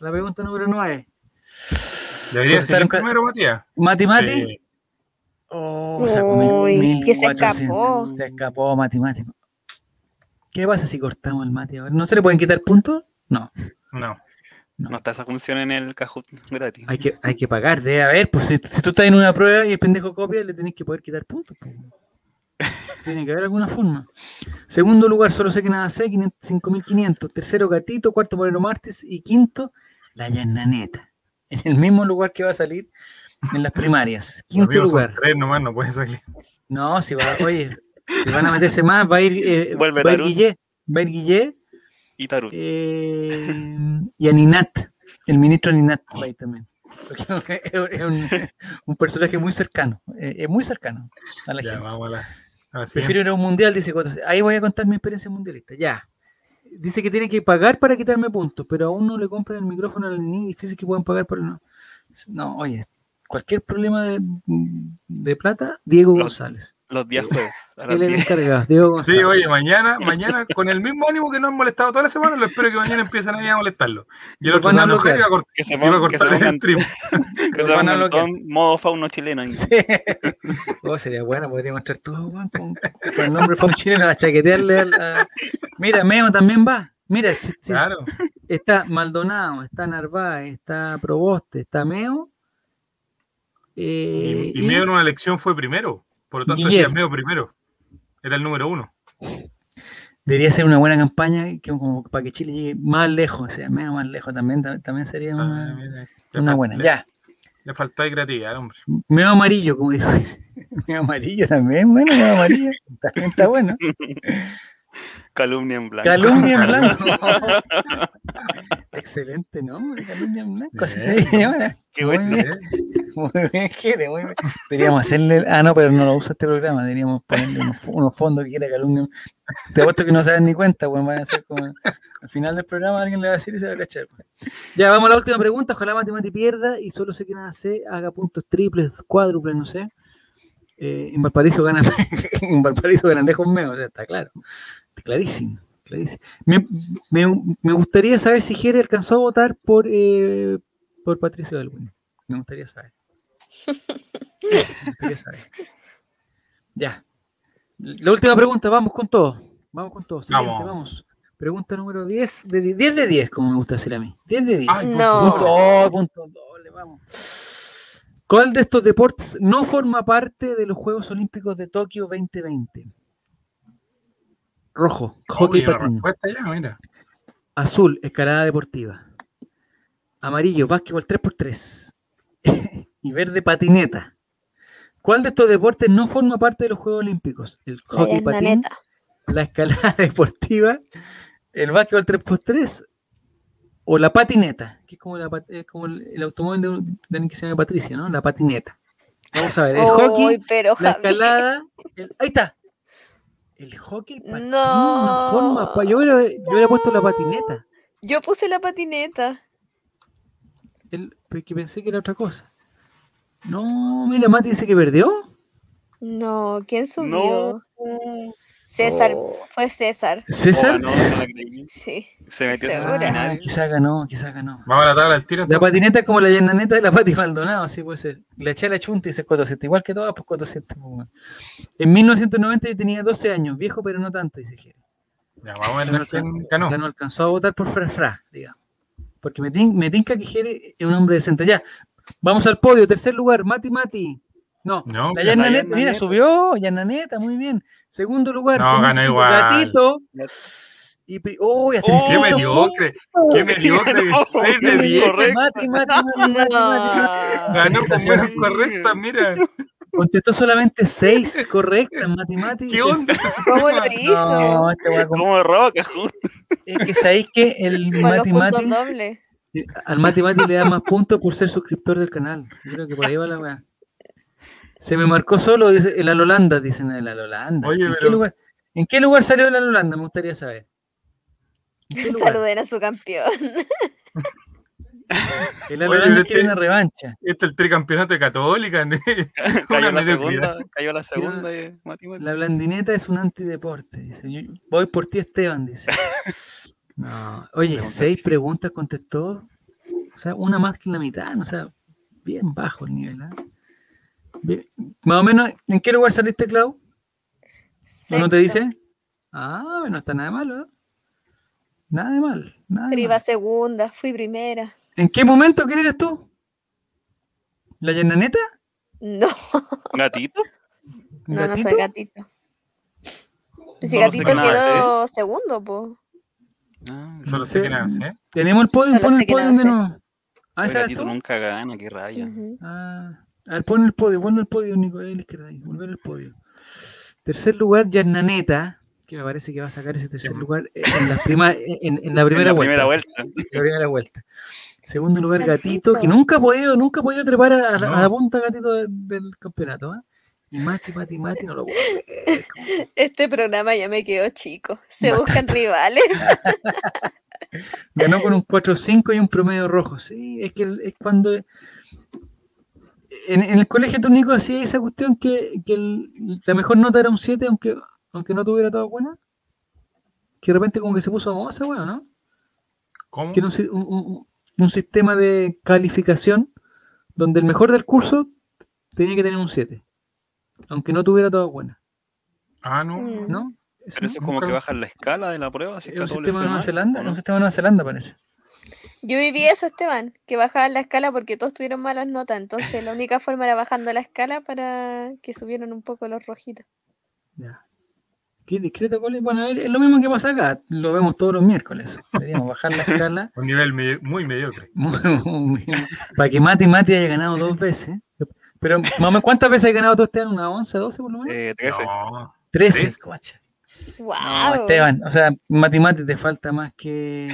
Speaker 1: La pregunta número 9.
Speaker 2: Debería ser
Speaker 1: Contestaron
Speaker 2: el
Speaker 1: ca- Ah,
Speaker 2: primero, Matías.
Speaker 1: Mati, Mati.
Speaker 2: Sí.
Speaker 1: Oh, sacó mil-
Speaker 4: Uy, que se
Speaker 1: 1400.
Speaker 4: escapó.
Speaker 1: Se escapó, Mati, Mati. ¿Qué pasa si cortamos el Mati ahora? ¿No se le pueden quitar puntos? No.
Speaker 2: No.
Speaker 3: No está esa función en el Kahoot gratis.
Speaker 1: Hay que, hay que pagar, debe haber. Pues si, si tú estás en una prueba y el pendejo copia, le tenés que poder quitar puntos. pues. Tiene que haber alguna forma. Segundo lugar, solo sé que nada sé, 500 5.500. Tercero, Gatito. Cuarto, Moreno Martes. Y quinto, La Llananeta. En el mismo lugar que va a salir en las primarias.
Speaker 2: Los
Speaker 1: Quinto
Speaker 2: míos son
Speaker 1: lugar.
Speaker 2: Tres nomás, no puede salir.
Speaker 1: No, si va, oye, si van a meterse más, va a ir, eh,
Speaker 3: Vuelve
Speaker 1: va a ir
Speaker 3: Tarun.
Speaker 1: Guille, va a ir Guille,
Speaker 3: Y Tarut.
Speaker 1: eh, y Aninat, el ministro Aninat va a ir también. Porque es un- es un, un personaje muy cercano, eh, es muy cercano a la
Speaker 2: Ya,
Speaker 1: gente.
Speaker 2: vamos a la. a la siguiente.
Speaker 1: Prefiero ir a un mundial, dice Coto. Ahí voy a contar mi experiencia mundialista. Ya. Dice que tiene que pagar para quitarme puntos, pero aún no le compran el micrófono al ni difícil que puedan pagar por no. No, oye, cualquier problema de, de plata, Diego
Speaker 3: Los-
Speaker 1: González.
Speaker 3: Los días jueves. A las
Speaker 1: Él es el
Speaker 3: 10.
Speaker 1: encargado, Diego González.
Speaker 2: Sí, oye, mañana, mañana, con el mismo ánimo que nos han molestado toda la semana, lo espero que mañana empiecen ahí a molestarlo. Y el
Speaker 1: Nos
Speaker 2: otro
Speaker 1: van
Speaker 2: se va
Speaker 1: a
Speaker 2: a enojar y va a cort-
Speaker 3: Que se
Speaker 2: y va a
Speaker 3: pongan- que se
Speaker 2: cortar el
Speaker 3: pongan
Speaker 2: stream.
Speaker 3: que
Speaker 1: Lo
Speaker 3: se
Speaker 1: van a
Speaker 3: pongan
Speaker 1: bloquear.
Speaker 3: todo en modo fauno chileno. ahí.
Speaker 1: Sí. Oh, sería bueno, podríamos estar todos weón, con, con el nombre famoso chileno a chaquetearle. al- a- Mira, Meo también va. Mira, si- si-
Speaker 2: Claro.
Speaker 1: está Maldonado, está Narváez, está Proboste, está Meo. eh,
Speaker 2: Y, y Meo en una elección fue primero. Por lo tanto, decía
Speaker 1: Guillermo.
Speaker 2: Meo primero. Era el número uno.
Speaker 1: Debería ser una buena campaña que, como para que Chile llegue más lejos, o sea, Meo más lejos también, tam- también sería
Speaker 2: Ah,
Speaker 1: una,
Speaker 2: mira, le
Speaker 1: una
Speaker 2: fal-
Speaker 1: buena.
Speaker 2: le-
Speaker 1: Ya,
Speaker 2: Le faltó ahí creatividad, al hombre.
Speaker 1: Meo amarillo, como dijo. Meo amarillo también, bueno, Meo amarillo, también está bueno.
Speaker 3: Calumnia en blanco.
Speaker 1: Calumnia en blanco. Excelente nombre, calumnia en blanco. Así se
Speaker 2: Bien.
Speaker 1: llama.
Speaker 3: Qué bueno.
Speaker 1: Muy bien, muy bien, Jere, muy bien. Deberíamos hacerle. Ah, no, pero no lo usa este programa. Deberíamos ponerle unos, fo- unos fondos que quiera calumnia. Te apuesto que no se dan ni cuenta, weón, van a ser como. Al final del programa alguien le va a decir y se va a cachar. weón. Ya, vamos a la última pregunta. Ojalá Matemati pierda y solo sé que nada sé, haga puntos triples, cuádruples, no sé. Eh, en Valparaíso gana, en Valparaíso ganan lejos menos, o sea, está claro. Clarísimo, clarísimo. Me, me- me gustaría saber si Jere alcanzó a votar por, eh, por Patricio Dalwin. Me gustaría saber. Me gustaría saber. Ya. La última pregunta, vamos con todo. Vamos con todo. Siguiente,
Speaker 2: Vamos.
Speaker 1: vamos. Pregunta número 10 de 10, 10 de 10, como me gusta decir a mí. 10 de 10.
Speaker 2: Ay, punto
Speaker 4: No.
Speaker 1: Punto,
Speaker 2: doble.
Speaker 1: oh, punto doble, vamos. ¿Cuál de estos deportes no forma parte de los Juegos Olímpicos de Tokio 2020? Rojo, hockey
Speaker 2: Oye, la
Speaker 1: patín.
Speaker 2: respuesta ya, mira.
Speaker 1: Azul, escalada deportiva. Amarillo, básquetbol 3x3. y verde, patineta. ¿Cuál de estos deportes no forma parte de los Juegos Olímpicos? El hockey
Speaker 4: la
Speaker 1: patín,
Speaker 4: neta.
Speaker 1: la escalada deportiva, el básquetbol 3x3 o la patineta, que es como, la pat- es como el, el automóvil de, un- de alguien que se llama Patricia, ¿no? La patineta. Vamos a ver, el hockey,
Speaker 4: Uy, pero
Speaker 1: la
Speaker 4: Javier.
Speaker 1: escalada, el- ahí está. El hockey patín, no
Speaker 4: No,
Speaker 1: forma, pa- yo hubiera, yo hubiera puesto la patineta,
Speaker 4: Yo puse la patineta.
Speaker 1: el, porque pensé que era otra cosa. No, mira, Mati dice que perdió.
Speaker 4: No, ¿quién subió?
Speaker 3: No.
Speaker 4: César.
Speaker 1: Oh.
Speaker 4: Fue César.
Speaker 1: César.
Speaker 3: Oh, no, no la creí.
Speaker 4: Sí.
Speaker 3: Se metió
Speaker 4: Sí,
Speaker 3: esa
Speaker 4: ahora.
Speaker 1: Ah,
Speaker 3: final.
Speaker 1: quizás ganó, quizás ganó.
Speaker 2: Vamos a la tabla del tiro.
Speaker 1: La
Speaker 2: entonces.
Speaker 1: patineta es como la llananeta de la Pati Maldonado, así puede ser. Le eché a la chunta y dice 400, igual que todas, pues 400. pues, weón. En 1990 yo tenía 12 años, viejo pero no tanto, dice Jere.
Speaker 2: Ya, vamos a
Speaker 1: No
Speaker 2: ver
Speaker 1: alcan-
Speaker 2: quién
Speaker 1: O
Speaker 2: ganó.
Speaker 1: sea, no alcanzó a votar por Fra Fra, digamos. Porque me, tin- me tinca que Jere es un hombre decente. Ya, vamos al podio, tercer lugar, Mati Mati. No,
Speaker 2: No,
Speaker 1: la
Speaker 2: mira,
Speaker 3: Yana-
Speaker 1: llananeta, mira,
Speaker 3: Yananeta.
Speaker 1: subió, llananeta, muy bien. Segundo lugar,
Speaker 2: No,
Speaker 1: segundo
Speaker 2: ganó
Speaker 1: sitio,
Speaker 2: igual.
Speaker 1: gatito. Y, pri- uy, hasta
Speaker 3: Oh,
Speaker 2: qué
Speaker 1: necesito
Speaker 2: mediocre,
Speaker 1: puntos.
Speaker 2: qué mediocre,
Speaker 3: No,
Speaker 2: 6
Speaker 1: Qué
Speaker 2: de 10.
Speaker 1: mediocre, Mati, Mati, Mati, Mati, Mati.
Speaker 4: No.
Speaker 2: Ganó con buenas correctas, mira.
Speaker 1: Contestó solamente seis correctas matemáticas.
Speaker 2: ¿Qué onda?
Speaker 4: ¿Cómo lo hizo?
Speaker 1: No, este weá con-
Speaker 3: Como roca, justo.
Speaker 1: es que sabéis que el
Speaker 4: Con los
Speaker 1: Mati
Speaker 4: puntos
Speaker 1: Mati,
Speaker 4: dobles.
Speaker 1: al Mati Mati le da más puntos por ser suscriptor del canal. Yo creo que por ahí va la weá. Se me marcó solo dice, el Alolanda, dicen el Alolanda.
Speaker 2: Oye,
Speaker 1: ¿En, qué
Speaker 2: pero-
Speaker 1: lugar, ¿En qué lugar salió el Alolanda? Me gustaría saber. ¿En qué lugar?
Speaker 4: Saluden a su campeón.
Speaker 1: El
Speaker 2: Oye,
Speaker 1: Alolanda
Speaker 2: pero
Speaker 1: quiere
Speaker 2: este-
Speaker 1: una revancha.
Speaker 2: Este es el tricampeonato de Católica. ¿no?
Speaker 3: Cayó la
Speaker 2: mediocridad.
Speaker 3: segunda, cayó la segunda. eh, Mati, Mati.
Speaker 1: La blandineta es un antideporte. Dice. Yo- voy por ti, Esteban, dice. No. Oye,
Speaker 2: Pregunta.
Speaker 1: seis preguntas contestó. O sea, una más que la mitad. O sea, bien bajo el nivel. ¿ah? Bien. Más o menos, ¿en qué lugar saliste, Clau? ¿O no te
Speaker 4: Sexto.
Speaker 1: dice? Ah, no está nada malo. ¿eh? Nada de mal. Nada de
Speaker 4: Pero iba
Speaker 1: mal.
Speaker 4: segunda, fui primera.
Speaker 1: ¿En qué momento quién eres tú? ¿La llananeta?
Speaker 4: No,
Speaker 3: ¿Gatito?
Speaker 4: no, no soy
Speaker 1: ¿Gatito?
Speaker 4: gatito. Pues
Speaker 2: No
Speaker 4: Si
Speaker 2: lo sé
Speaker 4: gatito
Speaker 2: qué nada ¿eh?
Speaker 4: quedó segundo, pues.
Speaker 3: Ah,
Speaker 2: Solo sé que nada ¿eh? hacer.
Speaker 1: Tenemos el podium,
Speaker 4: No lo
Speaker 1: pon
Speaker 4: sé
Speaker 1: el
Speaker 4: qué
Speaker 1: podium de
Speaker 4: hacer.
Speaker 1: nuevo. Ah,
Speaker 3: el
Speaker 1: ¿esa eras
Speaker 3: gatito
Speaker 1: tú?
Speaker 3: nunca gana, qué raya.
Speaker 1: Ah, a ver, pon el podio, pon el podio, Nico, ahí a la izquierda, ahí, volver al podio. Tercer lugar, Yarnaneta, que me parece que va a sacar ese tercer
Speaker 2: Ya.
Speaker 1: lugar eh, en la, prima- en, en la primera vuelta.
Speaker 3: En la primera
Speaker 1: sí,
Speaker 3: vuelta.
Speaker 1: en la primera vuelta. Segundo lugar,
Speaker 4: Gatito.
Speaker 1: Gatito, que nunca ha podido, nunca ha podido trepar a, a la-
Speaker 2: No.
Speaker 1: a la punta Gatito de- del campeonato. ¿ah? Y Mati, Mati, Mati, no lo puedo creer, ¿cómo
Speaker 4: Este programa ya me quedó chico. Se
Speaker 1: Bastante.
Speaker 4: buscan rivales.
Speaker 1: Ganó con un 4-5 y un promedio rojo. Sí, es que el- es cuando. eh, En, en el colegio tú, Nico, hacías esa cuestión que, que el- la mejor nota era un 7, aunque, aunque no tuviera toda buena. Que de repente como que se puso famosa, weón, ¿no?
Speaker 2: ¿Cómo?
Speaker 1: Que era un, si- un- un- un sistema de calificación donde el mejor del curso tenía que tener un 7. Aunque no tuviera toda buena,
Speaker 2: Ah, no.
Speaker 4: Mm.
Speaker 1: ¿no? Eso
Speaker 3: Pero eso es
Speaker 1: no-
Speaker 3: como
Speaker 2: Nunca-
Speaker 3: que bajan la escala de la prueba. Si es
Speaker 1: es
Speaker 3: que a
Speaker 1: un
Speaker 3: todos les
Speaker 1: sistema de
Speaker 3: fue
Speaker 1: Nueva
Speaker 3: mal,
Speaker 1: Zelanda,
Speaker 3: ¿o
Speaker 1: es
Speaker 3: no?
Speaker 1: un sistema de Nueva Zelanda parece.
Speaker 4: Yo viví eso, Esteban, que bajaban la escala porque todos tuvieron malas notas. Entonces la única forma era bajando la escala para que subieran un poco los rojitos.
Speaker 1: Ya. Qué discreto, Cole. Bueno, es es lo mismo que pasa acá. Lo vemos todos los miércoles. Deberíamos bajar la escala
Speaker 2: Un nivel medi- muy mediocre.
Speaker 1: para que Mati Mati haya ganado dos veces. Pero, mamá, ¿cuántas veces has ganado tú, Esteban? ¿Una 11, 12 por lo menos?
Speaker 3: Eh, 13.
Speaker 2: No.
Speaker 1: Trece.
Speaker 2: tres.
Speaker 1: Guacha.
Speaker 4: ¡Wow!
Speaker 1: No, Esteban, o sea, Mati Mati te falta más que.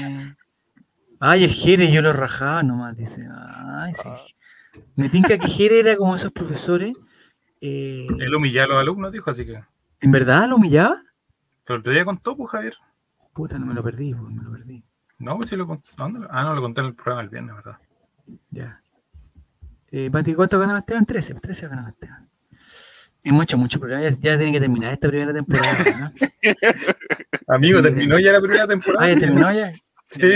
Speaker 1: Ay, es Jere, yo lo rajaba nomás, dice. Ay, sí. Me tinca que Jere era como esos profesores. eh,
Speaker 2: Él humillaba a los alumnos, dijo, así que.
Speaker 1: ¿En verdad lo humillaba?
Speaker 2: ¿Te lo traía con topo, pues, Javier?
Speaker 1: Puta, no me lo perdí, pues, me lo perdí.
Speaker 2: No, pues sí lo conté. ¿dónde lo- Ah, no, lo conté en el programa el viernes, ¿verdad?
Speaker 1: Ya. Eh, Mati, ¿cuánto ganaba Esteban? 13, 13 ganaba Esteban. Es mucho, mucho, pero ya, ya tiene que terminar esta primera temporada. ¿no?
Speaker 2: Amigo,
Speaker 1: Sí.
Speaker 2: terminó ya la primera
Speaker 1: Ah,
Speaker 2: temporada.
Speaker 1: ya terminó ya.
Speaker 2: Sí.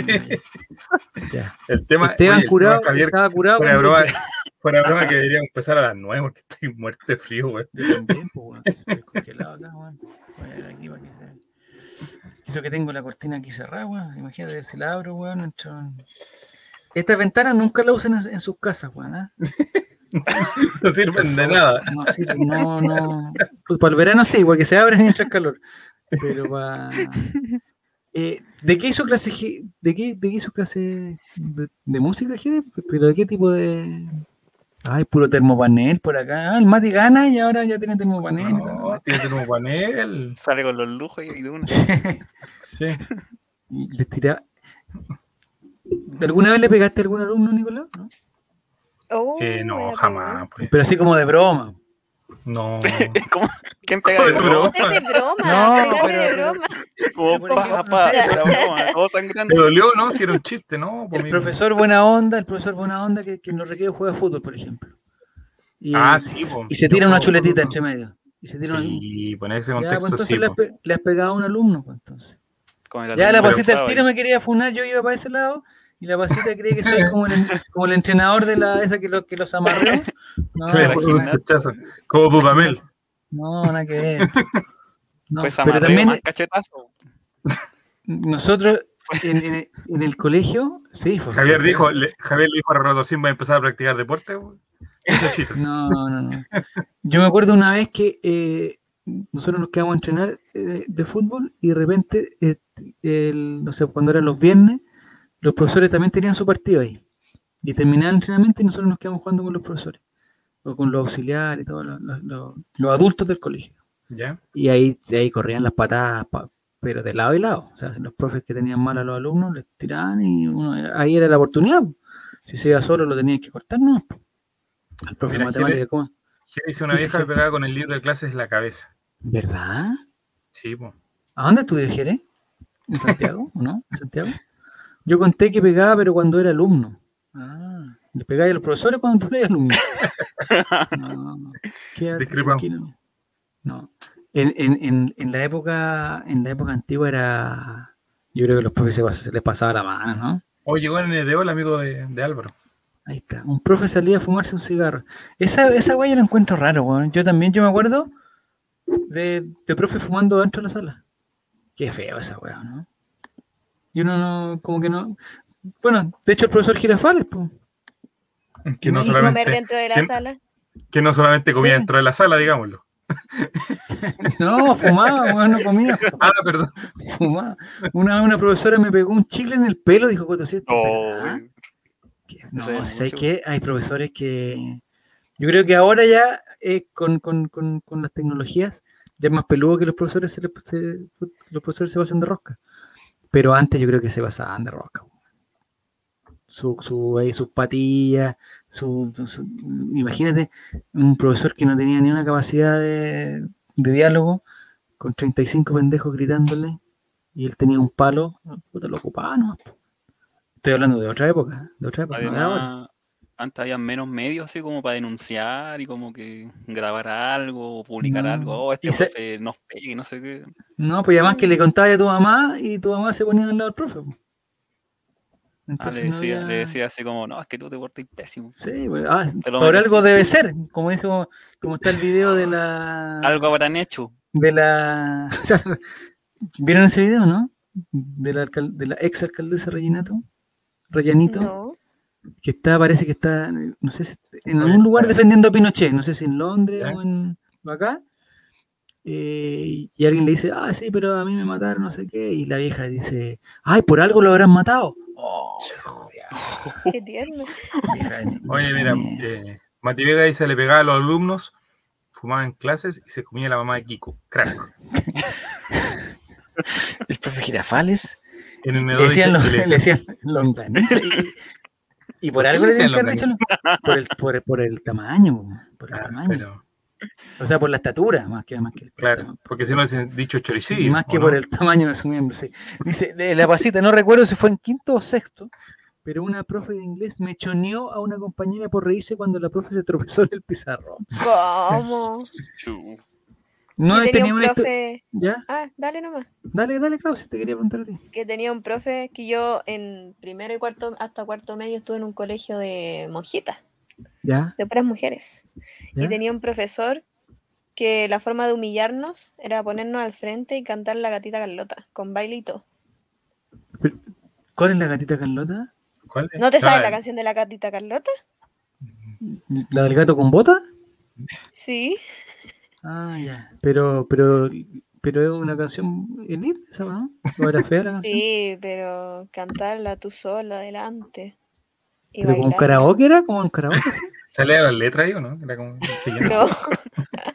Speaker 1: Ya.
Speaker 2: El tema.
Speaker 1: Esteban
Speaker 2: oye, el
Speaker 1: curado,
Speaker 2: tema, Javier,
Speaker 1: estaba curado.
Speaker 2: fuera de
Speaker 1: cuando
Speaker 2: broma,
Speaker 1: dije-
Speaker 2: fuera de broma que deberíamos empezar a las 9 porque estoy muerto de frío, güey.
Speaker 1: Yo también, pues, weón, estoy congelado acá, weón. Voy a ver aquí para que se- Eso que tengo la cortina aquí cerrada, weón. Imagínate si la abro, weón. entro en- Estas ventanas nunca la usan en, en sus casas, weón. ¿ah?
Speaker 2: No sirven de nada.
Speaker 1: No, sí, pues, no, no. Pues para el verano sí, porque se abren y entra el calor. Pero pa- Eh, ¿De qué hizo clase G- de qué, de qué hizo clase de, de música Jere? ¿Pero de qué tipo de.? Ay, puro termopanel por acá. Ah, el Mati gana y ahora ya tiene termopanel. y todo.
Speaker 2: No, tiene que tener un panel.
Speaker 3: Sale con los lujos y y de una.
Speaker 2: Sí.
Speaker 1: Y les tira- ¿Alguna vez le pegaste a algún alumno, Nicolás? ¿No?
Speaker 4: Oh,
Speaker 2: Eh, no,
Speaker 4: buena
Speaker 2: jamás, pues.
Speaker 1: Pero así como de broma.
Speaker 2: No.
Speaker 3: ¿Cómo? ¿Quién pega de
Speaker 2: Pero-
Speaker 3: broma?
Speaker 4: pregunta. Es de broma,
Speaker 1: No,
Speaker 4: pegarle de
Speaker 1: pero-
Speaker 4: broma.
Speaker 3: Como
Speaker 1: Pero-
Speaker 3: paja,
Speaker 1: no
Speaker 3: paja,
Speaker 1: sé,
Speaker 3: la broma, todo
Speaker 2: ¿Te
Speaker 3: sangrante.
Speaker 2: dolió, no? Si era un chiste, ¿no? Pues,
Speaker 1: El
Speaker 2: mira.
Speaker 1: profesor buena onda, el profesor buena onda que, que en los recreos juega fútbol, por ejemplo. Y,
Speaker 2: Ah, sí, po.
Speaker 1: y se
Speaker 2: Yo
Speaker 1: tira una
Speaker 2: juego
Speaker 1: chuletita
Speaker 2: fútbol.
Speaker 1: entre medio. Y se tira una-
Speaker 2: Sí, poner ese
Speaker 1: Ya, pues,
Speaker 2: contexto,
Speaker 1: entonces
Speaker 2: sí.
Speaker 1: le, has
Speaker 2: po.
Speaker 1: pe- le has pegado a un alumno, pues, entonces.
Speaker 3: Con el
Speaker 1: Ya
Speaker 3: alumno
Speaker 1: la pasita del
Speaker 3: enfadado
Speaker 1: tiro
Speaker 3: ahí.
Speaker 1: me quería funar, yo iba para ese lado, y la pasita cree que soy como el, en- como el entrenador de la esa que, lo- que los amarró. No,
Speaker 2: Le
Speaker 3: la
Speaker 1: pues,
Speaker 2: puso un
Speaker 3: gimnasia.
Speaker 2: cachazo. Como Dudamel.
Speaker 1: no, nada que ver. No,
Speaker 3: Pues
Speaker 1: pero
Speaker 3: amarreo,
Speaker 1: también
Speaker 3: más cachetazo.
Speaker 1: nosotros en, en- en el colegio, sí, fue-
Speaker 2: Javier
Speaker 1: fue-
Speaker 2: dijo, le- Javier le dijo a Ronaldo Simba a empezar a practicar deporte. güey. Muchachito.
Speaker 1: No, no, no. Yo me acuerdo una vez que eh, nosotros nos quedamos a entrenar eh, de fútbol y de repente, eh, el- no sé, cuando eran los viernes, los profesores también tenían su partido ahí. Y terminaba el entrenamiento y nosotros nos quedamos jugando con los profesores, o con los auxiliares, todos los, los- los- los adultos del colegio.
Speaker 2: ¿Ya?
Speaker 1: Y ahí, ahí corrían las patadas, pa- pero de lado y lado. O sea, los profes que tenían mal a los alumnos les tiraban y uno- ahí era la oportunidad. Si se iba solo lo tenían que cortar, no. Al profe de
Speaker 2: Mira, Jere,
Speaker 1: matemática, ¿cómo?
Speaker 2: ¿Qué dice una vieja pegada con el libro de clases en la cabeza?
Speaker 1: ¿Verdad?
Speaker 2: Sí, po.
Speaker 1: ¿A dónde estudió Jerez? ¿En Santiago? ¿O no? ¿En Santiago? Yo conté que pegaba, pero cuando era alumno. Ah, le pegaba a los profesores cuando tú eres alumno. No, no, quédate
Speaker 2: Discrepamos.
Speaker 1: tranquilo. No. En, en- en- en la época, en la época antigua era. Yo creo que los profes se, pas- se les pasaba la mano, ¿no?
Speaker 2: Hoy llegó en el el amigo de, de Álvaro.
Speaker 1: Ahí está. Un profe salía a fumarse un cigarro. Esa, esa guay la encuentro raro, weón. Yo también, yo me acuerdo de, de profe fumando dentro de la sala. Qué feo esa weá, ¿no? Y uno no, como que no. Bueno, de hecho, el profesor Girafales, pues.
Speaker 2: Que no
Speaker 4: Y comer
Speaker 2: solamente,
Speaker 4: dentro de la
Speaker 2: ¿quién-
Speaker 4: sala.
Speaker 2: que no solamente comía
Speaker 1: Sí.
Speaker 2: dentro de la sala, digámoslo.
Speaker 1: No, fumaba, weón, no comía,
Speaker 2: Ah, perdón.
Speaker 1: fumaba. Una, una profesora me pegó un chicle en el pelo, dijo Coto ¿sí?
Speaker 3: Oh,
Speaker 1: Que- No,
Speaker 3: Eso ya es
Speaker 1: ¿sabes
Speaker 3: mucho.
Speaker 1: qué? Hay profesores que. Yo creo que ahora ya, eh, con, con- con- con las tecnologías, ya es más peludo que los profesores se, les- se- los profesores se pasan de rosca. Pero antes yo creo que se pasaban de rosca. Su, su, ahí sus patillas, su, su- su- imagínate un profesor que no tenía ni una capacidad de, de diálogo, con 35 pendejos gritándole, y él tenía un palo, puta, lo ocupaba, ¿no? Estoy hablando de otra época, de otra época, no de ahora.
Speaker 3: Además, antes había menos medios así como para denunciar y como que grabar algo o publicar
Speaker 1: No.
Speaker 3: algo. Oh, este
Speaker 1: Y se-
Speaker 3: profe nos pegue, no sé qué. Ah,
Speaker 1: No, pues y además que le contaba a tu mamá y tu mamá se ponía al lado del profe. po.
Speaker 3: Ah, le,
Speaker 1: Entonces no
Speaker 3: decía, le
Speaker 1: había-
Speaker 3: decía así como, no, es que tú te portas pésimo.
Speaker 1: Sí, pues, ah,
Speaker 3: Te lo
Speaker 1: por
Speaker 3: mereces.
Speaker 1: algo debe ser, como dice, como está el video de la
Speaker 3: Algo habrán hecho.
Speaker 1: de la o sea, ¿Vieron ese video, no? De la, alcal- de la ex alcaldesa Reginato, Rellanito,
Speaker 4: No.
Speaker 1: que está, parece que está, no sé si en algún lugar defendiendo a Pinochet, no sé si en Londres
Speaker 2: Ya.
Speaker 1: o en o acá. eh, y- y alguien le dice, ah, sí, pero a mí me mataron, no sé qué. Y la vieja dice, ay, por algo lo habrán matado. Oh,
Speaker 4: Qué tierno.
Speaker 1: vieja de-
Speaker 2: Oye,
Speaker 1: vieja
Speaker 2: mira,
Speaker 1: mierda.
Speaker 2: eh, Mati Vega dice, le pegaba a los alumnos, fumaba en clases y se comía la mamá de Kiko. Crack.
Speaker 1: el profe Girafales
Speaker 2: En el
Speaker 1: le
Speaker 2: Nedo dice
Speaker 1: decían, lo-
Speaker 2: que le
Speaker 1: le decían longaniza y, y por
Speaker 2: ¿Por qué
Speaker 1: algo
Speaker 2: le
Speaker 1: le decían
Speaker 2: decían
Speaker 1: por, el, por, por el tamaño, por el
Speaker 2: Ah,
Speaker 1: tamaño.
Speaker 2: pero,
Speaker 1: O sea, por la estatura, más que, más que por el
Speaker 2: claro, porque si no hubiesen dicho
Speaker 1: Y
Speaker 2: choricidio.
Speaker 1: más que
Speaker 2: ¿o
Speaker 1: por
Speaker 2: no?
Speaker 1: el tamaño de su miembro, sí. Dice, de la pasita, no recuerdo si fue en quinto o sexto, pero una profe de inglés me choneó a una compañera por reírse cuando la profe se tropezó en el pizarrón.
Speaker 4: ¿Cómo?
Speaker 3: Chu.
Speaker 1: No
Speaker 4: Yo
Speaker 2: este
Speaker 1: he
Speaker 4: tenía
Speaker 1: tenido
Speaker 4: un
Speaker 1: una histo-
Speaker 4: profe.
Speaker 1: ¿Ya?
Speaker 4: Ah, dale nomás.
Speaker 1: Dale, dale, Klaus, si te quería preguntar a ti.
Speaker 4: que tenía un profe que yo en primero y cuarto hasta cuarto medio estuve en un colegio de monjitas,
Speaker 1: ¿Ya?
Speaker 4: de puras mujeres.
Speaker 1: ¿Ya?
Speaker 4: Y tenía un profesor que la forma de humillarnos era ponernos al frente y cantar la gatita Carlota con bailito.
Speaker 1: ¿Cuál es la gatita Carlota?
Speaker 2: ¿Cuál es?
Speaker 4: ¿No te sabes la
Speaker 2: Ah,
Speaker 4: canción de la gatita Carlota?
Speaker 1: ¿La del gato con bota?
Speaker 4: Sí.
Speaker 1: Ah, ya. Pero, pero, pero es una canción en ir, esa, ¿no? ¿O era fea la canción?
Speaker 4: Sí, pero cantarla tú sola adelante. Y
Speaker 1: ¿Pero como un
Speaker 4: bailarla.
Speaker 1: karaoke era? ¿Como un karaoke? sí?
Speaker 2: ¿Sale la letra ahí o no? Era como- siguiendo.
Speaker 4: No,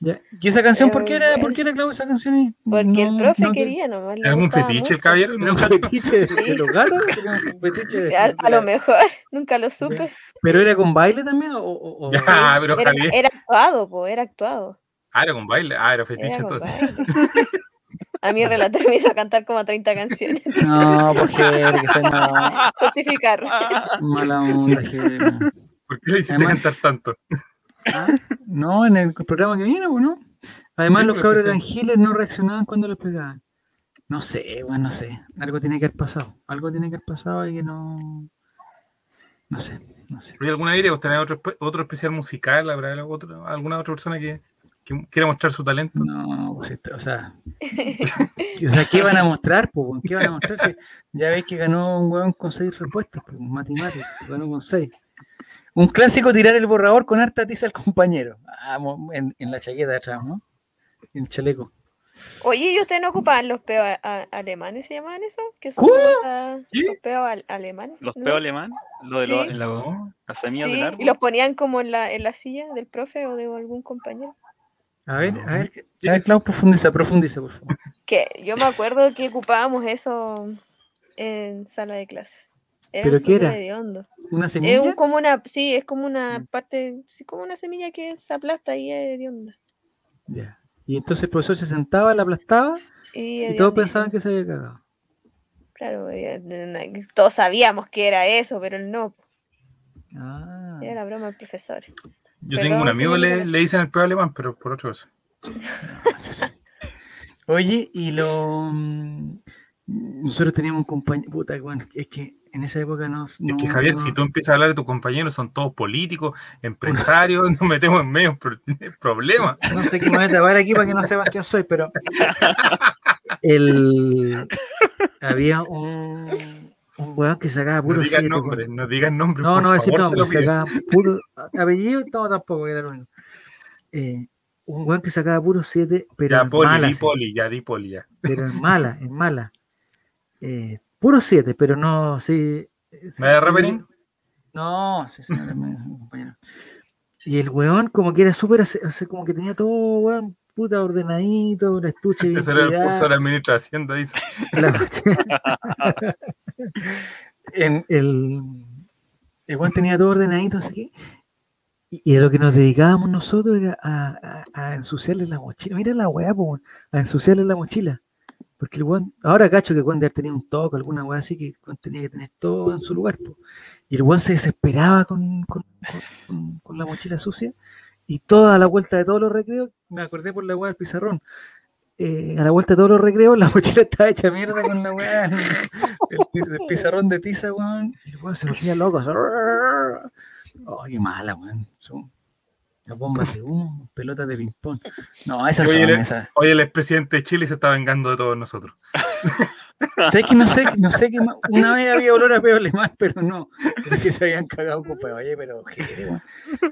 Speaker 1: ¿Ya? ¿Y esa canción por
Speaker 4: Pero
Speaker 1: qué era, por
Speaker 4: bueno.
Speaker 1: qué era, Klaus, esa canción? ahí?
Speaker 4: porque el
Speaker 1: No-
Speaker 4: profe
Speaker 1: no te-
Speaker 4: quería nomás. le
Speaker 2: ¿Era algún
Speaker 4: gustaba
Speaker 2: fetiche el
Speaker 4: mucho.
Speaker 2: caballero?
Speaker 1: ¿Era un fetiche de, de
Speaker 4: Sí.
Speaker 1: los gatos? ¿Era un fetiche de-
Speaker 4: A, a
Speaker 1: de la-
Speaker 4: lo mejor, nunca lo supe.
Speaker 1: ¿Pero era con baile también? O, o- o-
Speaker 2: Ya, pero
Speaker 4: era,
Speaker 2: Javier.
Speaker 4: era actuado, po, era actuado.
Speaker 2: Ah, era con baile. Ah, era
Speaker 4: Era
Speaker 2: fetiche
Speaker 4: con
Speaker 2: entonces.
Speaker 4: baile. A mí el relator me hizo cantar como 30 canciones.
Speaker 1: No, pues Ger, que soy mala,
Speaker 4: Justificar.
Speaker 1: mala onda, Ger.
Speaker 2: ¿Por qué le hiciste
Speaker 1: Además-
Speaker 2: cantar tanto?
Speaker 1: Ah, No, en el programa que viene, pues, ¿no? Además,
Speaker 2: Sí,
Speaker 1: los
Speaker 2: pero
Speaker 1: cabros
Speaker 2: que
Speaker 1: eran
Speaker 2: sí.
Speaker 1: giles, no reaccionaban cuando los pegaban. No sé, bueno, no sé. Algo tiene que haber pasado. Algo tiene que haber pasado y que no. No sé, no sé.
Speaker 2: ¿Hay algún aire? ¿Vos tenés otro, espe- otro especial musical? ¿Habrá algo- otro- alguna otra persona que, que quiera mostrar su talento?
Speaker 1: No, pues, esto- o sea, o sea, ¿qué van a mostrar? po, weón? ¿Qué van a mostrar? Si ya veis que ganó un huevón con seis respuestas, pues, matemáticas, ganó con seis. Un clásico tirar el borrador con harta tiza al compañero. Ah, mo- en, en la chaqueta de atrás, ¿no? En el chaleco.
Speaker 4: Oye, ¿y ustedes no ocupaban los peos a- a- alemanes? ¿Se llamaban eso? Que son
Speaker 1: ¿Cómo?
Speaker 4: como esa-
Speaker 2: ¿Qué?
Speaker 4: esos peos al- alemanes.
Speaker 3: Los
Speaker 4: ¿no?
Speaker 3: peos alemanes, lo de lo-
Speaker 4: Sí.
Speaker 3: en la, las semillas
Speaker 4: Sí,
Speaker 3: del árbol.
Speaker 4: y los ponían como en la, en la silla del profe o de algún compañero.
Speaker 1: A ver, a ver,
Speaker 2: Sí,
Speaker 1: a ver, Clau, profundiza, profundiza, por favor.
Speaker 4: Que yo me acuerdo que ocupábamos eso en sala de clases. Era
Speaker 1: ¿Pero
Speaker 4: un
Speaker 1: qué
Speaker 4: súper
Speaker 1: era?
Speaker 4: hediondo.
Speaker 1: ¿Una
Speaker 4: Es un-
Speaker 1: semilla? Mm.
Speaker 4: como una, sí, es como una parte, sí, como una semilla que se aplasta y es hedionda.
Speaker 1: Ya. Y entonces el profesor se sentaba, la aplastaba
Speaker 4: Y,
Speaker 1: y todos
Speaker 4: hediondísima.
Speaker 1: pensaban que se había cagado.
Speaker 4: Claro, eh, de- na- que todos sabíamos que era eso, pero él no, po,
Speaker 1: Ah.
Speaker 4: era la broma del profesor.
Speaker 2: Yo
Speaker 4: Perdón,
Speaker 2: tengo un amigo que le,
Speaker 4: señor.
Speaker 2: le dicen el peor alemán, pero por otra cosa.
Speaker 1: Oye, y lo. mm, Nosotros teníamos un compañero. Puta, weón, es que en esa época no. no-
Speaker 2: Es que Javier,
Speaker 1: no-
Speaker 2: si tú empiezas a hablar de tus compañeros, son todos políticos, empresarios, nos metemos en medio pro- problemas.
Speaker 1: No sé qué me voy a tapar aquí para que no sepas quién soy, pero.
Speaker 5: el, había un, un weón que sacaba
Speaker 2: No
Speaker 5: puro
Speaker 2: digas
Speaker 5: siete,
Speaker 2: nombres,
Speaker 5: weón.
Speaker 2: no digas nombres.
Speaker 5: No,
Speaker 2: por
Speaker 5: no, voy a decir
Speaker 2: favor, te lo
Speaker 5: nombres,
Speaker 1: pues,
Speaker 2: pido.
Speaker 5: sacaba puro apellido, no, tampoco, era lo mismo. Eh, un weón que sacaba puro 7, pero
Speaker 2: Ya,
Speaker 5: en
Speaker 2: poli,
Speaker 5: mala,
Speaker 2: di
Speaker 5: sí,
Speaker 2: poli, ya, di poli, ya.
Speaker 5: pero en mala, en mala. Eh, puro 7, pero no, sí.
Speaker 2: ¿Me da repetir?
Speaker 1: No, sí, señor, me- compañero.
Speaker 5: Y el weón como que era súper, ase- o sea, como que tenía todo, weón, puta ordenadito, un estuche bien
Speaker 2: Ese era el curso
Speaker 5: cuidado,
Speaker 2: de la ministra de Hacienda, dice.
Speaker 5: la cuestión.
Speaker 1: En-
Speaker 5: el, el weón tenía todo ordenadito, así que. Y, y a lo que nos dedicábamos nosotros era a, a- a ensuciarle la mochila. Mira la weá, po, weón, a ensuciarle la mochila. Porque el weón, ahora cacho que el weón debe haber tenido un toque, alguna weá así, que el weón tenía que tener todo en su lugar. po. Y el weón se desesperaba con, con- con- con la mochila sucia. Y toda la vuelta de todos los recreos, me acordé por la weá del pizarrón. eh, a la vuelta de todos los recreos, la mochila estaba hecha mierda con la weá. del- del- del
Speaker 1: el pizarrón de tiza, weón.
Speaker 5: y el weón se volvía loco. así, Oh, qué mala, weón. Son las bombas de humo, pelotas de ping-pong.
Speaker 1: No, esas
Speaker 2: Oye,
Speaker 1: son
Speaker 2: le-
Speaker 1: esas.
Speaker 2: Hoy el expresidente de Chile se está vengando de todos nosotros.
Speaker 1: Sé que no sé, no sé qué más. Una vez había olor a peo alemán, pero no. Es que se habían cagado con peo. Oye, pero Jere, weón.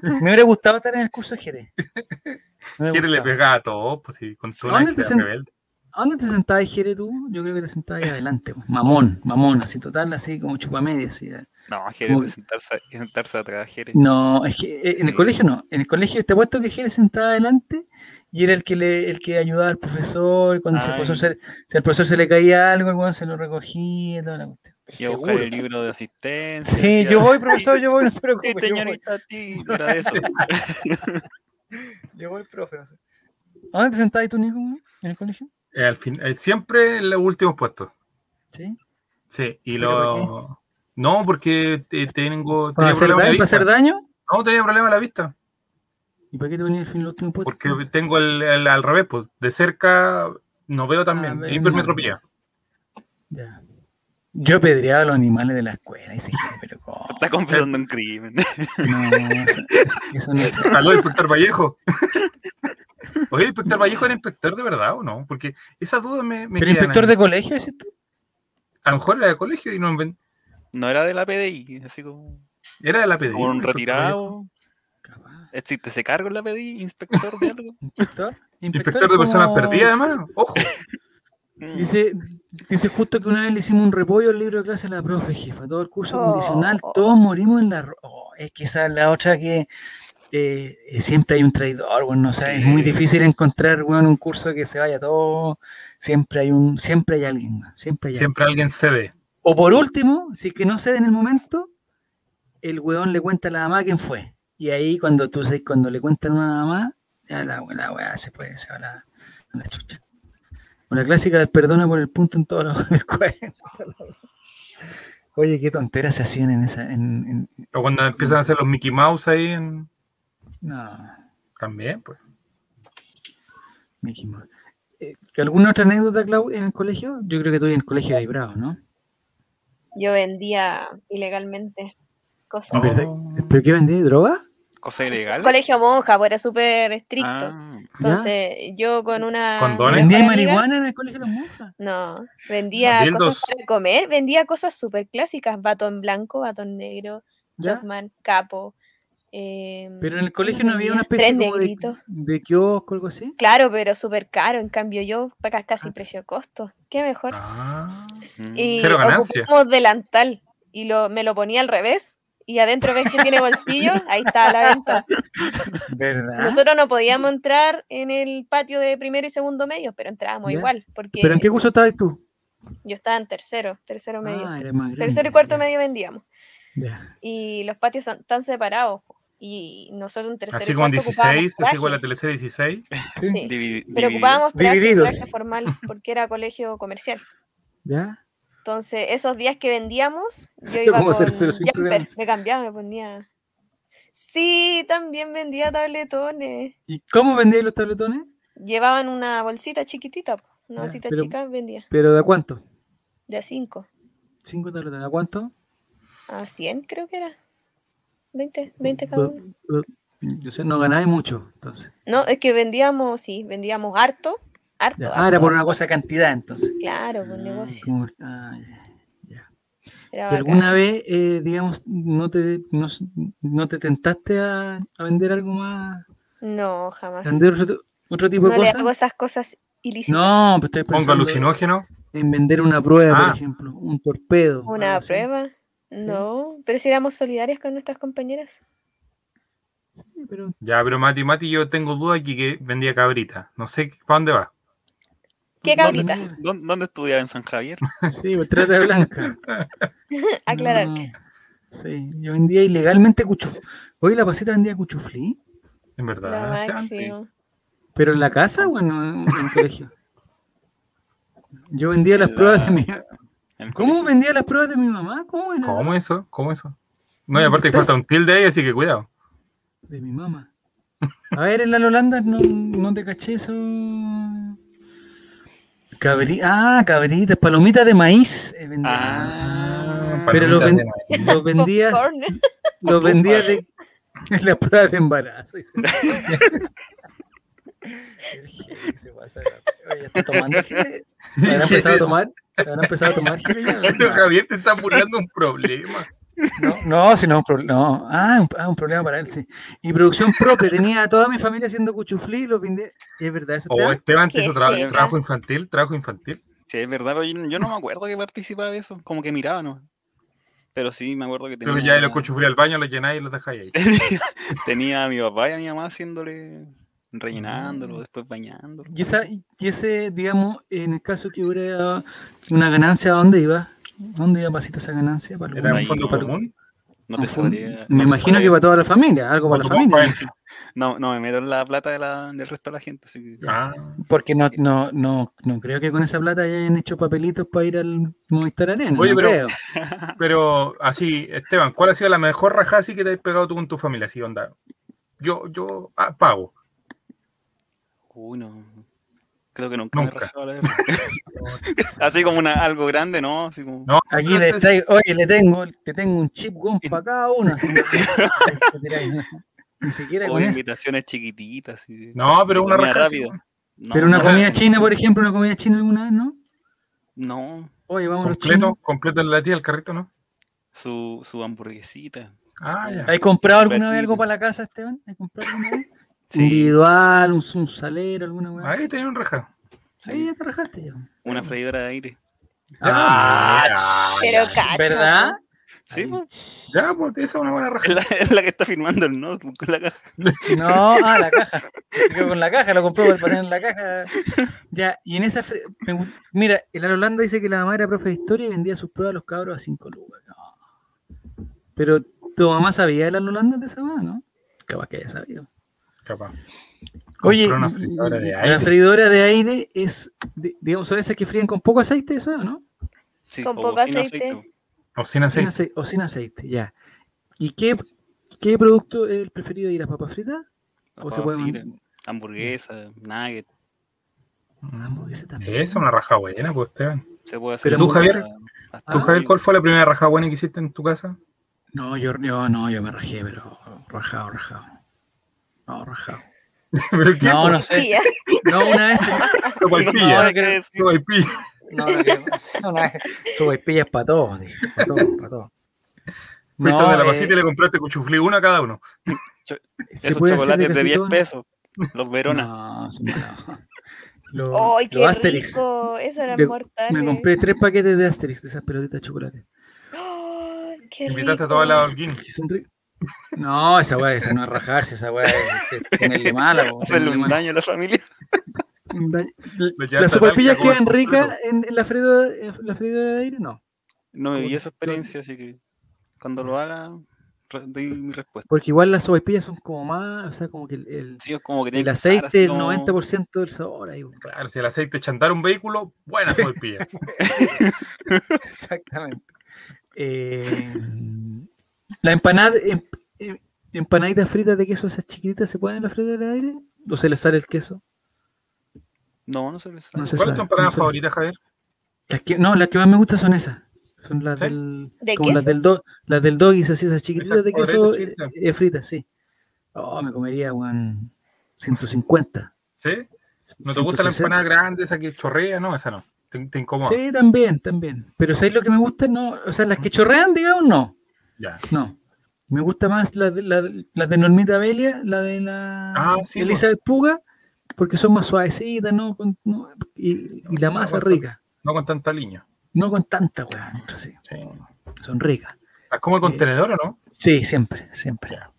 Speaker 1: Me hubiera gustado estar en el curso de Jere. Me hubiera
Speaker 2: Chile le
Speaker 1: gustado.
Speaker 2: pegaba a todos, pues sí, con toda
Speaker 1: ¿A
Speaker 2: una
Speaker 1: dónde te
Speaker 2: actividad
Speaker 1: sen-
Speaker 2: rebelde.
Speaker 1: ¿A dónde te sentabas, Jere, tú? Yo creo que te sentabas ahí adelante, weón. mamón, mamón, así total, así como chupamedia. Así, eh.
Speaker 3: No, Jerez,
Speaker 1: Uy.
Speaker 3: de sentarse, de sentarse atrás, Jerez.
Speaker 1: No, es que eh, en el
Speaker 3: Sí.
Speaker 1: colegio no. En el colegio te he puesto que Jere sentaba adelante y era el que le, el que ayudaba al profesor. Cuando si el
Speaker 3: Ay.
Speaker 1: profesor se, si al profesor se le caía algo, el weón se lo recogía y toda la cuestión.
Speaker 3: Iba a buscar
Speaker 5: seguro.
Speaker 3: el libro de asistencia.
Speaker 1: Sí,
Speaker 3: decía,
Speaker 1: yo voy, profesor, yo voy, no se
Speaker 3: Sí,
Speaker 1: preocupe. yo voy".
Speaker 3: señorita, sí, era de eso.
Speaker 1: Yo voy, profe. No sé. ¿A dónde Ah, te sentabas tú, Nico? güey? ¿En el colegio?
Speaker 2: Eh, al fin, eh, siempre en los últimos puestos.
Speaker 1: Sí.
Speaker 2: Sí, y
Speaker 1: ¿Pero por qué?
Speaker 2: lo. No, porque te- tengo.
Speaker 1: ¿Para
Speaker 2: Tenía
Speaker 1: hacer,
Speaker 2: problemas
Speaker 1: daño,
Speaker 2: de
Speaker 1: ¿Para
Speaker 2: vista.
Speaker 1: hacer daño?
Speaker 2: No, tenía problemas de la vista.
Speaker 1: ¿Y para qué te ponías el fin los últimos puestos?
Speaker 2: Porque tengo el, el- al revés, pues. De cerca no veo
Speaker 1: Ah,
Speaker 2: también.
Speaker 1: ven,
Speaker 2: hipermetropía.
Speaker 1: Ya. Yo apedreaba a los animales de la escuela y dije, pero ¿cómo?
Speaker 3: Está confesando un crimen.
Speaker 1: No, eso, eso- eso no es.
Speaker 2: Aló, inspector Vallejo. Oye, ¿el inspector Vallejo era inspector de verdad o no? Porque esa duda me. me
Speaker 1: ¿Pero
Speaker 2: quedan
Speaker 1: inspector
Speaker 2: ahí.
Speaker 1: de colegio, dices tú?
Speaker 2: A lo mejor era de colegio y no inven-
Speaker 3: No era de la PDI, así como,
Speaker 2: Era de la PDI.
Speaker 3: como un
Speaker 2: inspector Vallejo.
Speaker 3: retirado.
Speaker 1: Capaz.
Speaker 3: ¿Existe ese cargo en la PDI? ¿Inspector de algo?
Speaker 1: ¿Inspector?
Speaker 2: Inspector
Speaker 1: es
Speaker 2: de personas
Speaker 1: como-
Speaker 2: perdidas, además. Ojo.
Speaker 3: Mm.
Speaker 1: Dice, dice justo que una vez le hicimos un repollo al libro de clase a la profe, jefa, todo el curso
Speaker 4: Oh.
Speaker 1: condicional, todos morimos en la... ro- Oh, es que esa es la otra que eh, eh, siempre hay un traidor, bueno, o sea, es muy
Speaker 3: Sí.
Speaker 1: difícil encontrar bueno, un curso que se vaya todo, siempre hay un, siempre hay alguien, weón, siempre hay alguien.
Speaker 2: Siempre alguien se ve.
Speaker 1: O por último, si es que no cede en el momento, el weón le cuenta a la mamá quién fue. Y ahí cuando tú se- cuando le cuentan a una mamá, ya la, la weá se puede, se va a la, a la chucha. Una clásica del perdona por el punto en todos los del cuaderno. Oye, qué tonteras se hacían en esa. En, en-
Speaker 2: O cuando empiezan a hacer los Mickey Mouse ahí en-
Speaker 1: no,
Speaker 2: también, pues.
Speaker 1: Mickey Mouse. Eh, ¿Alguna otra anécdota, Clau, en el colegio? Yo creo que tú en el colegio eras bravo, ¿no?
Speaker 4: Yo vendía ilegalmente cosas.
Speaker 1: Oh. ¿Pero qué vendí? ¿Droga?
Speaker 3: ¿Cosa ilegal?
Speaker 4: Colegio monja, pues era súper estricto.
Speaker 3: Ah,
Speaker 4: Entonces, yo con una.
Speaker 2: ¿Condones?
Speaker 4: mejor
Speaker 1: ¿Vendía
Speaker 4: amiga-
Speaker 1: marihuana en el colegio de las monjas?
Speaker 4: No, vendía
Speaker 2: Dildos.
Speaker 4: cosas para comer, vendía cosas súper clásicas: batón blanco, batón negro,
Speaker 1: ¿Ya?
Speaker 4: Chocman, capo. eh,
Speaker 1: Pero en el
Speaker 4: ¿qué
Speaker 1: colegio
Speaker 4: más
Speaker 1: no había
Speaker 4: vendía?
Speaker 1: una especie
Speaker 4: Tres
Speaker 1: como de,
Speaker 4: negritos.
Speaker 1: de kiosco o algo así.
Speaker 4: Claro, pero súper caro. En cambio, yo pagas casi
Speaker 1: Ah.
Speaker 4: precio costo. Qué mejor.
Speaker 2: Ah.
Speaker 3: mm.
Speaker 4: y
Speaker 2: Cero ganancia.
Speaker 4: ocupamos delantal y lo, me lo ponía al revés y adentro ves que tiene bolsillo, ahí está la venta.
Speaker 1: ¿Verdad?
Speaker 4: Nosotros no podíamos entrar en el patio de primero y segundo medio, pero entrábamos
Speaker 1: Ya.
Speaker 4: igual, porque
Speaker 1: ¿Pero en qué curso estabas tú?
Speaker 4: yo estaba en tercero, tercero medio.
Speaker 1: Ah, era más grande.
Speaker 4: tercero y cuarto
Speaker 1: ya,
Speaker 4: medio vendíamos.
Speaker 1: ya.
Speaker 4: Y los patios son- están separados. po, Y nosotros en tercero
Speaker 2: Así
Speaker 4: y
Speaker 2: como en
Speaker 4: cuarto ocupábamos
Speaker 2: 16, así como en la
Speaker 4: traje,
Speaker 2: teleserie 16.
Speaker 4: sí,
Speaker 3: Divi-
Speaker 4: Pero
Speaker 3: divididos.
Speaker 4: ocupábamos traje,
Speaker 1: Divididos.
Speaker 4: traje formal porque era colegio comercial.
Speaker 1: ¿Ya?
Speaker 4: Entonces, esos días que vendíamos, yo
Speaker 1: Sí,
Speaker 4: iba
Speaker 1: como
Speaker 4: con
Speaker 1: 005
Speaker 4: jumper,
Speaker 1: gramos.
Speaker 4: me cambiaba, me ponía. Sí, también vendía tabletones.
Speaker 1: ¿Y cómo vendíais los tabletones?
Speaker 4: Llevaban una bolsita chiquitita, po,
Speaker 1: Ya,
Speaker 4: una bolsita
Speaker 1: Ah, pero-
Speaker 4: chica vendía,
Speaker 1: ¿Pero de a cuánto?
Speaker 4: de a 5,
Speaker 1: ¿Cinco tabletones? ¿A cuánto?
Speaker 4: a 100 creo que era. 20, 20 cada
Speaker 1: Do-
Speaker 4: uno.
Speaker 1: do- Yo sé, no ganáis mucho, entonces.
Speaker 4: No, es que vendíamos, sí, vendíamos harto, Harto.
Speaker 1: Ya.
Speaker 4: harto,
Speaker 1: Ah, era por
Speaker 4: harto.
Speaker 1: una cosa de cantidad entonces.
Speaker 4: Claro, por
Speaker 1: Ah,
Speaker 4: negocio.
Speaker 1: como- ah, ya.
Speaker 4: Era
Speaker 1: ¿Y
Speaker 4: bacán.
Speaker 1: ¿Alguna vez, eh, digamos, no te, no, no te tentaste a, a vender algo más?
Speaker 4: No, jamás.
Speaker 1: ¿A vender otro, otro tipo
Speaker 4: No
Speaker 1: de
Speaker 4: le hago
Speaker 1: cosas?
Speaker 4: esas cosas ilícitas.
Speaker 1: No, pues estoy
Speaker 2: Pongo
Speaker 1: pensando
Speaker 2: alucinógeno.
Speaker 1: en vender una prueba,
Speaker 2: Ah.
Speaker 1: por ejemplo, un torpedo.
Speaker 4: Una
Speaker 1: algo así.
Speaker 4: prueba. No, pero si éramos solidarias con nuestras compañeras.
Speaker 1: Sí, pero
Speaker 2: Ya, pero Mati, Mati, yo tengo duda aquí que vendía cabrita. No sé para dónde va.
Speaker 4: ¿Qué
Speaker 1: ¿Dónde-
Speaker 4: cabrita?
Speaker 3: ¿Dó- ¿Dónde estudiaba en San Javier?
Speaker 1: Sí, pues, trata de blanca.
Speaker 4: Aclarar.
Speaker 1: No, sí, yo vendía ilegalmente cuchuflí. Hoy la pasita vendía cuchuflí,
Speaker 2: En
Speaker 4: Lo
Speaker 2: verdad. Esteban?
Speaker 4: máximo.
Speaker 1: pero en la casa o en, en el colegio. Yo vendía las
Speaker 3: La-
Speaker 1: pruebas de mi.
Speaker 3: En el
Speaker 1: ¿Cómo
Speaker 3: colegio.
Speaker 1: vendía las pruebas de mi mamá? ¿Cómo? era?
Speaker 2: ¿Cómo eso? ¿Cómo eso? No, y aparte que falta un tilde ahí, así que cuidado.
Speaker 1: De mi mamá. A ver, en la Holanda no, no te caché eso. Cabri- ah, cabritas, palomitas de maíz. eh, vendía.
Speaker 3: Ah,
Speaker 1: pero los,
Speaker 2: palomitas
Speaker 1: ven-
Speaker 2: de maíz.
Speaker 1: los vendías,
Speaker 4: Popcorn.
Speaker 1: los vendías de, en las pruebas de embarazo. y se- ¿Qué se pasa? Oye, ¿está tomando Gile? ¿Habrá empezado a tomar? ¿Habrá empezado a tomar Gile ya?
Speaker 2: Pero Javier te está poniendo un problema.
Speaker 1: No, no, si no, un pro- no. Ah, un, ah, un problema para él, sí. Y producción propia, tenía a toda mi familia haciendo cuchuflí, los vendía. Es verdad, eso
Speaker 2: O
Speaker 1: está.
Speaker 2: Esteban te
Speaker 4: Que
Speaker 2: hizo tra-
Speaker 4: sepa.
Speaker 2: trabajo infantil, trabajo infantil.
Speaker 3: Sí, es verdad, pero yo, yo no me acuerdo que participaba de eso. Como que miraba, ¿no? Pero sí, me acuerdo que
Speaker 2: Creo
Speaker 3: tenía.
Speaker 2: que ya lo cuchuflé al baño, lo llenáis y lo dejáis ahí.
Speaker 3: tenía a mi papá y a mi mamá haciéndole.
Speaker 1: Mm.
Speaker 3: rellenándolo, después bañándolo.
Speaker 1: Y, esa, y ese, digamos, en el caso que hubiera una ganancia, ¿a dónde iba? ¿A ¿Dónde iba pasita esa ganancia? Para
Speaker 2: Era un
Speaker 1: algún-
Speaker 3: Ahí,
Speaker 2: fondo
Speaker 1: para-
Speaker 2: común.
Speaker 3: No
Speaker 1: un
Speaker 3: te
Speaker 1: fondo.
Speaker 3: sabría- no
Speaker 1: Me
Speaker 3: te
Speaker 1: imagino que
Speaker 3: sabría-
Speaker 1: para toda la familia, algo para la
Speaker 2: Fondo común
Speaker 1: familia.
Speaker 2: para
Speaker 3: No, no me meto en la plata de la- del resto de la gente. Así que...
Speaker 2: adentro. Ah,
Speaker 1: Porque no, no, no, no creo que con esa plata hayan hecho papelitos para ir al Movistar Arena.
Speaker 2: Oye,
Speaker 1: no
Speaker 2: pero-
Speaker 1: creo.
Speaker 2: Ah, Pero así, Esteban, ¿cuál ha sido la mejor rajada así que te has pegado tú con tu familia? Así, onda. Yo, yo ah, pago.
Speaker 3: Uy, no. Creo que nunca, me he
Speaker 2: Nunca.
Speaker 3: rajado, la verdad. Así como una, algo grande, ¿no? Así como.
Speaker 2: No,
Speaker 1: Aquí
Speaker 2: no,
Speaker 1: le
Speaker 2: no,
Speaker 1: traigo, oye, le tengo, te tengo un chip gun para cada uno. así. Te tiráis, ¿no? Ni siquiera
Speaker 3: o
Speaker 1: con eso.
Speaker 3: invitaciones chiquititas. así.
Speaker 2: No, pero una
Speaker 3: Comida
Speaker 2: raja así.
Speaker 3: rápida. No,
Speaker 1: Pero una
Speaker 3: no,
Speaker 1: comida
Speaker 3: no.
Speaker 1: china, por ejemplo, una comida china alguna vez, ¿no?
Speaker 3: No,
Speaker 1: Oye, vamos a los chinos.
Speaker 2: Completo, completo en la tía, el carrito, ¿no?
Speaker 3: su, su hamburguesita.
Speaker 2: Ah, ya.
Speaker 1: ¿Has comprado alguna
Speaker 3: Completito.
Speaker 1: vez algo para la casa, Esteban? ¿Has comprado alguna vez?
Speaker 3: Sí,
Speaker 1: Individual, un, un salero, alguna weá.
Speaker 2: Ahí tenía un rajado.
Speaker 3: sí,
Speaker 1: Ahí ya te rajaste ya.
Speaker 3: una freidora de aire.
Speaker 1: Ah,
Speaker 4: Pero cacha.
Speaker 1: ¿Verdad?
Speaker 3: Sí,
Speaker 1: Ay,
Speaker 3: po.
Speaker 2: Ya, pues esa es una buena raja.
Speaker 3: es la, es la que está firmando el notebook con la caja.
Speaker 1: No, ah, la caja. Creo con la caja, lo compró para poner en la caja. Ya, y en esa. fre- me gu- Mira, el Ana Holanda dice que la mamá era profe de historia y vendía sus pruebas a los cabros a 5 lucas. No. Pero tu mamá sabía de la Holanda de esa mamá, ¿no? Capaz que haya sabido.
Speaker 2: Capaz.
Speaker 1: Oye,
Speaker 2: Compró una freidora de
Speaker 1: la
Speaker 2: aire.
Speaker 1: freidora de aire es, di- digamos, son esas que fríen con poco aceite, eso, ¿no?
Speaker 3: Sí,
Speaker 4: Con
Speaker 3: o
Speaker 4: poco
Speaker 3: sin
Speaker 4: aceite.
Speaker 3: po.
Speaker 2: O sin
Speaker 1: Sin
Speaker 2: aceite.
Speaker 1: ace- o sin aceite, ya. ¿Y qué, qué producto es el preferido de las papas fritas?
Speaker 3: Las
Speaker 1: ¿O se
Speaker 3: papas
Speaker 1: pueden-
Speaker 3: fritas, Hamburguesa, nugget.
Speaker 1: Ah, hamburguesa también.
Speaker 2: Esa es una raja buena, pues Esteban.
Speaker 3: Se puede hacer.
Speaker 1: Pero
Speaker 2: tú,
Speaker 3: hasta-
Speaker 2: Javier,
Speaker 3: hasta
Speaker 2: ¿Tú,
Speaker 1: Ah,
Speaker 2: Javier, cuál fue la primera raja buena que hiciste en tu casa?
Speaker 1: No, yo, yo no, yo me rajé, pero rajado, rajado. No, rajado.
Speaker 2: ¿Pero qué?
Speaker 1: No,
Speaker 2: po?
Speaker 1: no
Speaker 4: Sí,
Speaker 1: sé.
Speaker 4: ya.
Speaker 1: No, una vez.
Speaker 2: Sopaipilla.
Speaker 1: no, creo-
Speaker 3: sí.
Speaker 2: Sopaipilla.
Speaker 1: No, no, creo- una vez. Su vaipilla es para todos, para todos, para todos.
Speaker 2: Fuiste a la
Speaker 1: eh,
Speaker 2: pasita y le compraste cuchuflí uno a cada uno.
Speaker 1: ¿se
Speaker 3: Esos
Speaker 1: puede hacer
Speaker 3: chocolates de
Speaker 1: casi
Speaker 3: 10
Speaker 1: todo?
Speaker 3: pesos. Los Verona.
Speaker 1: No, son malos. Los,
Speaker 4: ¡Ay,
Speaker 1: los
Speaker 4: qué
Speaker 1: Asterix.
Speaker 4: rico! Eso era
Speaker 1: Yo-
Speaker 4: mortal. eh.
Speaker 1: Me compré tres paquetes de Asterix, de esas pelotitas de chocolate.
Speaker 4: ¡Qué rico!
Speaker 2: Invitaste a toda la holguín.
Speaker 1: Que son ricas. No, esa weá, esa no es rajarse, esa weá es es ponerle mala. po,
Speaker 3: Hacerle
Speaker 1: ponerle
Speaker 3: un
Speaker 1: mala.
Speaker 3: daño a la familia.
Speaker 1: Un daño.
Speaker 2: llevaste
Speaker 1: ¿Las
Speaker 2: a
Speaker 1: sopaipillas
Speaker 2: Talca,
Speaker 1: quedan
Speaker 2: como el
Speaker 1: ricas en, en la freidora, en la freidora de aire? No.
Speaker 3: No viví
Speaker 1: Puta,
Speaker 3: esa experiencia, así que cuando lo haga, re- doy mi respuesta.
Speaker 1: Porque igual las sopaipillas son como más, o sea, como que el, el-
Speaker 3: Sí, es como que tiene
Speaker 1: el
Speaker 3: que estar así
Speaker 1: aceite, el
Speaker 3: como-
Speaker 1: 90% del sabor ahí. po.
Speaker 2: Claro, si el aceite chantar un vehículo, buena sopaipilla.
Speaker 1: Exactamente. Eh, la empanada, em- em- empanaditas fritas de queso, esas chiquititas, ¿se pueden en la freidora de aire? ¿O se les sale el queso?
Speaker 3: No, no se les
Speaker 1: No
Speaker 3: sale.
Speaker 1: se
Speaker 2: ¿Cuál
Speaker 1: sabe,
Speaker 2: es tu empanada
Speaker 1: no se-
Speaker 2: favorita, Javier?
Speaker 1: Las que, no, las que más me gustan son esas. Son las
Speaker 2: ¿Sí?
Speaker 1: del.
Speaker 4: ¿De
Speaker 1: como las
Speaker 4: queso?
Speaker 1: del, do, las del doggy, así, esas chiquititas de queso
Speaker 2: cuadraditas
Speaker 1: eh,
Speaker 2: chiquitas.
Speaker 1: eh, fritas, sí. Oh, me comería, weón, 150.
Speaker 2: ¿Sí? ¿No te gusta la empanada grande, esa que chorrea? No, esa no. Te, te incomoda.
Speaker 1: Sí, también, también. Pero ¿sabes lo que me gusta? No, o sea, las que chorrean, digamos, no.
Speaker 2: Ya.
Speaker 1: No. Me gusta más la de, la, de- la de Normita Belia, la de la
Speaker 2: Ah, sí, po.
Speaker 1: Elizabeth Puga, porque son más suavecitas, ¿no? Con- no, y, y la masa es rica.
Speaker 2: No con tanta línea.
Speaker 1: No con tanta weá, pero sí,
Speaker 2: Sí.
Speaker 1: son ricas.
Speaker 2: ¿Las come con
Speaker 1: Eh,
Speaker 2: tenedor o no?
Speaker 1: Sí, siempre, siempre.
Speaker 2: Ya.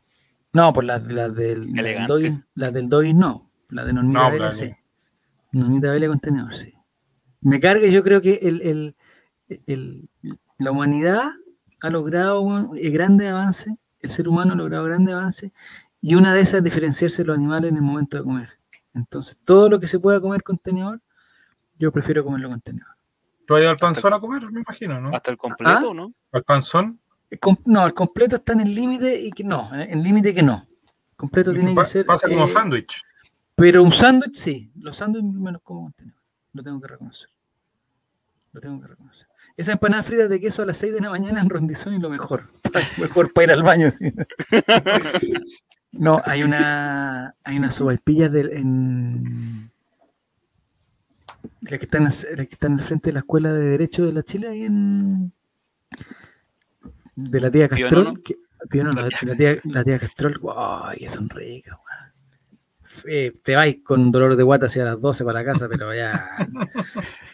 Speaker 1: No, pues las las del, las del
Speaker 3: Elegante.
Speaker 1: Doris, las del Doris no. Las de Normita
Speaker 2: No, pues,
Speaker 1: Belia,
Speaker 2: claro.
Speaker 1: sí. Normita Belia con tenedor, sí. Me carga, yo creo que el, el- el- la humanidad ha logrado un eh, grande avance, el ser humano ha logrado grande avance, y una de esas es diferenciarse de los animales en el momento de comer. Entonces, todo lo que se pueda comer con tenedor, yo prefiero comerlo con tenedor.
Speaker 2: ¿Tú has ido al panzón a comer? Me imagino, ¿no?
Speaker 1: Ah.
Speaker 3: Hasta el completo, ¿no?
Speaker 2: ¿Al panzón?
Speaker 1: El com- No, el completo está en el límite y que no, en el límite que no. El completo tiene
Speaker 2: Pa-
Speaker 1: que ser.
Speaker 2: Pasa como
Speaker 1: eh,
Speaker 2: sándwich.
Speaker 1: Pero un sándwich sí, los sándwiches me los como con tenedor. Lo tengo que reconocer. Lo tengo que reconocer. Esa empanada frita de queso a las 6 de la mañana en Rondizón y lo mejor. mejor para ir al baño. sí. No, hay una hay unas sobaipillas del en las que están as- las que están al frente de la escuela de derecho de la Chile ahí en de la tía
Speaker 3: Pío
Speaker 1: Castrol,
Speaker 3: Nono.
Speaker 1: que- Pío Nono, la tía, la tía Castrol, ay, son ricas, weón. Eh, te vais con dolor de guata hacia las 12 para casa, pero ya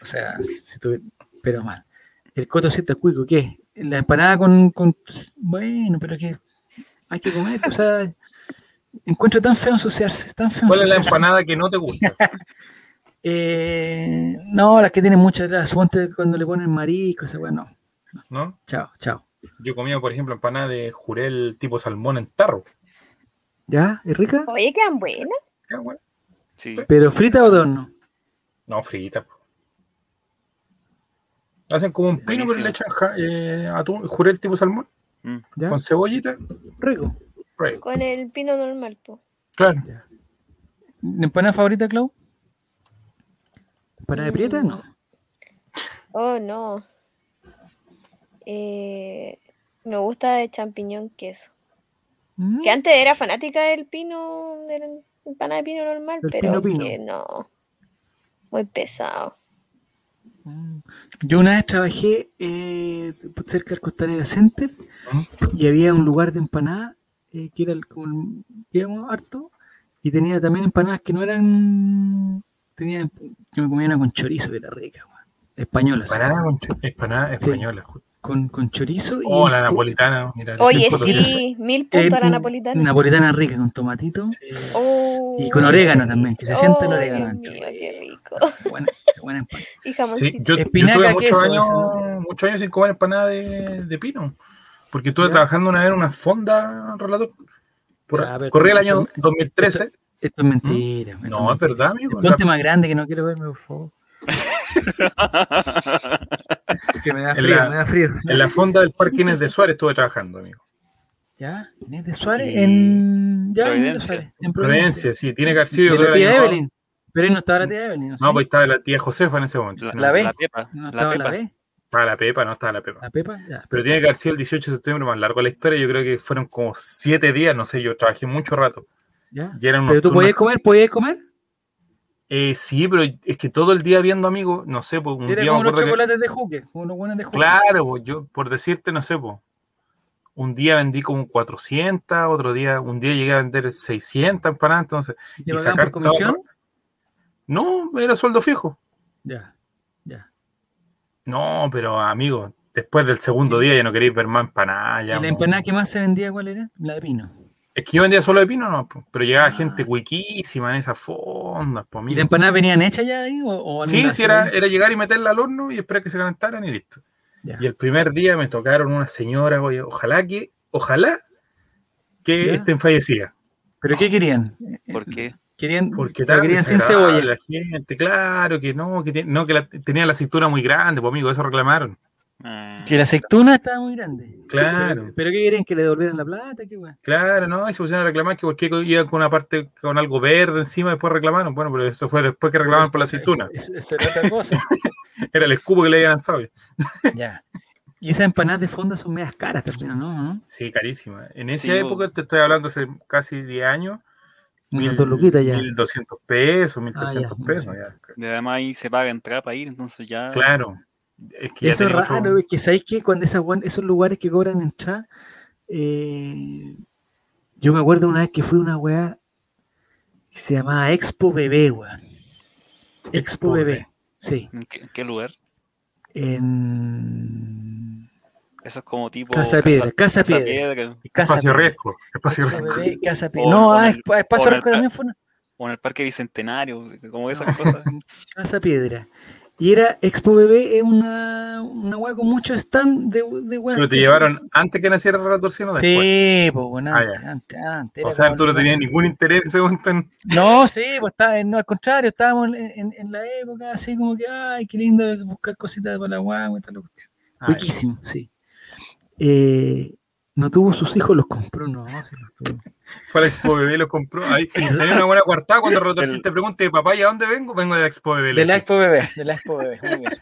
Speaker 1: o sea, si tuvi- pero mal. El coto siete cuico, ¿qué? La empanada con, con- Bueno, pero que hay que comer, o sea, encuentro tan feo ensuciarse, tan feo
Speaker 2: ¿Cuál es la
Speaker 1: ensuciarse.
Speaker 2: empanada que no te gusta?
Speaker 1: Eh, no, las que tienen muchas grasas, suponte cuando le ponen marisco, esa weá, no.
Speaker 2: ¿No?
Speaker 1: Chao, chao.
Speaker 2: Yo comía, por ejemplo, empanada de jurel tipo salmón en tarro.
Speaker 1: ¿Ya? ¿Es rica?
Speaker 4: Oye, quedan buenas.
Speaker 2: Ah, bueno.
Speaker 3: Sí.
Speaker 1: ¿Pero frita o de horno?
Speaker 2: No, frita. po. Hacen como un pino, pero
Speaker 3: Buenísimo.
Speaker 2: le echan ja- eh, atún, jurel tipo salmón,
Speaker 3: Mm.
Speaker 1: ¿Ya?
Speaker 2: con cebollita.
Speaker 1: Rico.
Speaker 2: Right.
Speaker 4: Con el pino normal, po.
Speaker 2: Claro.
Speaker 1: ¿La empanada favorita, Clau? ¿Empanada de prieta? No.
Speaker 4: Oh, no. Eh, me gusta de champiñón queso.
Speaker 1: Mm,
Speaker 4: Que antes era fanática del pino, de la empanada de pino normal,
Speaker 1: Del pino
Speaker 4: pero
Speaker 1: pino.
Speaker 4: que no. Muy pesado.
Speaker 1: mm. Yo una vez trabajé eh, cerca del Costanera Center y había un lugar de empanada eh, que era el, como el- digamos, harto y tenía también empanadas que no eran tenían yo me comía una con chorizo que era rica weón. española sí.
Speaker 2: Empanada, con cho- empanada
Speaker 1: Sí.
Speaker 2: española. ju-
Speaker 1: con, con chorizo y eh,
Speaker 2: Oh, la napolitana. Mira,
Speaker 4: Oye,
Speaker 2: cinco
Speaker 1: poquito,
Speaker 4: sí, mil
Speaker 1: eh,
Speaker 4: puntos a la
Speaker 1: un-
Speaker 4: napolitana.
Speaker 1: napolitana rica con tomatito
Speaker 2: toques.
Speaker 4: Oh,
Speaker 1: y con orégano
Speaker 4: qué
Speaker 1: también que se
Speaker 4: rico.
Speaker 1: sienta el
Speaker 4: Oh,
Speaker 1: orégano en el
Speaker 4: Dios mío, qué rico.
Speaker 1: chorizo. buena, buena empanada.
Speaker 4: Y
Speaker 2: Sí,
Speaker 4: jamoncito.
Speaker 2: yo, yo
Speaker 1: Espinaca,
Speaker 2: tuve muchos
Speaker 1: queso,
Speaker 2: años,
Speaker 1: eso,
Speaker 2: muchos años sin comer empanada de, de pino. Porque estuve
Speaker 1: Ya.
Speaker 2: trabajando una vez en una fonda, relator. Por-
Speaker 1: Ya, pero
Speaker 2: corrí el
Speaker 1: esto-
Speaker 2: año 2013.
Speaker 1: esto es mentira esto es
Speaker 2: No, es
Speaker 1: mentira.
Speaker 2: verdad, amigo.
Speaker 1: ponte
Speaker 2: La-
Speaker 1: más grande que no quiero verme por favor que me da
Speaker 2: En
Speaker 1: frío
Speaker 2: la-
Speaker 1: me da frío
Speaker 2: en la fonda del Parque Inés de Suárez estuve trabajando, amigo.
Speaker 1: ya Inés de Suárez
Speaker 3: Y-
Speaker 1: en ya Inés de
Speaker 3: Providencia.
Speaker 1: Suárez en
Speaker 2: Providencia, sí, tiene que haber sido.
Speaker 1: de
Speaker 2: creo,
Speaker 1: la
Speaker 2: el
Speaker 1: tía
Speaker 2: año-
Speaker 1: Evelyn. Pero ahí no estaba la tía Evelyn. No,
Speaker 2: No,
Speaker 1: sé.
Speaker 2: pues estaba la tía Josefa en ese momento.
Speaker 3: La,
Speaker 2: si no
Speaker 1: la
Speaker 2: me
Speaker 1: B.
Speaker 3: La pepa.
Speaker 1: No
Speaker 3: la
Speaker 1: estaba
Speaker 3: pepa.
Speaker 1: la B,
Speaker 2: Estaba la Pepa, no estaba la Pepa.
Speaker 1: la Pepa. Ya.
Speaker 2: Pero tiene que haber sido el 18 de septiembre más largo de la historia. Yo creo que fueron como siete días, no sé, yo trabajé mucho rato.
Speaker 1: ya.
Speaker 2: Y eran unos
Speaker 1: Pero tú
Speaker 2: turnos-
Speaker 1: podías comer, podías comer.
Speaker 2: Eh, sí, pero es que todo el día viendo amigos, no sé, pues un
Speaker 1: Era
Speaker 2: día me
Speaker 1: como unos
Speaker 2: acuerdo que-
Speaker 1: chocolates de juque, como unos buenos de juque.
Speaker 2: Claro, pues, yo por decirte, no sé, pues. Un día vendí como 400, otro día, un día llegué a vender 600 empanadas, entonces.
Speaker 1: ¿Y
Speaker 2: y
Speaker 1: ¿Te pagaban
Speaker 2: sacar
Speaker 1: por comisión?
Speaker 2: todo. pues. No, era sueldo fijo.
Speaker 1: Ya, ya.
Speaker 2: No, pero amigo, después del segundo día ya no queréis ver más empanadas. ya,
Speaker 1: ¿Y la
Speaker 2: pues.
Speaker 1: empanada que más se vendía cuál era? La de pino.
Speaker 2: Es que yo vendía solo de pino, no, pues, pero llegaba
Speaker 1: Ah.
Speaker 2: gente wiquísima en esas fondas, pues
Speaker 1: ¿Y la
Speaker 2: mira.
Speaker 1: empanada venían hechas ya de ahí? O, o alguien
Speaker 2: Sí,
Speaker 1: la
Speaker 2: sí,
Speaker 1: hacía
Speaker 2: era,
Speaker 1: ahí?
Speaker 2: era llegar y meterla al horno y esperar que se calentaran y listo.
Speaker 1: Ya.
Speaker 2: Y el primer día me tocaron unas señoras, oye, ojalá que, ojalá que
Speaker 1: Ya.
Speaker 2: estén fallecidas.
Speaker 1: ¿Pero qué querían?
Speaker 3: ¿Por qué?
Speaker 1: Querían,
Speaker 2: Porque
Speaker 1: la
Speaker 2: tal
Speaker 1: querían sin cebolla.
Speaker 2: la gente, claro que no, que, tiene- no, que la- tenía la cintura muy grande, pues amigo, eso reclamaron.
Speaker 3: Ah,
Speaker 1: Que la aceituna estaba muy grande.
Speaker 2: Claro.
Speaker 1: ¿Pero, pero qué querían? ¿Que le devolvieran la plata? ¿Qué weá?
Speaker 2: Claro, no, y se pusieron a reclamar que porque iban con una parte con algo verde encima, después reclamaron. Bueno, pero eso fue después que reclamaron por la aceituna.
Speaker 1: Eso, eso era otra cosa.
Speaker 2: Era el escupo que le habían lanzado.
Speaker 1: Ya. Y esas empanadas de fonda son medias caras también, ¿no? ¿No?
Speaker 2: Sí, carísima. En esa
Speaker 3: Sí, bo.
Speaker 2: época, te estoy hablando hace casi 10 años,
Speaker 5: Unas
Speaker 2: Mm, Mil-
Speaker 5: dos luquitas ya. Ah,
Speaker 2: 1200 pesos,
Speaker 5: ya,
Speaker 2: 1300 pesos. ya.
Speaker 3: Y además ahí se paga entrar para ir, entonces ya.
Speaker 2: Claro. Es que ya
Speaker 5: Eso es
Speaker 2: tenía otro-
Speaker 5: raro, es que sabéis que cuando esas guan- esos lugares que cobran entrada, eh, yo me acuerdo una vez que fui a una weá que se llamaba Expo Bebé, weón. Expo,
Speaker 2: Expo
Speaker 5: Bebé.
Speaker 2: Bebé.
Speaker 5: sí.
Speaker 3: ¿En qué, en qué lugar?
Speaker 5: En
Speaker 3: Eso es como tipo.
Speaker 5: Casa de Piedra, Casa de
Speaker 3: Casa de
Speaker 5: Piedra.
Speaker 3: Piedra,
Speaker 5: Casa
Speaker 2: Espacio
Speaker 5: Bebé,
Speaker 2: riesgo. Espacio
Speaker 5: Expo
Speaker 2: riesgo.
Speaker 5: Bebé, Casa Piedra.
Speaker 3: O-
Speaker 5: No,
Speaker 3: o en
Speaker 5: ah,
Speaker 3: el-
Speaker 5: Expo- Espacio
Speaker 3: o en el
Speaker 5: Rico también fue una-
Speaker 3: O en el Parque Bicentenario, como esas cosas.
Speaker 5: Casa Piedra. Y era Expo Bebé, es una, una weá con mucho stand de, de weas
Speaker 2: Pero
Speaker 5: que
Speaker 2: te
Speaker 5: se-
Speaker 2: llevaron antes que naciera Ratorcino después.
Speaker 1: Sí, pues bueno,
Speaker 2: Ah,
Speaker 1: antes, antes, antes,
Speaker 2: O
Speaker 1: era
Speaker 2: sea,
Speaker 1: como
Speaker 2: tú no
Speaker 1: lo
Speaker 2: tenías
Speaker 1: más-
Speaker 2: ningún interés en ese momento en-
Speaker 1: No, sí, pues estaba, no, al contrario, estábamos en, en- en la época así como que, ay, qué lindo buscar cositas para la guagua y tal. la cuestión".
Speaker 5: Ah,
Speaker 2: Ay,
Speaker 5: Riquísimo, sí. Eh, no tuvo sus hijos, los compró, no, sí los tuvo.
Speaker 2: Fue a la Expo Bebé y lo compró. Ahí tenía una buena cuartada cuando Rotorcín
Speaker 3: El-
Speaker 2: te pregunte, papá, ¿y a dónde vengo? Vengo de la Expo Bebé. le
Speaker 1: De la
Speaker 2: decía.
Speaker 1: Expo Bebé, de la Expo Bebé, muy bien.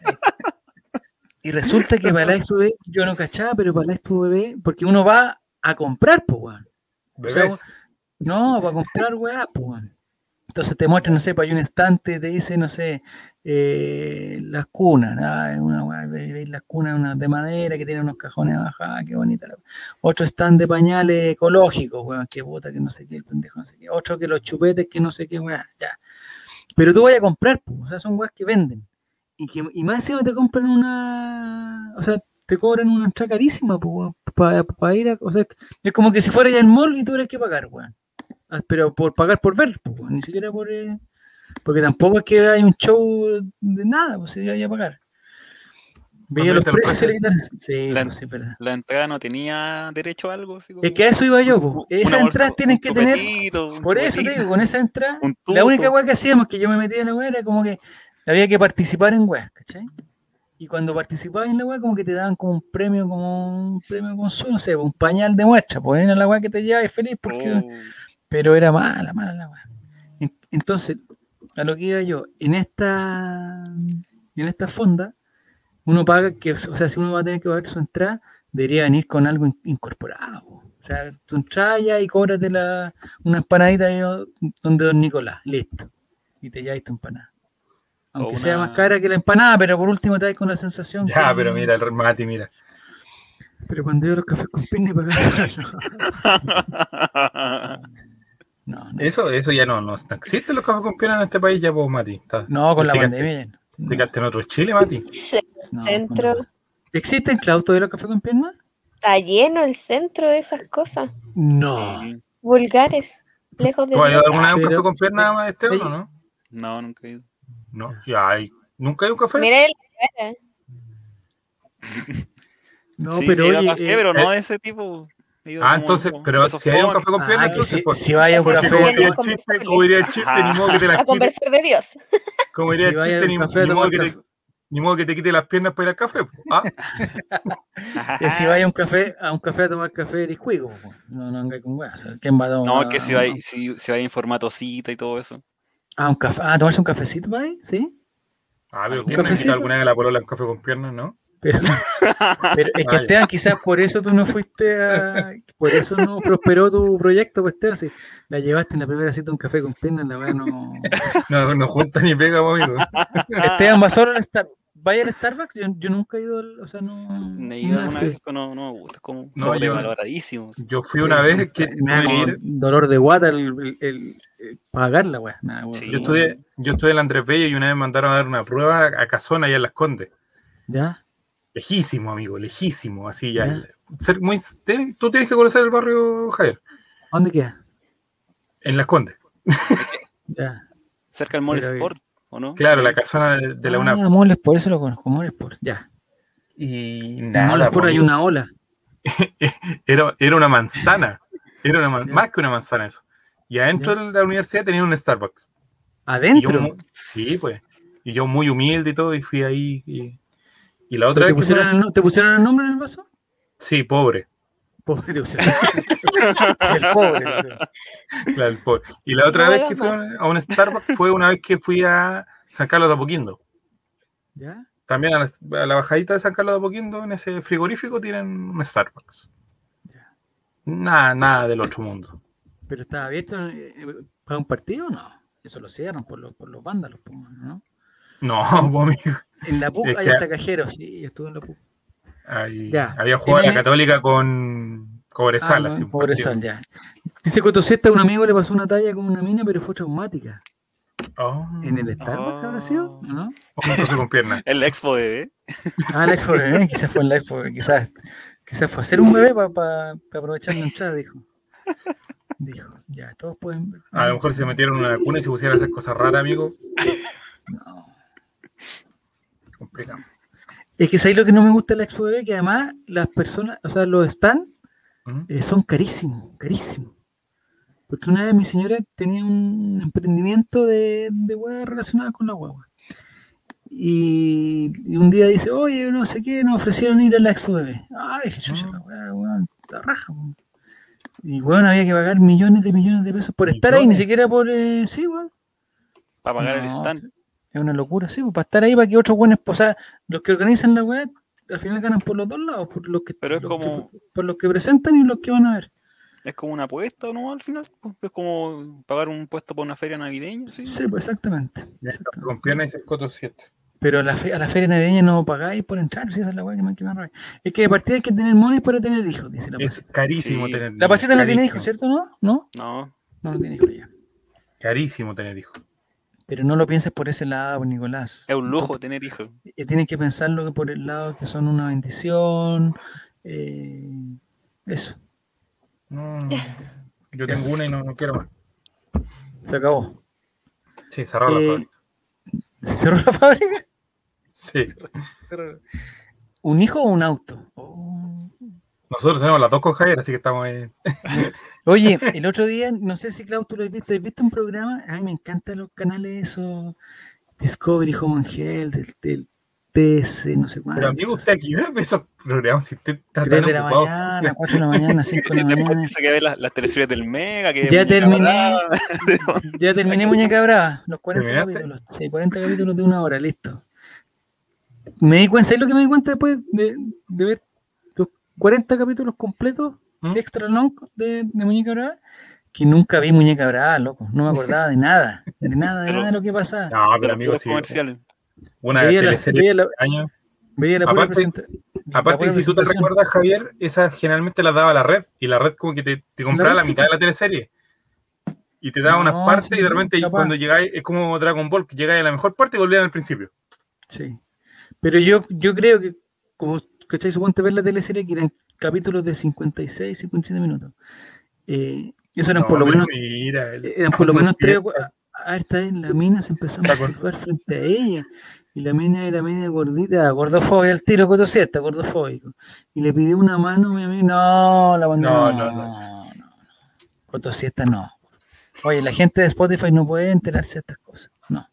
Speaker 1: Y resulta que para la Expo Bebé, yo no cachaba, pero para la Expo Bebé, porque uno va a comprar, pues, weón.
Speaker 2: Bebés.
Speaker 1: No, para comprar, weá, pues, weón. Entonces te muestran, no sé, pues hay un estante, te dice, no sé, eh, las cunas, ah, es una weá, ve- veis las cunas unas de madera que tienen unos cajones abajo, ah, qué bonita la Otro stand de pañales ecológicos, weón, qué puta, que no sé qué, el pendejo, no sé qué. Otro que los chupetes, que no sé qué, weá, ya. Pero tú vayas a comprar, pues, o sea, son weas que venden. Y, que, y más encima te compran una, o sea, te cobran una entrada carísima, pues, para ir a, o sea, es como que si fuera ya el mall y tuvieras que pagar, weón. Ah, Pero por pagar por ver, pues, weón, ni siquiera por... eh, porque tampoco es que hay un show de nada, pues se vaya a pagar. Veía los
Speaker 2: viste los
Speaker 1: precios y le quitaron- Sí,
Speaker 3: La-
Speaker 1: pues, sí, verdad.
Speaker 3: La entrada no tenía derecho a algo. Así como
Speaker 1: Es que a eso iba yo,
Speaker 3: un-
Speaker 1: po.
Speaker 3: una
Speaker 1: Esas
Speaker 3: bolsa-
Speaker 1: entradas
Speaker 3: un
Speaker 1: tienen que tener.
Speaker 3: chupetito, un
Speaker 1: Por eso te
Speaker 3: chupetito.
Speaker 1: digo, con esa entrada,
Speaker 3: un
Speaker 1: la única
Speaker 3: tuto.
Speaker 1: weá que hacíamos que yo me metía en la weá era como que había que participar en weá, ¿cachai? Y cuando participabas en la weá, como que te daban como un premio, como un premio de consuelo, no sé, un pañal de muestra, pues era la weá que te llevabas feliz porque
Speaker 3: Oh,
Speaker 1: pero era mala, mala la weá. En- Entonces, a lo que iba yo, en esta, en esta fonda, uno paga, que, o sea, si uno va a tener que pagar su entrada, debería venir con algo in- incorporado. O sea, tu entrada ya y cóbrate la, una empanadita ahí do- donde don Nicolás, listo. Y te lleváis tu empanada.
Speaker 3: O
Speaker 1: Aunque sea
Speaker 3: una-
Speaker 1: más cara que la empanada, pero por último te dais con la sensación.
Speaker 2: Ya,
Speaker 1: que-
Speaker 2: pero mira, el Mati, mira.
Speaker 1: Pero cuando yo los cafés con pene pagaba. No, no, no,
Speaker 2: Eso, eso ya no, no, no existen los cafés con piernas en este país ya, pues, Mati. Está-
Speaker 1: No, con la
Speaker 2: Fíjate.
Speaker 1: pandemia. ya no. No,
Speaker 2: Explicaste en otro Chile, Mati.
Speaker 4: Se-
Speaker 1: no,
Speaker 4: Centro.
Speaker 1: con la- ¿Existe el Claudio de los cafés con piernas?
Speaker 4: Está lleno el centro de esas cosas.
Speaker 1: No.
Speaker 4: Vulgares. Lejos de
Speaker 2: ¿Tú has ido
Speaker 4: Dios.
Speaker 2: alguna vez a un
Speaker 1: Pero-
Speaker 2: café con piernas más este
Speaker 1: Oye.
Speaker 2: o no?
Speaker 3: no, nunca he ido.
Speaker 2: No, ya hay. ¿Nunca hay un café?
Speaker 4: Miren la cara.
Speaker 1: No,
Speaker 3: Sí, sí,
Speaker 1: pero
Speaker 3: he ido a
Speaker 1: oye,
Speaker 3: café,
Speaker 1: eh,
Speaker 3: pero no de ese tipo. He ido
Speaker 2: ah,
Speaker 3: como-
Speaker 2: entonces,
Speaker 3: como
Speaker 2: pero
Speaker 3: esos
Speaker 2: si hay un
Speaker 3: fogones.
Speaker 2: café con
Speaker 1: ah,
Speaker 2: piernas,
Speaker 1: que
Speaker 2: entonces,
Speaker 1: si,
Speaker 2: pues.
Speaker 1: si pues, vaya a un
Speaker 4: Porque
Speaker 2: Porque
Speaker 1: café,
Speaker 2: como
Speaker 4: con
Speaker 2: diría el
Speaker 4: piernas
Speaker 2: chiste,
Speaker 4: conversables.
Speaker 2: como diría el chiste, ni modo que te
Speaker 4: A
Speaker 2: las quite,
Speaker 4: conversar de Dios.
Speaker 2: como diría
Speaker 1: si
Speaker 2: el
Speaker 1: vaya a
Speaker 2: chiste, ni,
Speaker 1: un café a
Speaker 2: ni modo
Speaker 1: tomar
Speaker 2: que te,
Speaker 1: café-
Speaker 2: ni modo que te quite las piernas para ir al café. pues. Ah,
Speaker 1: que si vaya a un café a un café a tomar café eres cuico, po. no no venga con weas, o sea, ¿quién va a tomar?
Speaker 3: No, que si va, si, si va en formato cita y todo eso.
Speaker 1: Ah, un café, ah, tomarse un cafecito, ¿va? ahí? Sí.
Speaker 2: ah pero
Speaker 3: ¿Un
Speaker 2: ¿quién no invita
Speaker 1: cafecito?
Speaker 2: alguna vez a la polola a un café con piernas, no?
Speaker 1: Pero, pero es que
Speaker 2: Vaya.
Speaker 1: Esteban, quizás por eso tú no fuiste a. Por eso no prosperó tu proyecto, pues Esteban. Si la llevaste en la primera cita a un café con piernas, la verdad no.
Speaker 2: No, no junta ni pega, pues, amigo.
Speaker 3: Ah.
Speaker 1: Esteban, va solo al Starbucks. Vaya al Starbucks, yo, yo nunca he ido al. O sea, no.
Speaker 3: No he ido
Speaker 1: nunca
Speaker 3: alguna
Speaker 1: fui.
Speaker 3: vez, pero no, no me gusta. Es como
Speaker 2: No, yo-
Speaker 3: sobrevaloradísimos.
Speaker 2: Yo fui
Speaker 1: Sí,
Speaker 2: una
Speaker 1: sí,
Speaker 2: vez que
Speaker 1: me da
Speaker 2: tuve que
Speaker 1: como
Speaker 2: ir
Speaker 1: dolor de guata el, el- el- el pagar la weá. Nah, weón,
Speaker 3: Sí.
Speaker 2: Yo
Speaker 1: pero
Speaker 2: estudié, yo estudié en el Andrés Bello y una vez me mandaron a dar una prueba a Casona allá en Las Condes.
Speaker 1: ya.
Speaker 2: Lejísimo, amigo, lejísimo, así ya.
Speaker 1: Ya.
Speaker 2: Ser muy- ten- tú tienes que conocer el barrio, Javier,
Speaker 1: ¿Dónde queda?
Speaker 2: en Las Condes.
Speaker 1: Ya.
Speaker 3: Cerca del Mall
Speaker 1: Pero,
Speaker 3: Sport, ¿o no?
Speaker 2: Claro, la Casona de, de la UNAP.
Speaker 1: Ah, Moles, por eso lo conozco, Moles por. Ya.
Speaker 2: Y
Speaker 1: En Moles
Speaker 2: nada,
Speaker 1: por
Speaker 2: pues,
Speaker 1: hay una ola.
Speaker 2: era, era una manzana, era una man-
Speaker 1: Ya.
Speaker 2: más que una manzana eso. Y adentro de la universidad tenía un Starbucks. Y yo
Speaker 1: Adentro.
Speaker 2: mu- sí, pues. Y yo muy humilde y todo, y fui ahí. Y, y la
Speaker 1: ¿Pero
Speaker 2: otra
Speaker 1: ¿Te
Speaker 2: vez que fui a-
Speaker 1: pusieron, el, no- ¿Te pusieron el nombre en el vaso?
Speaker 2: Sí, pobre.
Speaker 1: Pobre, te pusieron. el pobre.
Speaker 2: Claro, el pobre. Y la otra
Speaker 4: No
Speaker 2: vez
Speaker 4: hagas
Speaker 2: que fui a un- a un Starbucks fue una vez que fui a San Carlos de Apoquindo.
Speaker 1: ¿Ya?
Speaker 2: También a las- a la, bajadita de San Carlos de Apoquindo, en ese frigorífico, tienen un Starbucks. Nada, nada del otro mundo.
Speaker 1: Pero estaba abierto eh, para un partido o no. Eso lo cierran por, los- por los vándalos, po, ¿no?
Speaker 2: No, vos, amigo.
Speaker 1: En la PUC
Speaker 2: Es
Speaker 1: hay
Speaker 2: que-
Speaker 1: hasta cajeros, sí, yo estuve en la PUC.
Speaker 2: Ahí-
Speaker 1: Ya.
Speaker 2: Había jugado a la
Speaker 1: Tiene-
Speaker 2: Católica con Cobresal.
Speaker 1: Ah,
Speaker 2: así, un
Speaker 1: pobre
Speaker 2: partido.
Speaker 1: Sal, ya. Dice Cotoseta, un amigo le pasó una talla con una mina, pero fue traumática.
Speaker 2: Oh,
Speaker 1: ¿En el Starbucks habrá sido? ¿O ¿No?
Speaker 2: un profe con pierna.
Speaker 3: El expo bebé.
Speaker 1: Ah, la expo bebé, quizás fue en la expo, quizás, quizás fue hacer un bebé para aprovechar la entrada, dijo. Dijo, ya, todos pueden ver.
Speaker 2: A lo mejor se metieron en una cuna y se pusieron a hacer cosas raras, amigo.
Speaker 1: No.
Speaker 2: Complicado.
Speaker 1: Es que sabéis lo que no me gusta de la expo bebé, que además las personas, o sea, los stands
Speaker 2: Ujú.
Speaker 1: eh, son carísimos, carísimos. Porque una vez mi señora tenía un emprendimiento de, de hueá relacionada con la guagua. Y, y un día dice, oye, no sé qué, nos ofrecieron ir a la Expo Bebé. Ay, dije, chucha, la weá, weón, está raja. weón. Y weón, había que pagar millones de millones de pesos por estar ahí, ni
Speaker 2: Millones.
Speaker 1: siquiera por... eh, sí, weón.
Speaker 3: Para pagar el
Speaker 1: No,
Speaker 3: stand.
Speaker 1: Es una locura, sí, pues, para estar ahí, para que otros buenos, o sea, los que organizan la web, al final ganan por los dos lados, por los que,
Speaker 3: Pero es
Speaker 1: los que-
Speaker 3: como-
Speaker 1: por los que presentan y los que van a ver.
Speaker 3: Es como una apuesta, ¿no? Al final. pues, Es como pagar un puesto por una feria navideña, ¿sí?
Speaker 1: Sí, pues exactamente.
Speaker 2: Profe
Speaker 1: exactamente.
Speaker 2: Con pierna y coto 7.
Speaker 1: Pero a la, fe- a la feria navideña no pagáis por entrar, si esa es la weá que me que me arroja. Es que de partida hay que tener money para tener hijos, dice la
Speaker 2: Es
Speaker 1: pasita.
Speaker 2: carísimo
Speaker 3: Sí.
Speaker 2: tener
Speaker 1: La pasita no tiene hijos,
Speaker 2: carísimo.
Speaker 1: ¿cierto? ¿No? ¿No?
Speaker 3: No.
Speaker 1: No, no tiene hijos ya.
Speaker 2: Carísimo tener hijos.
Speaker 1: Pero no lo pienses por ese lado, pues, Nicolás.
Speaker 3: Es un lujo
Speaker 1: Tú-
Speaker 3: tener hijos.
Speaker 1: eh, tienes que pensarlo que por el lado que son una bendición. eh, eso,
Speaker 2: No, yo tengo una y no, no quiero más.
Speaker 1: se acabó.
Speaker 2: Sí, cerró
Speaker 1: Eh,
Speaker 2: la fábrica.
Speaker 1: ¿Se cerró la fábrica?
Speaker 2: Sí.
Speaker 1: ¿Un hijo o un auto? Oh.
Speaker 2: Nosotros tenemos las dos con Javier, así que estamos ahí.
Speaker 1: Oye, el otro día, no sé si Claus tú lo has visto, ¿has visto un programa? Ay, me encantan los canales esos, Discovery Home and Health, del, del TC, no sé cuánto.
Speaker 2: Pero amigo, usted aquí ve esos programas si usted está tan
Speaker 1: 3 Ah, de la
Speaker 2: ocupado.
Speaker 1: mañana, 4 de la mañana, 5 de la mañana.
Speaker 3: Después que ve las, las teleseries del Mega. Que
Speaker 1: Ya
Speaker 3: Muñeca
Speaker 1: terminé.
Speaker 3: Brava.
Speaker 1: Ya terminé Muñeca Brava, los 40
Speaker 2: ¿Terminaste?
Speaker 1: capítulos. Sí, 40 capítulos de una hora, listo. Me di cuenta, ¿sabes lo que me di cuenta después de, de ver los 40 capítulos completos,
Speaker 2: ¿Mm?
Speaker 1: extra long de, de Muñeca Brava? Que nunca vi Muñeca Brava, loco. No me acordaba de nada, de nada, de
Speaker 3: Pero-
Speaker 1: nada de lo que pasaba.
Speaker 2: No, pero
Speaker 3: Los
Speaker 2: amigo,
Speaker 3: puros
Speaker 2: sí.
Speaker 3: comerciales.
Speaker 2: Una
Speaker 1: veía, la,
Speaker 2: teleserie
Speaker 1: veía, la,
Speaker 2: de año.
Speaker 1: veía la pura
Speaker 2: Aparte-
Speaker 1: presenta- la
Speaker 2: Aparte,
Speaker 1: pura
Speaker 2: si tú te
Speaker 1: presentación.
Speaker 2: recuerdas, Javier, esas generalmente las daba la red y la red como que te, te compraba
Speaker 1: red
Speaker 2: la
Speaker 1: sí,
Speaker 2: mitad de la teleserie. Y te daba unas
Speaker 1: No,
Speaker 2: partes
Speaker 1: sí,
Speaker 2: y de repente
Speaker 1: capaz.
Speaker 2: cuando llegáis, es como Dragon Ball, que llegáis a la mejor parte y volvían al principio.
Speaker 1: Sí. Pero yo, yo creo que, como, ¿cachai? Suponte ver la teleserie que eran capítulos de 56, 57 minutos. Eh, eso eran
Speaker 2: No,
Speaker 1: por lo menos, eh,
Speaker 2: Mira, el-
Speaker 1: eran por lo
Speaker 2: no,
Speaker 1: menos
Speaker 2: sí,
Speaker 1: tres o cuatro. Ah, esta vez la mina se empezó a
Speaker 2: Está con-
Speaker 1: masturbar frente a ella. Y la mina era media gordita, gordofobia al tiro, cotoseta, gordofóbico. Y le pidió una mano, mi amigo. No, la mandó.
Speaker 2: No,
Speaker 1: No,
Speaker 2: no,
Speaker 1: no, no. Cotosieta no. Oye, la gente de Spotify no puede enterarse de estas cosas. No.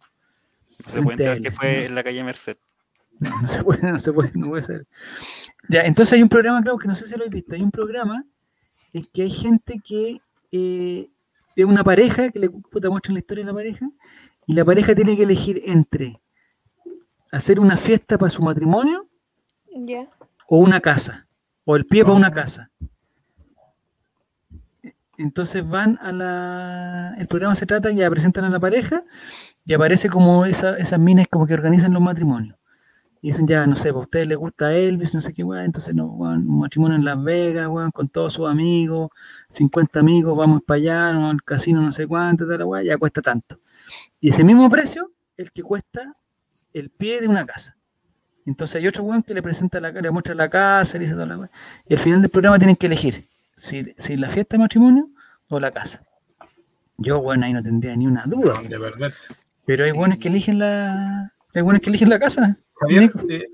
Speaker 3: No se puede enterar
Speaker 1: Tele.
Speaker 3: que fue en la calle Merced.
Speaker 1: No,
Speaker 2: Ah,
Speaker 1: no se puede, no se puede, no puede ser. Ya, entonces hay un programa, Clau, que no sé si lo has visto, hay un programa en que hay gente que eh, es una pareja, que le puta, muestran la historia de la pareja, y la pareja tiene que elegir entre hacer una fiesta para su matrimonio
Speaker 4: Ya.
Speaker 1: o una casa, o el pie para una casa. Entonces van a la... El programa se trata, ya presentan a la pareja y aparece como esa- esas minas como que organizan los matrimonios. Y dicen, ya, no sé, pues, a ustedes les gusta Elvis, no sé qué, weón, entonces no, weón, un matrimonio en Las Vegas, weón, con todos sus amigos, 50 amigos, vamos para allá, no, al casino no sé cuánto, tal, weón, ya cuesta tanto. Y ese mismo precio, el que cuesta el pie de una casa. Entonces hay otro weón que le presenta la ca- le muestra la casa, le dice toda la weá. Y al final del programa tienen que elegir si, si la fiesta de matrimonio o la casa. Yo, bueno, ahí no tendría ni una duda.
Speaker 2: de perderse.
Speaker 1: Pero hay buenos que eligen la. Hay buenos que eligen la casa.
Speaker 2: Javier,
Speaker 1: Nico.
Speaker 2: eh,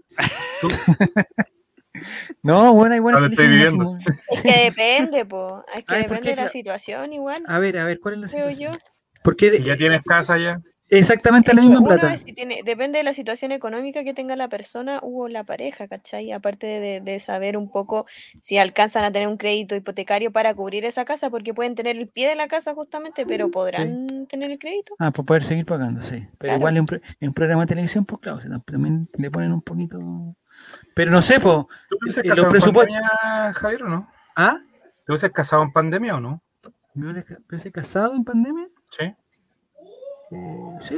Speaker 1: No, bueno, hay buenos
Speaker 2: Ahora
Speaker 1: que
Speaker 2: estoy
Speaker 1: eligen
Speaker 2: viviendo.
Speaker 1: matrimonio.
Speaker 4: Es que depende, po. Es que
Speaker 1: Ay, ¿por qué? Ah,
Speaker 4: depende de la
Speaker 1: Claro.
Speaker 4: situación igual,
Speaker 1: A ver, a ver, ¿cuál es la
Speaker 4: creo
Speaker 1: situación?
Speaker 4: yo.
Speaker 1: Porque
Speaker 2: si ya tienes casa ya,
Speaker 1: exactamente
Speaker 4: Es
Speaker 1: la
Speaker 4: que
Speaker 1: misma
Speaker 4: uno
Speaker 1: plata.
Speaker 4: es si tiene- depende de la situación económica que tenga la persona o la pareja, ¿cachai? Aparte de, de saber un poco si alcanzan a tener un crédito hipotecario para cubrir esa casa, porque pueden tener el pie de la casa justamente,
Speaker 1: Mm,
Speaker 4: pero podrán tener el crédito.
Speaker 1: Ah, para poder seguir pagando, sí. Pero
Speaker 4: Claro.
Speaker 1: igual en un, pro- en un programa de televisión, pues claro, se- también le ponen un poquito. Pero no sé, pues.
Speaker 2: ¿tú te hubieses
Speaker 1: Y los
Speaker 2: casado en
Speaker 1: presupuestos-
Speaker 2: pandemia, Javier, o no?
Speaker 1: ¿Ah?
Speaker 2: ¿Te hubieses casado en pandemia o no?
Speaker 5: ¿Me hubiera ca- me hubiese casado en pandemia?
Speaker 2: ¿sí?
Speaker 5: Eh, sí.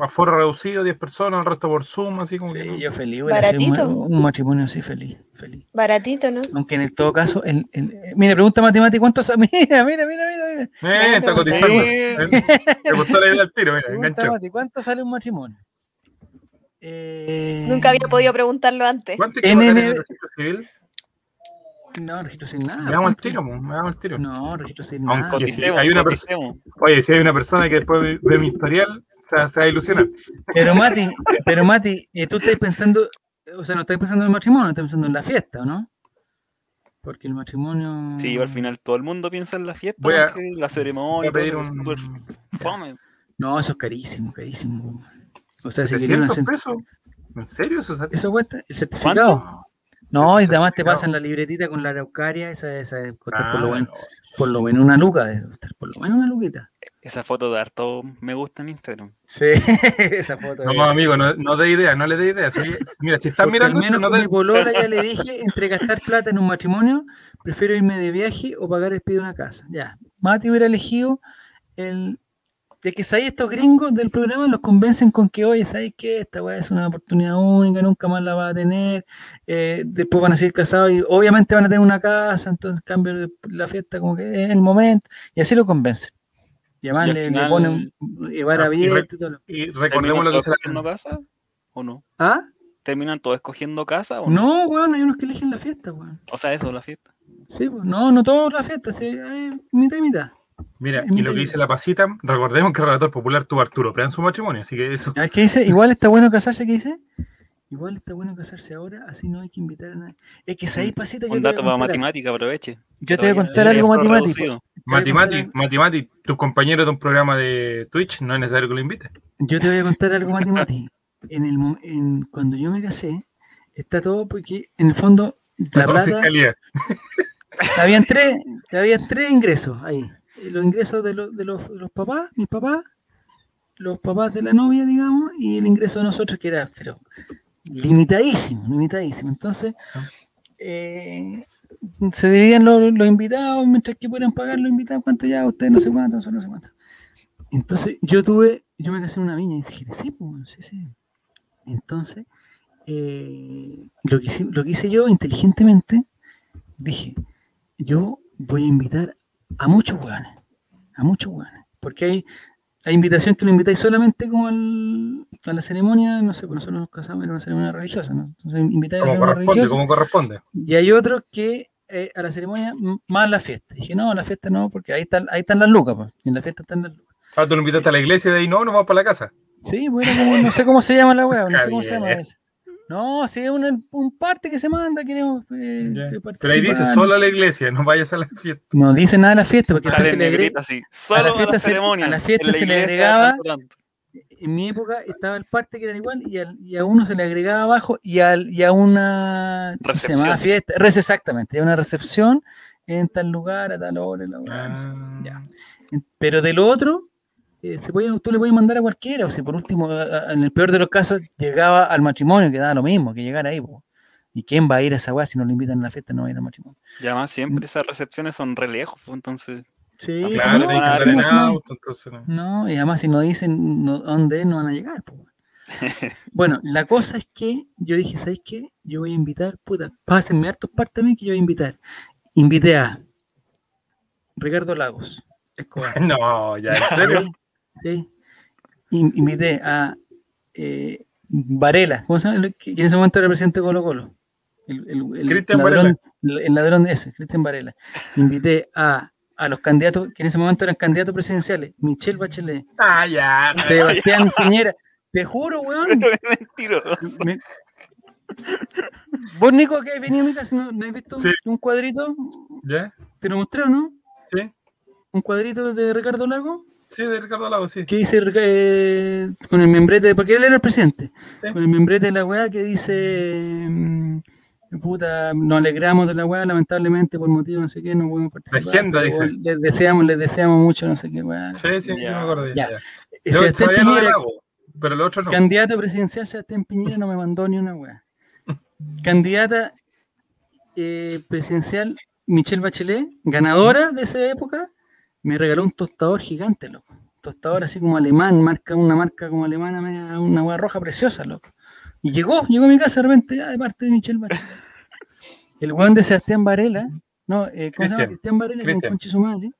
Speaker 2: Aforo reducido, 10 personas, el resto por Zoom, así como que.
Speaker 1: Sí, yo feliz, hubiera sido un,
Speaker 4: Baratito.
Speaker 1: ma- un matrimonio así feliz, feliz.
Speaker 4: Baratito, ¿no?
Speaker 1: Aunque en el todo caso, el, el- eh, mira, pregunta matemática, ¿cuántos? son? Mira, mira, mira, mira. mira.
Speaker 2: Eh, está
Speaker 4: Claro.
Speaker 2: cotizando.
Speaker 3: Sí.
Speaker 2: Eh, Me gustó la idea del tiro, mira,
Speaker 1: Pregunta
Speaker 2: enganchó.
Speaker 1: mate, ¿cuánto sale un matrimonio? Eh,
Speaker 4: Nunca había podido preguntarlo antes.
Speaker 2: ¿Cuánto hay que pagar en el
Speaker 1: NN.
Speaker 2: registro civil?
Speaker 1: No, registro sin nada.
Speaker 2: Me damos el
Speaker 1: ¿cuánto?
Speaker 2: tiro, po, me damos el tiro.
Speaker 1: No, registro sin
Speaker 2: Aunque
Speaker 1: nada.
Speaker 2: sí,
Speaker 3: Coticemos,
Speaker 2: hay una
Speaker 3: coticemos.
Speaker 2: Oye, si hay una persona que después ve mi historial, se, se va a ilusionar.
Speaker 1: Pero Mati, pero Mati, eh, tú estás pensando, o sea, no estás pensando en el matrimonio, estás pensando en la fiesta, ¿o no? Porque el matrimonio.
Speaker 3: Sí, al final todo el mundo piensa en la fiesta,
Speaker 2: Mm. Voy a-
Speaker 3: más que en la
Speaker 2: Voy a
Speaker 3: ceremonia, y todo
Speaker 2: pedir
Speaker 3: eso, que es
Speaker 2: un.
Speaker 3: súper fome.
Speaker 1: No, eso es carísimo, carísimo. O sea, si querían
Speaker 2: 300
Speaker 1: hacer.
Speaker 2: pesos? ¿En serio eso sale?
Speaker 1: Eso cuesta, el certificado. No, y además te pasan la libretita con la araucaria, esa, esa debe costar este por, lo
Speaker 2: Ah,
Speaker 1: menos,
Speaker 2: no.
Speaker 1: por lo menos una luca, debe costar por lo menos una luquita.
Speaker 3: Esa foto de harto me gusta en Instagram.
Speaker 1: Sí, esa foto.
Speaker 2: No, amigo, no, no dé idea, no le dé idea. Soy- mira, si estás mirando,
Speaker 1: al
Speaker 2: esto,
Speaker 1: menos
Speaker 2: no
Speaker 1: con
Speaker 2: dé
Speaker 1: mi polola ya le dije, entre gastar plata en un matrimonio, prefiero irme de viaje o pagar el pido de una casa. Ya, Mati hubiera elegido el... De que sabéis estos gringos del programa los convencen con que, oye, ¿sabéis qué? Esta weá es una oportunidad única, nunca más la va a tener. eh, después van a seguir casados y obviamente van a tener una casa, entonces cambio de- la fiesta como que es el momento. Y así lo convencen. Y además
Speaker 3: Y al
Speaker 1: le, le
Speaker 3: final-
Speaker 1: ponen llevar
Speaker 2: Ah, y re-
Speaker 1: abierto y todo lo-
Speaker 2: Y
Speaker 3: ¿Terminan
Speaker 2: recordemos lo que
Speaker 3: todos
Speaker 2: se la
Speaker 3: escogiendo casa o no?
Speaker 1: ¿Ah?
Speaker 3: ¿Terminan todos escogiendo casa o Oh, no?
Speaker 1: No, weón, hay unos que eligen la fiesta, weón.
Speaker 3: O sea, eso, la fiesta.
Speaker 1: Sí, pues, no, no todas las fiestas, sí, hay mitad y mitad.
Speaker 2: Mira, y lo que dice la pasita, recordemos que el relator popular tuvo a Arturo Prea en su matrimonio, así que eso.
Speaker 1: A ver, ¿qué dice? Igual está bueno casarse, ¿qué dice? Igual está bueno casarse ahora, así no hay que invitar a nadie. Es que ahí pasita yo
Speaker 3: Mm, Un
Speaker 1: te voy a
Speaker 3: dato
Speaker 1: contar
Speaker 3: para
Speaker 1: algo.
Speaker 3: matemática, aproveche.
Speaker 1: Yo te voy a
Speaker 3: Todavía-
Speaker 1: contar
Speaker 3: todavía
Speaker 1: algo
Speaker 3: afro
Speaker 1: matemático.
Speaker 3: reducido.
Speaker 1: Te voy a contar
Speaker 2: Matimati,
Speaker 1: algo-
Speaker 2: Matimati, tus compañeros de un programa de Twitch, no es necesario que lo invites.
Speaker 1: Yo te voy a contar algo matemático. En el, mo- en, cuando yo me casé, está todo porque, en el fondo, la
Speaker 2: Todo
Speaker 1: plata,
Speaker 2: fiscalía.
Speaker 1: habían tres, habían tres ingresos ahí. Los ingresos de, los- de los, los papás, mis papás, los papás de la novia, digamos, y el ingreso de nosotros, que era, pero limitadísimo, limitadísimo. Entonces, eh, se dividían los, los invitados, mientras que pudieran pagar los invitados, cuánto ya, ustedes no sé cuánto, nosotros no sé cuánto. Entonces, yo tuve, yo me casé en una viña y dije, sí, pues, sí, sí. Entonces, eh, lo, que hice, lo que hice yo inteligentemente, dije, yo voy a invitar a muchos hueones, a muchos hueones, porque hay, hay invitación que lo invitáis solamente como al- a la ceremonia, no sé, pues nosotros nos casamos, era una ceremonia religiosa, ¿no? Entonces invitáis a la
Speaker 2: Como
Speaker 1: ceremonia
Speaker 2: corresponde,
Speaker 1: religiosa.
Speaker 2: como corresponde.
Speaker 1: Y hay otros que eh, a la ceremonia m- más la fiesta. Dije, no, la fiesta no, porque ahí están, ahí están las lucas, pues. en la fiesta están las lucas.
Speaker 2: Ah, tú lo invitaste a la iglesia y de ahí no, nos vamos para la casa.
Speaker 1: Sí, bueno, como- no sé cómo se llama la wea, no sé cómo se llama
Speaker 2: Javier.
Speaker 1: esa. No, si es una- un parte que se manda, queremos eh,
Speaker 2: Ya.
Speaker 1: que
Speaker 2: Pero ahí dice,
Speaker 1: participan.
Speaker 2: solo a la iglesia, no vayas a la fiesta.
Speaker 1: No dice nada de la fiesta, porque
Speaker 3: Sale
Speaker 1: después
Speaker 3: en
Speaker 1: se le agre-
Speaker 3: negrita así. Solo a
Speaker 1: fiesta
Speaker 3: la
Speaker 1: se- a
Speaker 3: ceremonia.
Speaker 1: la fiesta
Speaker 3: en
Speaker 1: se le
Speaker 3: iglesia,
Speaker 1: agregaba-
Speaker 3: tanto, este tanto.
Speaker 1: eh, en mi época estaba el parte que era igual y, al- y a uno se le agregaba abajo y, al- y a una ¿cómo se llamaba?
Speaker 3: Recepción.
Speaker 1: fiesta, res- exactamente, a una recepción en tal lugar, a tal hora, en la hora, no sé.
Speaker 2: Ah,
Speaker 1: ya. En- Pero del otro, eh, se podía, tú le podías mandar a cualquiera. O si por último, a- a- en el peor de los casos, llegaba al matrimonio, que daba lo mismo que llegar ahí. po. ¿Y quién va a ir a esa weá si no le invitan a la fiesta? No va a ir al matrimonio.
Speaker 3: Y además siempre esas recepciones son re lejos, pues, entonces.
Speaker 1: Sí, pues
Speaker 3: Ah,
Speaker 2: Claro,
Speaker 1: no,
Speaker 2: tenés que
Speaker 3: claro,
Speaker 2: andar en
Speaker 1: sí, no.
Speaker 2: auto, entonces no.
Speaker 1: No, y además si no dicen no- dónde es, no van a llegar. po, weón. Bueno, la cosa es que yo dije, ¿sabes qué? Yo voy a invitar, puta, pásenme hartos parte a mí que yo voy a invitar. Invité a Ricardo Lagos, Escobar.
Speaker 2: No, ya, en serio.
Speaker 1: Sí, sí. In- invité a eh, Varela, ¿cómo se llama? El Que que en ese momento era presidente de Colo Colo. El, el- el
Speaker 2: Cristian
Speaker 1: ladrón, el ladrón de ese, Cristian Varela. Invité a, a los candidatos, que en ese momento eran candidatos presidenciales, Michelle Bachelet,
Speaker 2: Ah, ya.
Speaker 1: Sebastián Piñera. Te juro, weón.
Speaker 3: Mentiroso.
Speaker 1: me- Vos, Nico, que has venido a mi casa, ¿no, ¿No has visto
Speaker 2: Sí.
Speaker 1: un cuadrito?
Speaker 2: ¿Ya?
Speaker 1: ¿Te lo mostré o no?
Speaker 2: ¿Sí?
Speaker 1: Un cuadrito de Ricardo Lago.
Speaker 2: Sí, de Ricardo Lago, sí.
Speaker 1: que dice eh, con el membrete, porque él era el presidente,
Speaker 2: Sí.
Speaker 1: con el membrete de la weá que dice, mm, puta, nos alegramos de la weá, lamentablemente por motivo no sé qué, no podemos participar.
Speaker 2: agenda,
Speaker 1: pero
Speaker 2: dice.
Speaker 1: Les deseamos, les deseamos mucho, no sé qué weá.
Speaker 2: Sí, sí, yo
Speaker 3: Ya.
Speaker 2: me acordé.
Speaker 1: Ya.
Speaker 2: ya.
Speaker 1: Eh,
Speaker 2: Yo
Speaker 1: Sebastián
Speaker 2: sabía lo de
Speaker 1: Piñera,
Speaker 2: Lago, pero lo otro no.
Speaker 1: candidato presidencial Sebastián Piñera no me mandó ni una weá. Candidata eh, presidencial Michelle Bachelet, ganadora de esa época, me regaló un tostador gigante, loco. Tostador así como alemán, marca una marca como alemana, media- una hueá roja preciosa, loco. Y llegó, llegó a mi casa de repente, ah, de parte de Michelle Bachelet. El weón de Sebastián Varela, no, eh, ¿cómo se llama?
Speaker 2: Cristian,
Speaker 1: Cristian Varela, con
Speaker 2: Cristian.
Speaker 1: conche su madre.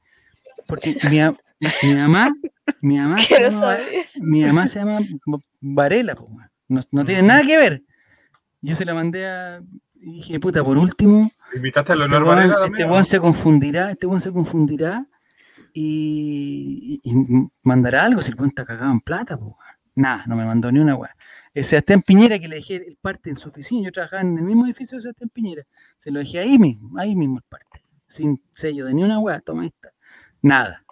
Speaker 1: Porque mi, a- mi mamá, mi mamá, se
Speaker 4: Quiero
Speaker 1: llama-
Speaker 4: saber.
Speaker 1: mi mamá se llama Varela, po, weón. no, no tiene nada que ver. Yo se la mandé a. Y dije, puta, por último,
Speaker 2: ¿Invitaste a
Speaker 1: este
Speaker 2: Leonor
Speaker 1: weón,
Speaker 2: Varela
Speaker 1: este
Speaker 2: también?
Speaker 1: weón se confundirá, este weón se confundirá y, y- y mandará algo si el weón está cagado en plata, po, weón. Nada, no me mandó ni una weá. Eh, Sebastián Piñera, que le dejé el parte en su oficina, yo trabajaba en el mismo edificio de Sebastián Piñera, se lo dejé ahí mismo, ahí mismo el parte, sin sello de ni una weá, toma esta, nada.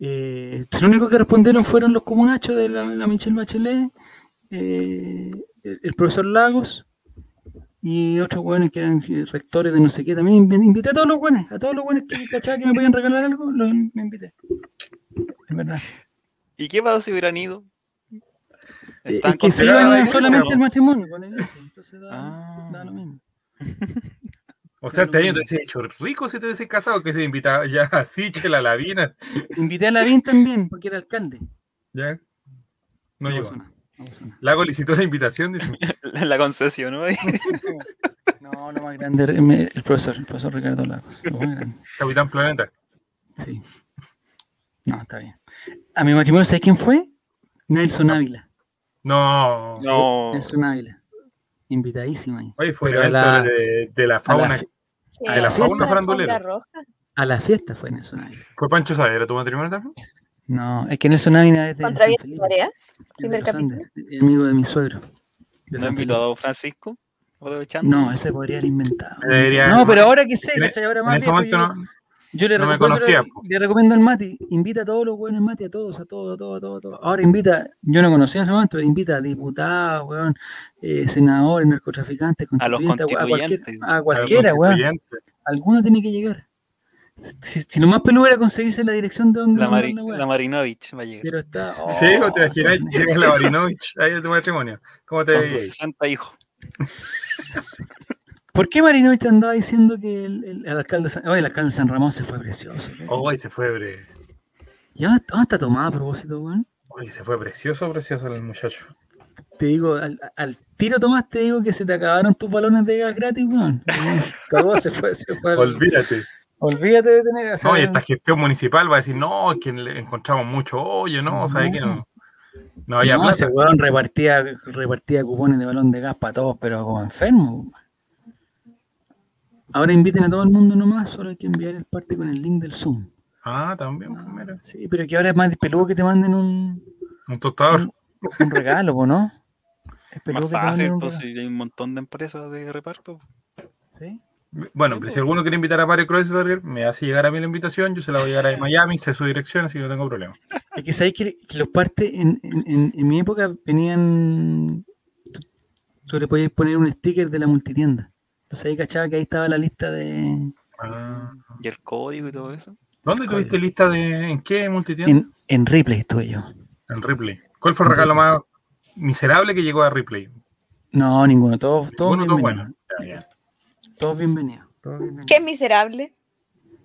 Speaker 1: Eh, lo único que respondieron fueron los comunachos de la, la Michelle Bachelet, eh, el, el profesor Lagos, y otros hueones que eran eh, rectores de no sé qué también. invi- Invité a todos los hueones, a todos los hueones que cachaba que me podían regalar algo, los me invité. Es verdad.
Speaker 3: ¿Y qué pasó si hubieran ido?
Speaker 1: Eh,
Speaker 3: Están
Speaker 1: es que se
Speaker 2: consideradas
Speaker 1: iban
Speaker 2: la
Speaker 1: a
Speaker 2: iglesia,
Speaker 1: solamente
Speaker 2: ¿no?
Speaker 1: el matrimonio con la iglesia, entonces da,
Speaker 3: Ah.
Speaker 1: da lo mismo.
Speaker 2: O sea, este año te hubiese hecho rico si te hubiese casado, que se invitaba ya a Sichel, a Lavina.
Speaker 1: Invité a Lavín también, porque era alcalde.
Speaker 2: Ya. No llegó.
Speaker 1: pasó nada, no pasó nada.
Speaker 2: Lago licitó la invitación, dice.
Speaker 3: La, la concesión, ¿no?
Speaker 1: No, lo más grande era el el profesor, el profesor Ricardo Lagos. Lo más grande.
Speaker 2: Capitán Planeta.
Speaker 1: Sí. No, está bien. A mi matrimonio, ¿sabes quién fue? Nelson Ávila.
Speaker 2: No.
Speaker 3: No.
Speaker 1: Nelson Ávila. Invitadísima ahí.
Speaker 2: Oye, fue
Speaker 1: Pero
Speaker 2: evento
Speaker 1: la-
Speaker 2: de, de la
Speaker 1: A la
Speaker 2: fauna.
Speaker 1: fi-
Speaker 2: Ah,
Speaker 1: la
Speaker 4: Eh,
Speaker 1: fauna
Speaker 4: alfombra
Speaker 2: farandulera.
Speaker 4: roja.
Speaker 1: a la fiesta fue Nelson Ávila.
Speaker 2: ¿Fue Pancho Savera tu matrimonio también?
Speaker 1: No, es que Nelson Ávila es de
Speaker 4: Contra
Speaker 1: San
Speaker 4: viento y
Speaker 1: Felipe,
Speaker 4: marea.
Speaker 1: es de
Speaker 4: primer
Speaker 1: los
Speaker 4: capítulo.
Speaker 1: Andes, es amigo de mi suegro. de
Speaker 3: ¿No
Speaker 1: San
Speaker 3: invitó a don Francisco?
Speaker 1: Felipe.
Speaker 3: Aprovechando.
Speaker 1: No, ese podría haber inventado.
Speaker 2: Debería-
Speaker 1: no, pero ahora que sé,
Speaker 2: en e-
Speaker 1: ¿cachai? Ahora
Speaker 2: En
Speaker 1: más
Speaker 2: ese
Speaker 1: viejo,
Speaker 2: momento
Speaker 1: yo,
Speaker 2: no.
Speaker 1: yo le,
Speaker 2: no me
Speaker 1: recomiendo-
Speaker 2: conocía, po.
Speaker 1: le recomiendo al Mati, invita a todos los buenos Mati, a todos, a todos, a todos, a todos. a todos. Ahora invita, yo no conocía en ese momento, invita a diputados, weón, eh, senadores, narcotraficantes,
Speaker 3: A los
Speaker 1: constituyentes, weón,
Speaker 3: constituyentes.
Speaker 1: a, cualquier- a cualquiera, weón.
Speaker 2: Constituyente.
Speaker 1: Alguno tiene que llegar. Si, si lo más peludo era conseguirse la dirección de donde
Speaker 3: La,
Speaker 1: va a
Speaker 3: Mari-
Speaker 1: andar la weá.
Speaker 3: la Marinovich va a llegar.
Speaker 1: Pero está.
Speaker 2: Sí, o te
Speaker 1: oh,
Speaker 2: imaginas, llega la Barinovich ahí a tu matrimonio. ¿Cómo te
Speaker 3: Con
Speaker 1: eh,
Speaker 3: sus
Speaker 2: veías?
Speaker 3: 60 hijos.
Speaker 1: ¿Por qué Marinovich te andaba diciendo que el, el- el alcalde de San, oye, el alcalde de San Ramón se fue precioso? ¿no?
Speaker 2: Hoy Oh, se fue, bre-
Speaker 1: ¿Y dónde, dónde está tomada a propósito, weón?
Speaker 2: Uy, se fue precioso, precioso el muchacho.
Speaker 1: Te digo, al, al tiro Tomás, te digo que se te acabaron tus balones de gas gratis, weón. Cagó, se fue, se fue. al-
Speaker 2: Olvídate.
Speaker 1: Olvídate de tener o sea,
Speaker 2: No, y esta gestión municipal va a decir, no, es que le encontramos mucho hoyo, no, ¿sabes qué? No, no había
Speaker 1: no,
Speaker 2: plata.
Speaker 1: ese weón repartía, repartía cupones de balón de gas para todos, pero como enfermo. weón. Ahora inviten a todo el mundo nomás, solo hay que enviar el parte con el link del Zoom.
Speaker 2: Ah, también, pues, mira.
Speaker 1: Sí, pero que ahora es más peludo que te manden un,
Speaker 2: Un tostador.
Speaker 1: un regalo, po, ¿no? Es
Speaker 3: Más
Speaker 1: peludo que te
Speaker 3: fácil,
Speaker 1: manden un
Speaker 3: pues
Speaker 1: regalo,
Speaker 3: si hay un montón de empresas de reparto.
Speaker 1: ¿sí?
Speaker 2: Bueno, pero si alguno quiere invitar a Mario Kreuzberger, me hace llegar a mí la invitación, yo se la voy a llegar a Miami, sé su dirección, así que no tengo problema.
Speaker 1: Es que sabéis que, que los partes en, en- en- en mi época venían. tú- Tú le podías poner un sticker de la multitienda. Entonces ahí cachaba que ahí estaba la lista de.
Speaker 2: Ah.
Speaker 3: Y el código y todo eso.
Speaker 2: ¿Dónde
Speaker 1: Coño.
Speaker 2: tuviste lista de en qué multitienda?
Speaker 1: En, en Ripley estuve yo.
Speaker 2: En, Ripley. ¿Cuál fue el regalo más miserable que llegó a Ripley?
Speaker 1: No, ninguno. Todos, todos
Speaker 2: Ninguno, todo
Speaker 1: bienvenidos.
Speaker 2: Ya, ya.
Speaker 1: Todos bienvenidos.
Speaker 4: Qué miserable.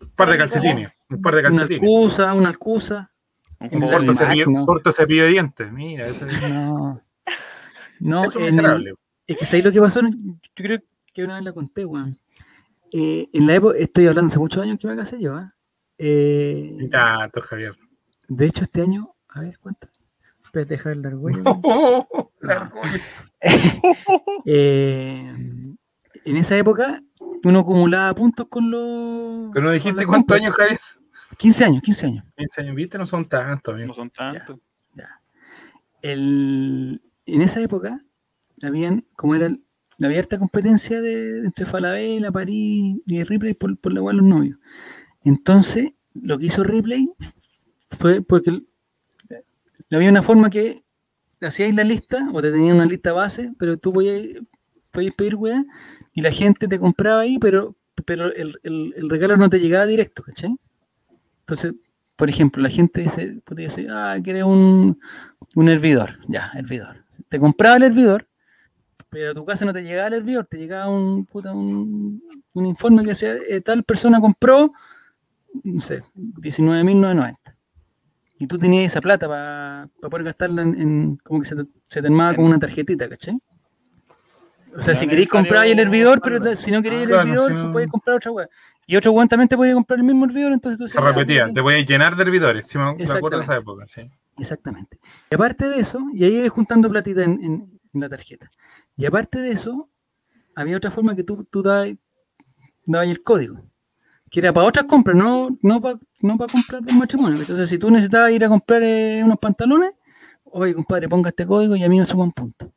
Speaker 2: Un par de calcetines, un par de
Speaker 1: Una
Speaker 2: calcetines.
Speaker 1: excusa, una excusa.
Speaker 3: Un
Speaker 1: Un
Speaker 2: Un
Speaker 3: juego
Speaker 1: corto
Speaker 2: corto
Speaker 1: Mac,
Speaker 2: cepillo,
Speaker 1: ¿no?
Speaker 2: corto cepillo de dientes, mira, eso es,
Speaker 1: No. No,
Speaker 2: eso es
Speaker 1: en el-
Speaker 2: miserable.
Speaker 1: Es que sabéis lo que pasó, No, yo creo que una vez la conté, weón. Eh, en la época, estoy hablando hace muchos años que me casé yo, ¿ah? ¿eh?
Speaker 2: Ni tanto, Javier.
Speaker 1: de hecho, este año, a ver cuánto. Espérate, dejar el argüello.
Speaker 2: La
Speaker 1: No. Eh, en esa época, uno acumulaba puntos con los.
Speaker 2: Pero no
Speaker 1: con
Speaker 2: dijiste
Speaker 1: las
Speaker 2: cuántos
Speaker 1: compras.
Speaker 2: años, Javier.
Speaker 1: 15 años, 15 años.
Speaker 2: 15 años, viste, no son tantos.
Speaker 3: No
Speaker 2: amigo.
Speaker 3: son tantos.
Speaker 1: el- en esa época habían, como era el- la abierta competencia de, entre Falabella, París y Ripley por, por la cual los novios. Entonces, lo que hizo Ripley fue porque el- había una forma que hacías la lista o te tenían una lista base, pero tú podías, podías pedir weá y la gente te compraba ahí, pero, pero el, el- el regalo no te llegaba directo, ¿cachai? Entonces, por ejemplo, la gente dice, podía decir, ah, quieres un, un hervidor, ya, hervidor. Te compraba el hervidor, pero a tu casa no te llegaba el hervidor, te llegaba un, puta, un, un informe que decía, eh, tal persona compró no sé, 19.990. Y tú tenías esa plata para poder gastarla en, en- como que se te, se te armaba con una tarjetita, ¿cachai? O sea,
Speaker 3: Era
Speaker 1: si queréis
Speaker 3: necesario
Speaker 1: comprar el hervidor, pero
Speaker 5: comprarlo.
Speaker 1: si no queréis el
Speaker 2: Claro,
Speaker 1: hervidor,
Speaker 2: si no-
Speaker 1: podéis comprar otra weá. Y otro weón también te podía comprar el mismo hervidor, entonces tú
Speaker 2: Se
Speaker 1: decías, "Ah, ya,
Speaker 2: repetía,
Speaker 1: puta,
Speaker 2: te voy a llenar de hervidores. Sí, me, me acuerdo de esa época, sí.
Speaker 1: Exactamente. Y aparte de eso, y ahí ibas juntando platita en, en- en la tarjeta. Y aparte de eso, había otra forma que tú, tú dabas, dabas el código, que era para otras compras, no, no para no pa comprar un matrimonio. Entonces, si tú necesitabas ir a comprar eh, unos pantalones, oye, compadre, ponga este código y a mí me suman puntos.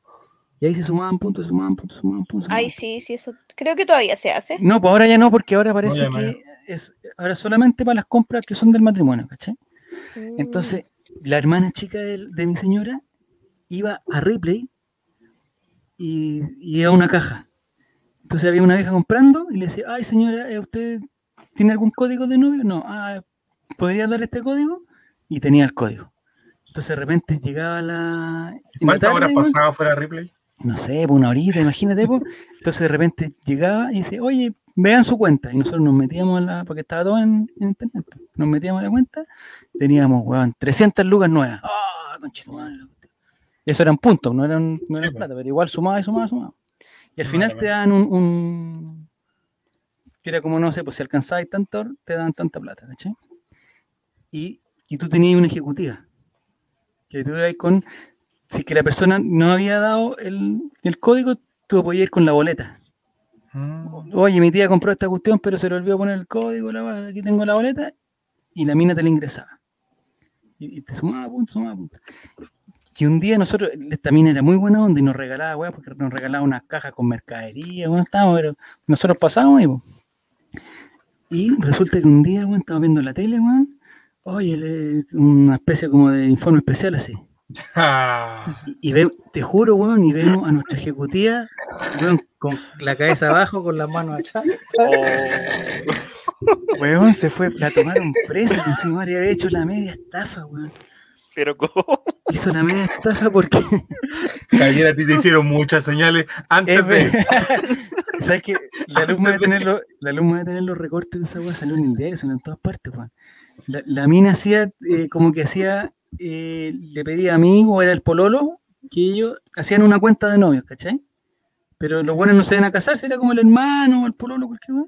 Speaker 1: Y ahí se sumaban puntos, se sumaban puntos, se sumaban puntos. se sumaban
Speaker 4: Ay, sí, sí, eso creo que todavía se hace.
Speaker 1: no, pues ahora ya no, porque ahora parece
Speaker 2: ya no,
Speaker 1: que es ahora solamente para las compras que son del matrimonio, ¿cachai?
Speaker 4: Mm.
Speaker 1: Entonces, la hermana chica del- de, mi señora iba a Ripley y, y a una caja. Entonces había una vieja comprando y le decía, ay señora, eh, ¿usted tiene algún código de novio? No, ah, ¿podría dar este código? Y tenía el código. Entonces de repente llegaba la... en la
Speaker 2: ¿Cuántas horas
Speaker 1: tarde, weón,
Speaker 2: pasaba fuera de replay?
Speaker 1: no sé, por una horita, imagínate, po. Entonces de repente llegaba y decía, oye, vean su cuenta. Y nosotros nos metíamos a la, porque estaba todo en, en internet, po. nos metíamos a la cuenta, teníamos, weón, 300 lucas nuevas. ¡Ah, conchetumadre! Eso eran puntos, no eran, no eran
Speaker 2: po.
Speaker 1: plata, pero igual sumaba y sumaba, sumaba. Y al
Speaker 2: Sumaba
Speaker 1: final
Speaker 2: la
Speaker 1: te dan un, un- que era como, no sé, pues si alcanzabas tanto, te dan tanta plata, ¿cachai? Y, y tú tenías una ejecutiva. Que tú ibas con si es que la persona no había dado el, el código, tú podías ir con la boleta.
Speaker 2: Mm.
Speaker 1: Oye, mi tía compró esta cuestión, pero se le olvidó poner el código, la weá, aquí tengo la boleta, y la mina te la ingresaba. Y, y te sumaba puntos, sumaba puntos. Y un día nosotros, esta mina era muy buena onda y nos regalaba, weá, porque nos regalaba unas cajas con mercadería, weón, estábamos, pero nosotros pasábamos y, po. y resulta que un día, weón, estábamos viendo la tele, weón, oye, le- una especie como de informe especial así.
Speaker 2: Ah,
Speaker 1: Y- Y ve- te juro, weón, y vemos a nuestra ejecutiva, weón, con la cabeza abajo, con las manos atrás.
Speaker 3: Oh,
Speaker 1: Weón, se fue, la tomaron presa, que madre había hecho la media estafa, weón.
Speaker 3: pero ¿cómo?
Speaker 1: Hizo la media estafa porque.
Speaker 2: ayer a ti te hicieron muchas señales antes
Speaker 1: es
Speaker 2: de.
Speaker 1: ver- ¿Sabes qué? La alumna debe tener los, la alumna debe tener los recortes de esa weá, salió en el diario, salió en todas partes, weón. La, la mina hacía, eh, como que hacía, eh, le pedía a mí, o era el pololo, que ellos hacían una cuenta de novios, ¿cachai? Pero los buenos no se iban a casar, era como el hermano o el pololo, cualquier weá.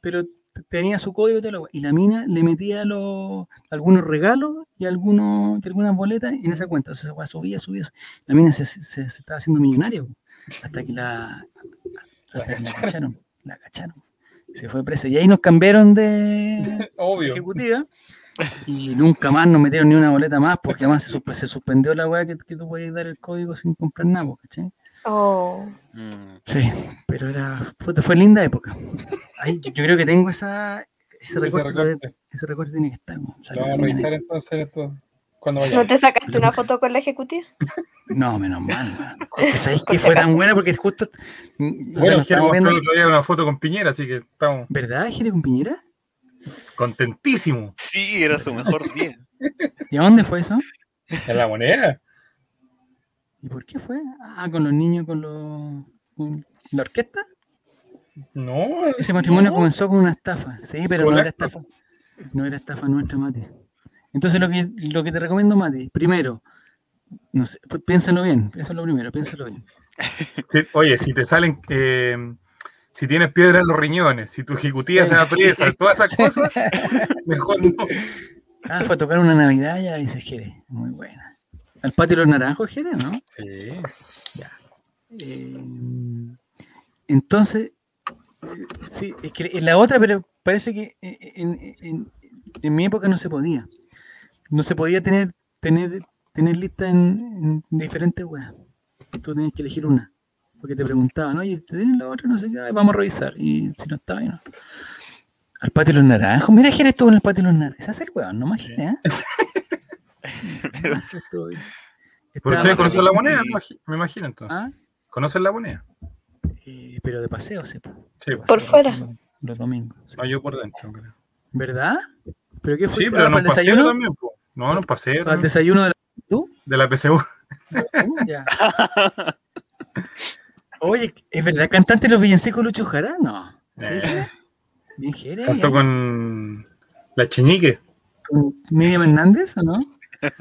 Speaker 1: Pero t- tenía su código y toda la weá. Y la mina le metía los, algunos regalos y, algunos, y algunas boletas en esa cuenta. O sea, esa weá subía, subía, subía. La mina se, se- se- se estaba haciendo millonaria, weón. Hasta que la, hasta que la cacharon. La cacharon. Se fue presa. Y ahí nos cambiaron de,
Speaker 2: Obvio.
Speaker 1: ejecutiva. Y nunca más nos metieron ni una boleta más, porque además se, suspe- se suspendió la weá que, que tú podías dar el código sin comprar nada, po, ¿cachai?
Speaker 4: Oh.
Speaker 3: Mm.
Speaker 1: Sí, pero era, puta, fue linda época. Ay, yo, yo creo que tengo esa, ese
Speaker 2: Ese
Speaker 1: recorte,
Speaker 2: recorte.
Speaker 1: de- ese recorte tiene que estar. weón.
Speaker 2: Lo
Speaker 1: Salió
Speaker 2: voy a
Speaker 1: en la
Speaker 2: revisar
Speaker 1: neta.
Speaker 2: entonces esto. Cuando
Speaker 4: ¿No
Speaker 2: vaya.
Speaker 4: te sacaste una foto con la ejecutiva?
Speaker 1: No, menos mal. weón. Es que sabéis que fue tan buena porque justo. mm, o sea,
Speaker 2: Bueno,
Speaker 1: nos
Speaker 2: quiero
Speaker 1: estábamos
Speaker 2: mostrar
Speaker 1: viendo-
Speaker 2: el otro día una foto con Piñera, así que estamos
Speaker 1: ¿Verdad, Jere con Piñera?
Speaker 2: contentísimos.
Speaker 3: Sí, era su mejor día.
Speaker 1: ¿Y a dónde fue eso?
Speaker 2: En la moneda.
Speaker 1: ¿Y por qué fue? Ah, con los niños, con los. con ¿La orquesta?
Speaker 2: No.
Speaker 1: Ese matrimonio
Speaker 2: no.
Speaker 1: comenzó con una estafa, sí, pero no era
Speaker 2: Correcto.
Speaker 1: estafa. No era estafa nuestra, Mati. Entonces lo que, lo que te recomiendo, Mati, primero, no sé, pi- piénsalo bien, piénsalo primero, piénsalo bien.
Speaker 2: Sí, Oye, si te salen, eh, si tienes piedra en los riñones, si tu ejecutiva
Speaker 1: Sí.
Speaker 2: se da presa, todas esas cosas, mejor no.
Speaker 1: Ah, fue a tocar una Navidad, ya dices, Jere, muy buena. Al patio de los naranjos, Jere, ¿no?
Speaker 2: Sí.
Speaker 1: Eh, entonces, eh, sí, es que en la otra, pero parece que eh, en, en- en mi época no se podía. No se podía tener, tener, tener lista en, en diferentes weas. Tú tenías que elegir una. Porque te preguntaban, oye, ¿te tienen la otra? No sé qué, "Ay, vamos a revisar. Y si no estaba, ya no. Al patio de los naranjos. Mira, Jerez estuvo en el patio de los naranjos. Se hace el weón, no más Jerez, ¿eh? Estoy-
Speaker 2: Pero
Speaker 1: estaba
Speaker 2: ustedes
Speaker 1: más
Speaker 2: conocen
Speaker 1: feliz.
Speaker 2: la moneda, me imagi- me imagino entonces.
Speaker 1: ¿Ah?
Speaker 2: ¿Conocen la moneda?
Speaker 1: Eh, pero de paseo, sí. po. De
Speaker 2: Sí, pues. po.
Speaker 1: paseo,
Speaker 4: Por fuera.
Speaker 1: los- Los domingos. sí.
Speaker 2: No, yo por dentro. creo.
Speaker 1: ¿Verdad? ¿Pero qué fue?
Speaker 2: Sí, pero
Speaker 1: ¿Para
Speaker 2: no
Speaker 1: el
Speaker 2: paseo
Speaker 1: desayuno?
Speaker 2: también. po. No, no paseo
Speaker 1: ¿Para el
Speaker 2: también.
Speaker 1: desayuno de la... ¿Tú?
Speaker 2: de la PCU.
Speaker 1: Uh, ya. Oye, ¿es verdad? ¿Cantante de los villancicos Lucho Jara? No. ¿Sí?
Speaker 2: Eh.
Speaker 1: Bien, Jere.
Speaker 2: Cantó
Speaker 1: ya.
Speaker 2: con La chiñique.
Speaker 1: ¿Con Miriam Hernández o no?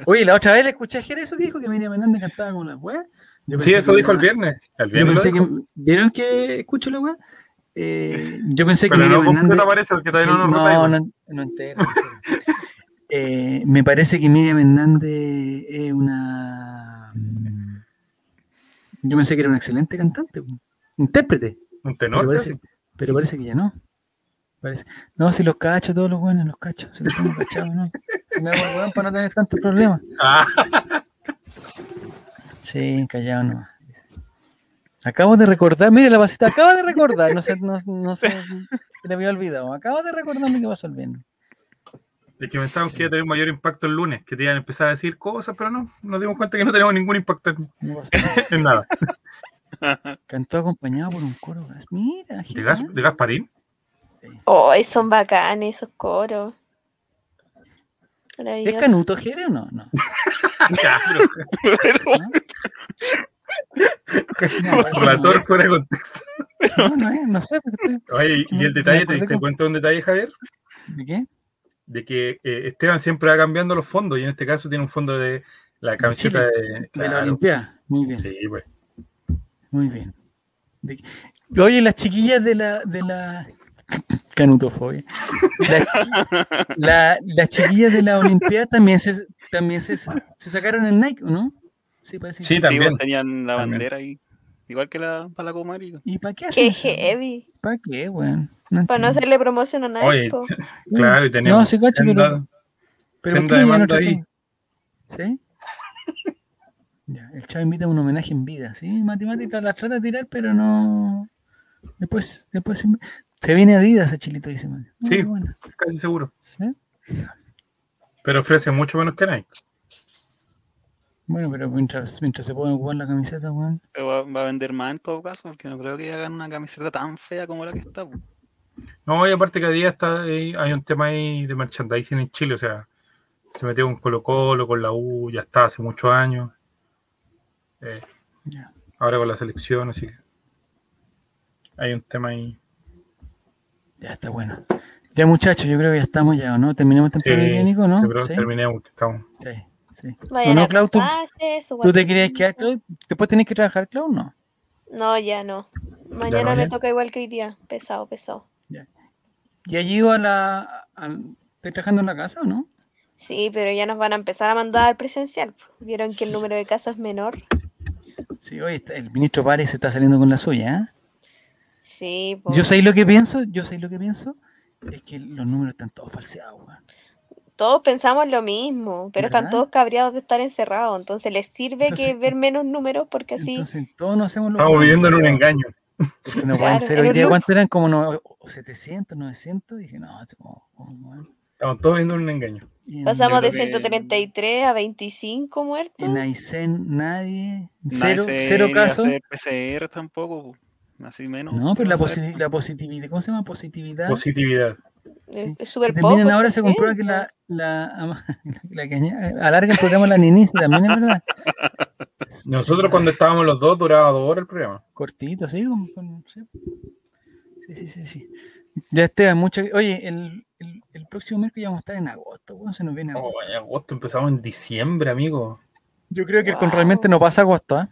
Speaker 1: Oye, la otra vez le escuché ayer eso que dijo que Miriam Hernández cantaba como la weá. Yo
Speaker 2: Sí,
Speaker 1: pensé
Speaker 2: eso
Speaker 1: que
Speaker 2: dijo el
Speaker 1: era-
Speaker 2: viernes. El
Speaker 1: Yo
Speaker 2: viernes lo
Speaker 1: pensé
Speaker 2: dijo.
Speaker 1: que, ¿Vieron que escucho la weá? Eh, yo pensé que
Speaker 2: Pero no,
Speaker 1: Miriam
Speaker 2: ¿por qué
Speaker 1: Hernández.
Speaker 2: no aparece? Porque todavía no
Speaker 1: no,
Speaker 2: nos
Speaker 1: no,
Speaker 2: rotáis.
Speaker 1: no, entero. no entero. Eh, me parece que Miriam Hernández es una. mm, Yo pensé que era una excelente cantante, weón. intérprete,
Speaker 2: Un
Speaker 1: pero
Speaker 2: tenor.
Speaker 1: parece,
Speaker 2: casi.
Speaker 1: pero parece que ya no. Parece- No, si los cacho, todos los buenos los cacho, si los tengo cachados, ¿no? Si me hago el weón para no tener tantos problemas.
Speaker 2: Ah,
Speaker 1: Sí, callado nomás. Acabo de recordar, mire la pasita, acabo de recordar, no sé, no, no sé, se le había olvidado, acabo de recordarme que pasó el viernes.
Speaker 2: es que pensábamos que iba a tener un mayor impacto el lunes, que te iban a empezar a decir cosas, pero no, nos dimos cuenta que no tenemos ningún impacto en,
Speaker 1: No pasó nada.
Speaker 2: en nada.
Speaker 1: Cantó acompañado por un coro, gas- mira,
Speaker 2: ¿De,
Speaker 1: genial.
Speaker 2: Gas- de Gasparín?
Speaker 4: Ay, son bacanes esos coros.
Speaker 1: ¿Es
Speaker 4: Maravilloso.
Speaker 1: Canuto Jere o no? No.
Speaker 2: Ya, pero
Speaker 1: No, parece que no,
Speaker 2: relator fuera de contexto.
Speaker 1: no, no es, no sé, pero estoy-
Speaker 2: Oye, y
Speaker 1: Me-
Speaker 2: el
Speaker 1: me
Speaker 2: detalle,
Speaker 1: acordé
Speaker 2: ¿te, te
Speaker 1: con-
Speaker 2: cuento un detalle, Javier?
Speaker 1: ¿de qué?
Speaker 2: de que eh, Esteban siempre va cambiando los fondos y en este caso tiene un fondo de la camiseta de,
Speaker 1: De la
Speaker 2: claro,
Speaker 1: Olimpiada. Muy bien,
Speaker 2: sí, pues.
Speaker 1: muy bien. De- Oye, las chiquillas de la, de la canutofobia. Las chi- la- las chiquillas de la Olimpiada también se, también se, se sacaron el Nike, ¿o no? Sí, parece que
Speaker 2: Sí,
Speaker 3: Sí,
Speaker 2: también.
Speaker 3: pues, tenían la
Speaker 2: también.
Speaker 3: bandera ahí. Igual que la para Comari.
Speaker 1: ¿Y para qué hacen
Speaker 4: Qué
Speaker 1: eso?
Speaker 4: heavy.
Speaker 1: ¿Para qué, weón?
Speaker 4: Para no
Speaker 1: entiendo.
Speaker 4: hacerle promoción a nadie.
Speaker 2: Oye,
Speaker 4: po.
Speaker 2: claro, y tenemos
Speaker 1: No, sí, cacho,
Speaker 2: senda-
Speaker 1: pero- Pero ¿por qué
Speaker 2: senda
Speaker 1: no llevan
Speaker 2: demanda
Speaker 1: otra
Speaker 2: ahí.
Speaker 1: cosa? ¿Sí? Ya, el chavo invita a un homenaje en vida, ¿sí? Matemática la trata de tirar, pero no. Después, después se, se viene Adidas a Chilito, dice Mario. Ah,
Speaker 2: Sí.
Speaker 1: qué bueno.
Speaker 2: casi seguro.
Speaker 1: ¿Sí?
Speaker 2: Pero ofrece mucho menos que Nike.
Speaker 1: Bueno, pero mientras, mientras se pueden ocupar la camiseta, weón.
Speaker 3: Pero va, va a vender más en todo caso, porque no creo que hagan una camiseta tan fea como la que está. pues. po.
Speaker 2: No, y aparte que día está ahí- hay un tema ahí de merchandising en Chile, o sea, se metió con Colo Colo, con la U, ya está hace muchos años. Eh,
Speaker 1: Ya.
Speaker 2: ahora con la selección, así que hay un tema ahí.
Speaker 1: Ya está bueno. Ya, muchachos, yo creo que ya estamos ya, ¿o ¿no? Terminamos temprano,
Speaker 2: Sí,
Speaker 1: hoy día, Nico, ¿no?
Speaker 2: Yo creo que
Speaker 1: Sí,
Speaker 2: Eh, terminemos, que estamos.
Speaker 1: sí, sí.
Speaker 4: Vayan
Speaker 1: no,
Speaker 4: a
Speaker 1: Clau, tú-
Speaker 4: clase, su
Speaker 1: ¿Tú te
Speaker 4: guatita.
Speaker 1: querías quedar, Clau? ¿Después tenés que trabajar, Clau? No.
Speaker 4: No, ya no. Mañana
Speaker 2: no,
Speaker 4: me
Speaker 2: ya.
Speaker 4: toca igual que hoy día. Pesado, pesado.
Speaker 1: ¿Y allí iba a la. al- ¿Estás trabajando en la casa o no?
Speaker 4: Sí, pero ya nos van a empezar a mandar presencial. po. Vieron que el número de casos es menor.
Speaker 1: Sí, oye, está- el ministro Párez se está saliendo con la suya. ¿eh?
Speaker 4: Sí, po.
Speaker 1: Yo sé lo que pienso, yo sé lo que pienso, es que los números están todos falseados, weón.
Speaker 4: todos pensamos lo mismo, pero están
Speaker 1: ¿Verdad?
Speaker 4: todos cabreados de estar encerrados. Entonces les sirve que
Speaker 1: Entonces-
Speaker 4: ver menos números porque así.
Speaker 1: Entonces todos nos hacemos lo
Speaker 2: Estamos
Speaker 1: mismo,
Speaker 2: viviendo en un
Speaker 1: pero-
Speaker 2: engaño.
Speaker 1: porque no
Speaker 4: Claro,
Speaker 1: pueden ser
Speaker 4: en
Speaker 1: hoy
Speaker 4: un
Speaker 1: día,
Speaker 4: loop.
Speaker 1: ¿cuánto eran? Como no, o 700, 900. dije, no, esto como- como, weón.
Speaker 2: Estamos todos viendo un engaño.
Speaker 1: Y en-
Speaker 4: Pasamos de
Speaker 3: creo que-
Speaker 4: 133 a 25 muertos.
Speaker 1: En Aysén nadie,
Speaker 3: Nadie
Speaker 1: cero,
Speaker 3: se
Speaker 1: cero
Speaker 3: iba a
Speaker 1: casos.
Speaker 3: hacer PCR tampoco, po. así menos.
Speaker 1: No,
Speaker 3: se
Speaker 1: pero
Speaker 3: va
Speaker 1: la,
Speaker 3: a saber.
Speaker 1: posi- la positividad, ¿cómo se llama? Positividad.
Speaker 2: Positividad.
Speaker 4: Eh, Es
Speaker 1: Si
Speaker 4: súper poco.
Speaker 1: terminan ahora, se comprueba que
Speaker 4: 80.
Speaker 1: la, la, ama- la que añade- alarga el programa la ninis, también es verdad.
Speaker 2: Nosotros cuando estábamos los dos duraba dos horas el programa.
Speaker 1: Cortito, sí, con- con- sí. Sí, sí, sí, sí. Ya Esteban, muchas Oye, el, el, el próximo miércoles ya vamos a estar en agosto, weón, se nos viene agosto.
Speaker 2: Oh, en agosto empezamos en diciembre, amigo.
Speaker 3: Oh.
Speaker 1: Yo creo que con
Speaker 4: Wow.
Speaker 1: realmente no pasa agosto, ¿ah?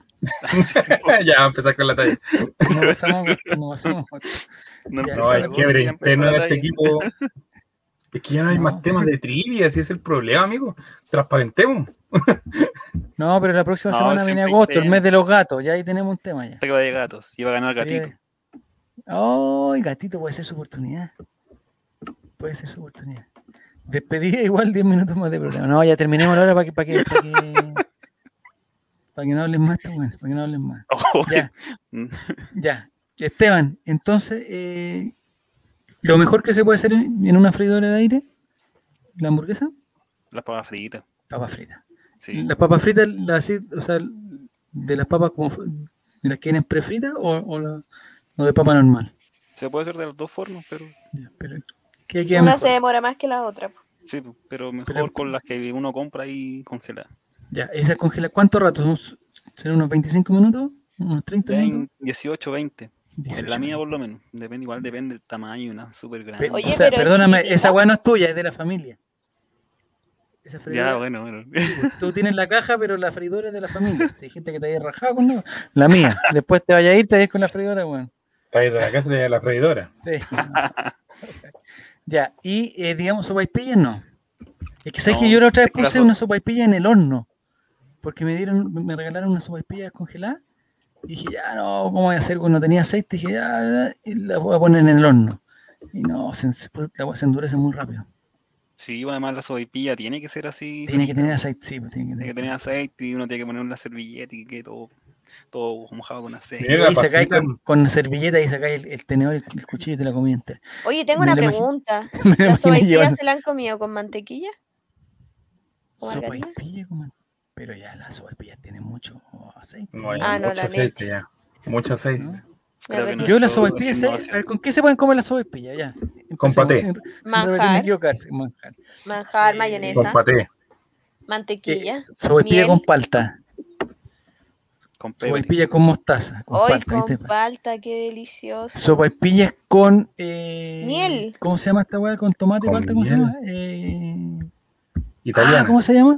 Speaker 2: ya empezar con la talla.
Speaker 1: No pasamos agosto, no pasamos agosto.
Speaker 3: No,
Speaker 1: Ya,
Speaker 2: No,
Speaker 3: empezó
Speaker 1: hay
Speaker 2: hay
Speaker 3: la cosa,
Speaker 2: quiebre
Speaker 3: ya empezó
Speaker 2: interno
Speaker 3: la
Speaker 2: de este
Speaker 3: talla.
Speaker 2: equipo. Es que ya no hay
Speaker 1: No.
Speaker 2: más temas de trivia, ese es el problema, amigo. Transparentemos.
Speaker 1: No, pero la próxima
Speaker 3: No,
Speaker 1: semana viene
Speaker 3: siempre hay
Speaker 1: agosto, el mes
Speaker 3: tema.
Speaker 1: de los gatos, ya ahí tenemos un tema ya.
Speaker 3: Ataque de gatos. Iba Este a ganar gatito.
Speaker 1: Oye, ¡Ay, gatito! Puede ser su oportunidad. Puede ser su oportunidad. Despedida igual 10 minutos más de programa. No, ya terminemos la hora para que, para que, para que, para que no hablen más, tú, bueno, para que no hablen más.
Speaker 3: Oh,
Speaker 1: Ya.
Speaker 3: Mm.
Speaker 1: ya. Esteban, entonces, eh, lo mejor que se puede hacer en en una freidora de aire, la hamburguesa,
Speaker 3: Las papas fritas.
Speaker 1: papas fritas.
Speaker 3: Sí.
Speaker 1: Las papas fritas, las así, o sea, de las papas como fr- de las que vienen prefritas o, o, la- o de papa normal.
Speaker 3: Se puede hacer de las dos formas, pero
Speaker 1: Ya, pero ¿qué queda
Speaker 4: Una
Speaker 1: mejor?
Speaker 4: se demora más que la otra. po.
Speaker 3: sí, po, pero mejor con las que uno compra y congela.
Speaker 1: Ya, esa congela, ¿cuánto rato? ¿Unos- ¿Serán unos 25 minutos? ¿Unos 30
Speaker 3: Vein-
Speaker 1: minutos?
Speaker 3: 18, 20. En la mía, por lo menos. Depende, igual depende del tamaño, una súper grande.
Speaker 1: Pe-
Speaker 4: Oye,
Speaker 1: o sea,
Speaker 4: pero
Speaker 1: perdóname,
Speaker 4: chiquitita.
Speaker 1: esa weá no es tuya, es de la familia. Esa freidora-
Speaker 3: ya, bueno, bueno.
Speaker 1: pues, Tú tienes la caja, pero la freidora es de la familia. Si hay gente que te haya rajado con la, la mía. Después te vaya a ir, te vayas con la freidora, weón.
Speaker 2: Está ahí de la casa de la freidora.
Speaker 1: Sí. ya, y eh, digamos, sopaipillas no. Es que sabes
Speaker 3: No,
Speaker 1: que yo la otra vez
Speaker 3: es que la
Speaker 1: puse
Speaker 3: so-
Speaker 1: una sopaipilla en el horno. Porque me dieron, me regalaron una sopaipilla descongelada. Y dije, ya no, ¿cómo voy a hacer? Cuando tenía aceite, dije, ya, ya, y la voy a poner en el horno. Y no, se, se- la hueá se endurece muy rápido.
Speaker 3: Sí, además la sopaipilla tiene que ser así.
Speaker 1: Tiene que tener aceite, sí, pues, tiene que
Speaker 3: Tiene que
Speaker 1: tener,
Speaker 3: tener aceite y uno tiene que poner una servilleta y que quede todo, todo mojado con aceite.
Speaker 2: Tiene la
Speaker 1: Y sacáis
Speaker 2: pasita.
Speaker 1: con, con servilleta y sacáis el, el tenedor, el, el cuchillo y te la comí entera.
Speaker 4: Oye, tengo
Speaker 1: Me
Speaker 4: una
Speaker 1: lo imagino-
Speaker 4: pregunta.
Speaker 1: Me lo
Speaker 4: ¿Las
Speaker 1: imaginé llevando-
Speaker 4: sopaipillas se la han comido con mantequilla? ¿O margarina?
Speaker 1: Sopaipilla, como- Pero ya la sopaipilla tiene mucho aceite.
Speaker 2: No, hay
Speaker 4: Ah, no,
Speaker 2: mucho
Speaker 4: la
Speaker 2: aceite ya. Mucho aceite.
Speaker 1: ¿No?
Speaker 4: Me
Speaker 3: Creo que
Speaker 4: repito.
Speaker 1: Yo la
Speaker 3: Todo
Speaker 1: sopaipilla,
Speaker 3: haciendo
Speaker 1: sé-
Speaker 3: así.
Speaker 1: a ver, ¿con qué se pueden comer la sopaipilla? Ya.
Speaker 2: Con
Speaker 1: Empecemos
Speaker 2: paté.
Speaker 1: sin- sin repetir ni
Speaker 4: Manjar,
Speaker 1: equivocarse, manjar.
Speaker 4: manjar,
Speaker 1: Eh,
Speaker 2: Con
Speaker 4: mayonesa,
Speaker 2: paté.
Speaker 4: mantequilla.
Speaker 1: Sopaipilla
Speaker 4: Miel.
Speaker 1: con palta.
Speaker 3: Con pebre.
Speaker 1: Sopaipilla con mostaza. Con
Speaker 4: Hoy
Speaker 1: palta, ahí
Speaker 4: con
Speaker 1: te-
Speaker 4: palta, qué delicioso.
Speaker 1: Sopaipillas con. eh,
Speaker 4: Miel.
Speaker 1: ¿Cómo se llama esta weá? Con tomate,
Speaker 2: Con
Speaker 1: palta, ¿cómo se
Speaker 2: miel.
Speaker 1: llama? Eh,
Speaker 2: Italiana.
Speaker 1: ah, ¿Cómo se llama?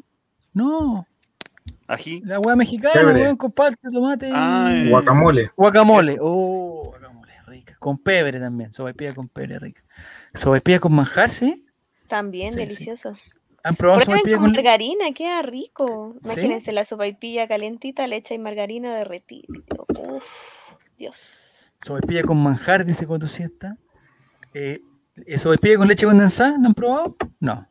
Speaker 1: No,
Speaker 3: Ají.
Speaker 1: la weá mexicana,
Speaker 2: Pebre.
Speaker 1: weón, con palta, tomate. y-
Speaker 3: Ah, eh.
Speaker 2: Guacamole.
Speaker 1: Guacamole. Oh, guacamole, rica. Con pebre también. Sobaipilla con pebre, rica. Sobaipilla con manjar, ¿sí?
Speaker 4: También
Speaker 1: Sí, sí.
Speaker 4: delicioso.
Speaker 1: ¿Han probado
Speaker 4: Prueben
Speaker 1: sobaipilla
Speaker 4: con
Speaker 1: con
Speaker 4: margarina, queda rico.
Speaker 1: ¿Sí?
Speaker 4: Imagínense la sopaipilla calentita, le echa y margarina derretida. Uf, Dios.
Speaker 1: sobaipilla con manjar, dice cuando siesta? Eh, eh, sobaipilla con leche condensada, ¿no han probado? No.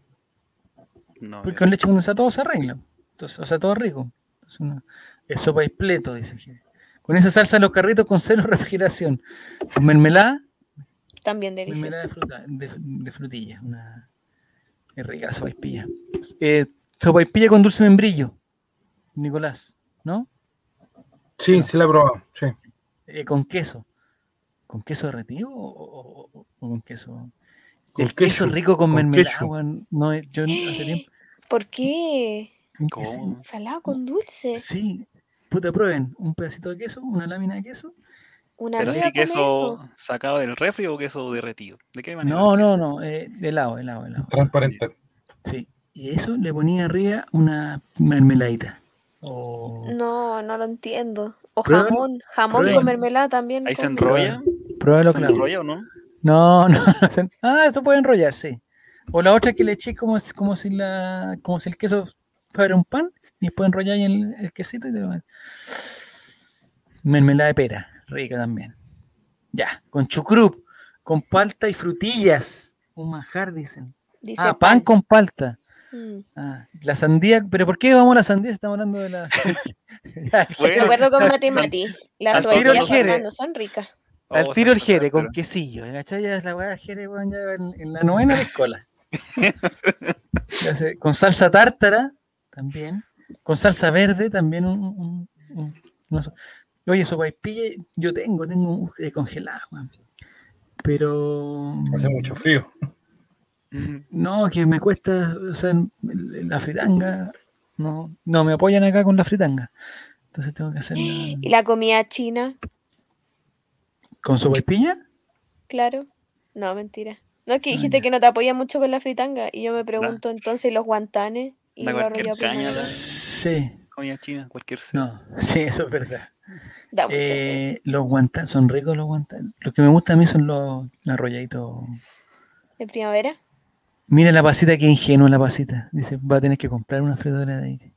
Speaker 3: No,
Speaker 1: Porque con leche condensada todo se arregla. Entonces, o sea, todo es rico. Entonces, uno- es sopa pleto, dice. Jere. Con esa salsa en los carritos con cero refrigeración. Con mermelada,
Speaker 4: También
Speaker 1: mermelada
Speaker 4: delicioso.
Speaker 1: de, fruta, de, de frutilla. Una, es rica la sopaipilla. Eh, sopaipilla con dulce membrillo, Nicolás, ¿no?
Speaker 2: Sí, sí la he probado. Sí.
Speaker 1: Eh, con queso. ¿Con queso derretido o, o- o- o con queso?
Speaker 2: Con
Speaker 1: el queso
Speaker 2: ketchup,
Speaker 1: rico con,
Speaker 2: con
Speaker 1: mermelada,
Speaker 2: ketchup.
Speaker 1: weón, no, es- yo hace tiempo.
Speaker 4: ¿Por qué?
Speaker 1: que sí,
Speaker 3: ¿Cómo?
Speaker 4: Salado con dulce.
Speaker 1: Sí, puta, prueben un pedacito de queso, una lámina de queso.
Speaker 4: Una
Speaker 3: Pero
Speaker 4: amiga
Speaker 3: así
Speaker 4: come
Speaker 3: queso
Speaker 4: eso.
Speaker 3: sacado del refri o queso derretido. ¿De qué manera?
Speaker 1: No,
Speaker 3: el
Speaker 1: no,
Speaker 3: queso?
Speaker 1: no, eh, de helado, helado, helado.
Speaker 2: Transparente.
Speaker 1: Sí. Y eso le ponía arriba una mermeladita. O
Speaker 4: No, no lo entiendo. O
Speaker 1: Prueben-
Speaker 4: jamón, jamón
Speaker 1: prueben.
Speaker 4: con mermelada también.
Speaker 3: Ahí se
Speaker 4: con-
Speaker 3: enrolla.
Speaker 1: pruébalo
Speaker 3: ¿Se
Speaker 1: claro.
Speaker 3: enrolla o no?
Speaker 1: No, no, no se- Ah, eso puede enrollar, sí. O la otra que le eché como, si- como si la, como si el queso fuera un pan y después enrollar ahí el, el quesito y te lo met- Mermelada de pera, rica también. Ya, con chucrup, con palta y frutillas. Un manjar, dicen.
Speaker 4: Dice
Speaker 1: Ah, pan con palta.
Speaker 4: Mm.
Speaker 1: Ah, la sandía, pero ¿por qué vamos a la sandía si estamos hablando de la...
Speaker 4: De
Speaker 3: Bueno,
Speaker 4: acuerdo con Mati Mati, las
Speaker 3: al tiro
Speaker 4: sopaipillas
Speaker 1: ligere.
Speaker 4: Fernando son ricas.
Speaker 1: Al
Speaker 3: Oh,
Speaker 1: tiro el
Speaker 3: se me
Speaker 1: jere
Speaker 3: fue
Speaker 1: con
Speaker 3: la
Speaker 1: quesillo. ¿Cachai? Ya es la weá de jere, weón, ya en, en la novena de escuela. Ya sé, con salsa tártara también. Con salsa verde también. Un, un- un- una so- Oye, sopaipilla yo tengo, tengo uh, eh, congelada, weón. Pero.
Speaker 2: Hace mucho frío.
Speaker 3: pera.
Speaker 1: No, que me cuesta, o sea, en- en la fritanga. No, no, me apoyan acá con la fritanga. Entonces tengo que hacer
Speaker 4: Y la comida china,
Speaker 1: ¿Con sopaipilla?
Speaker 4: claro. No, mentira. No, es que
Speaker 1: Ah,
Speaker 4: dijiste
Speaker 1: ya.
Speaker 4: que no te apoya mucho con la fritanga. Y yo me pregunto entonces, ¿y los guantanes? Y
Speaker 3: Da
Speaker 4: los
Speaker 3: cualquier
Speaker 4: arrollados
Speaker 3: caña,
Speaker 4: primero?
Speaker 3: da.
Speaker 1: Sí,
Speaker 3: Comida china, cualquier ser.
Speaker 1: no, sí, eso es verdad.
Speaker 4: Da mucha fe.
Speaker 1: Eh, los guantanes, son ricos los guantanes. Lo que me gusta a mí son los arrolladitos.
Speaker 4: ¿De primavera?
Speaker 1: Mira la pasita, qué ingenua la pasita. Dice, va a tener que comprar una freidora de aire.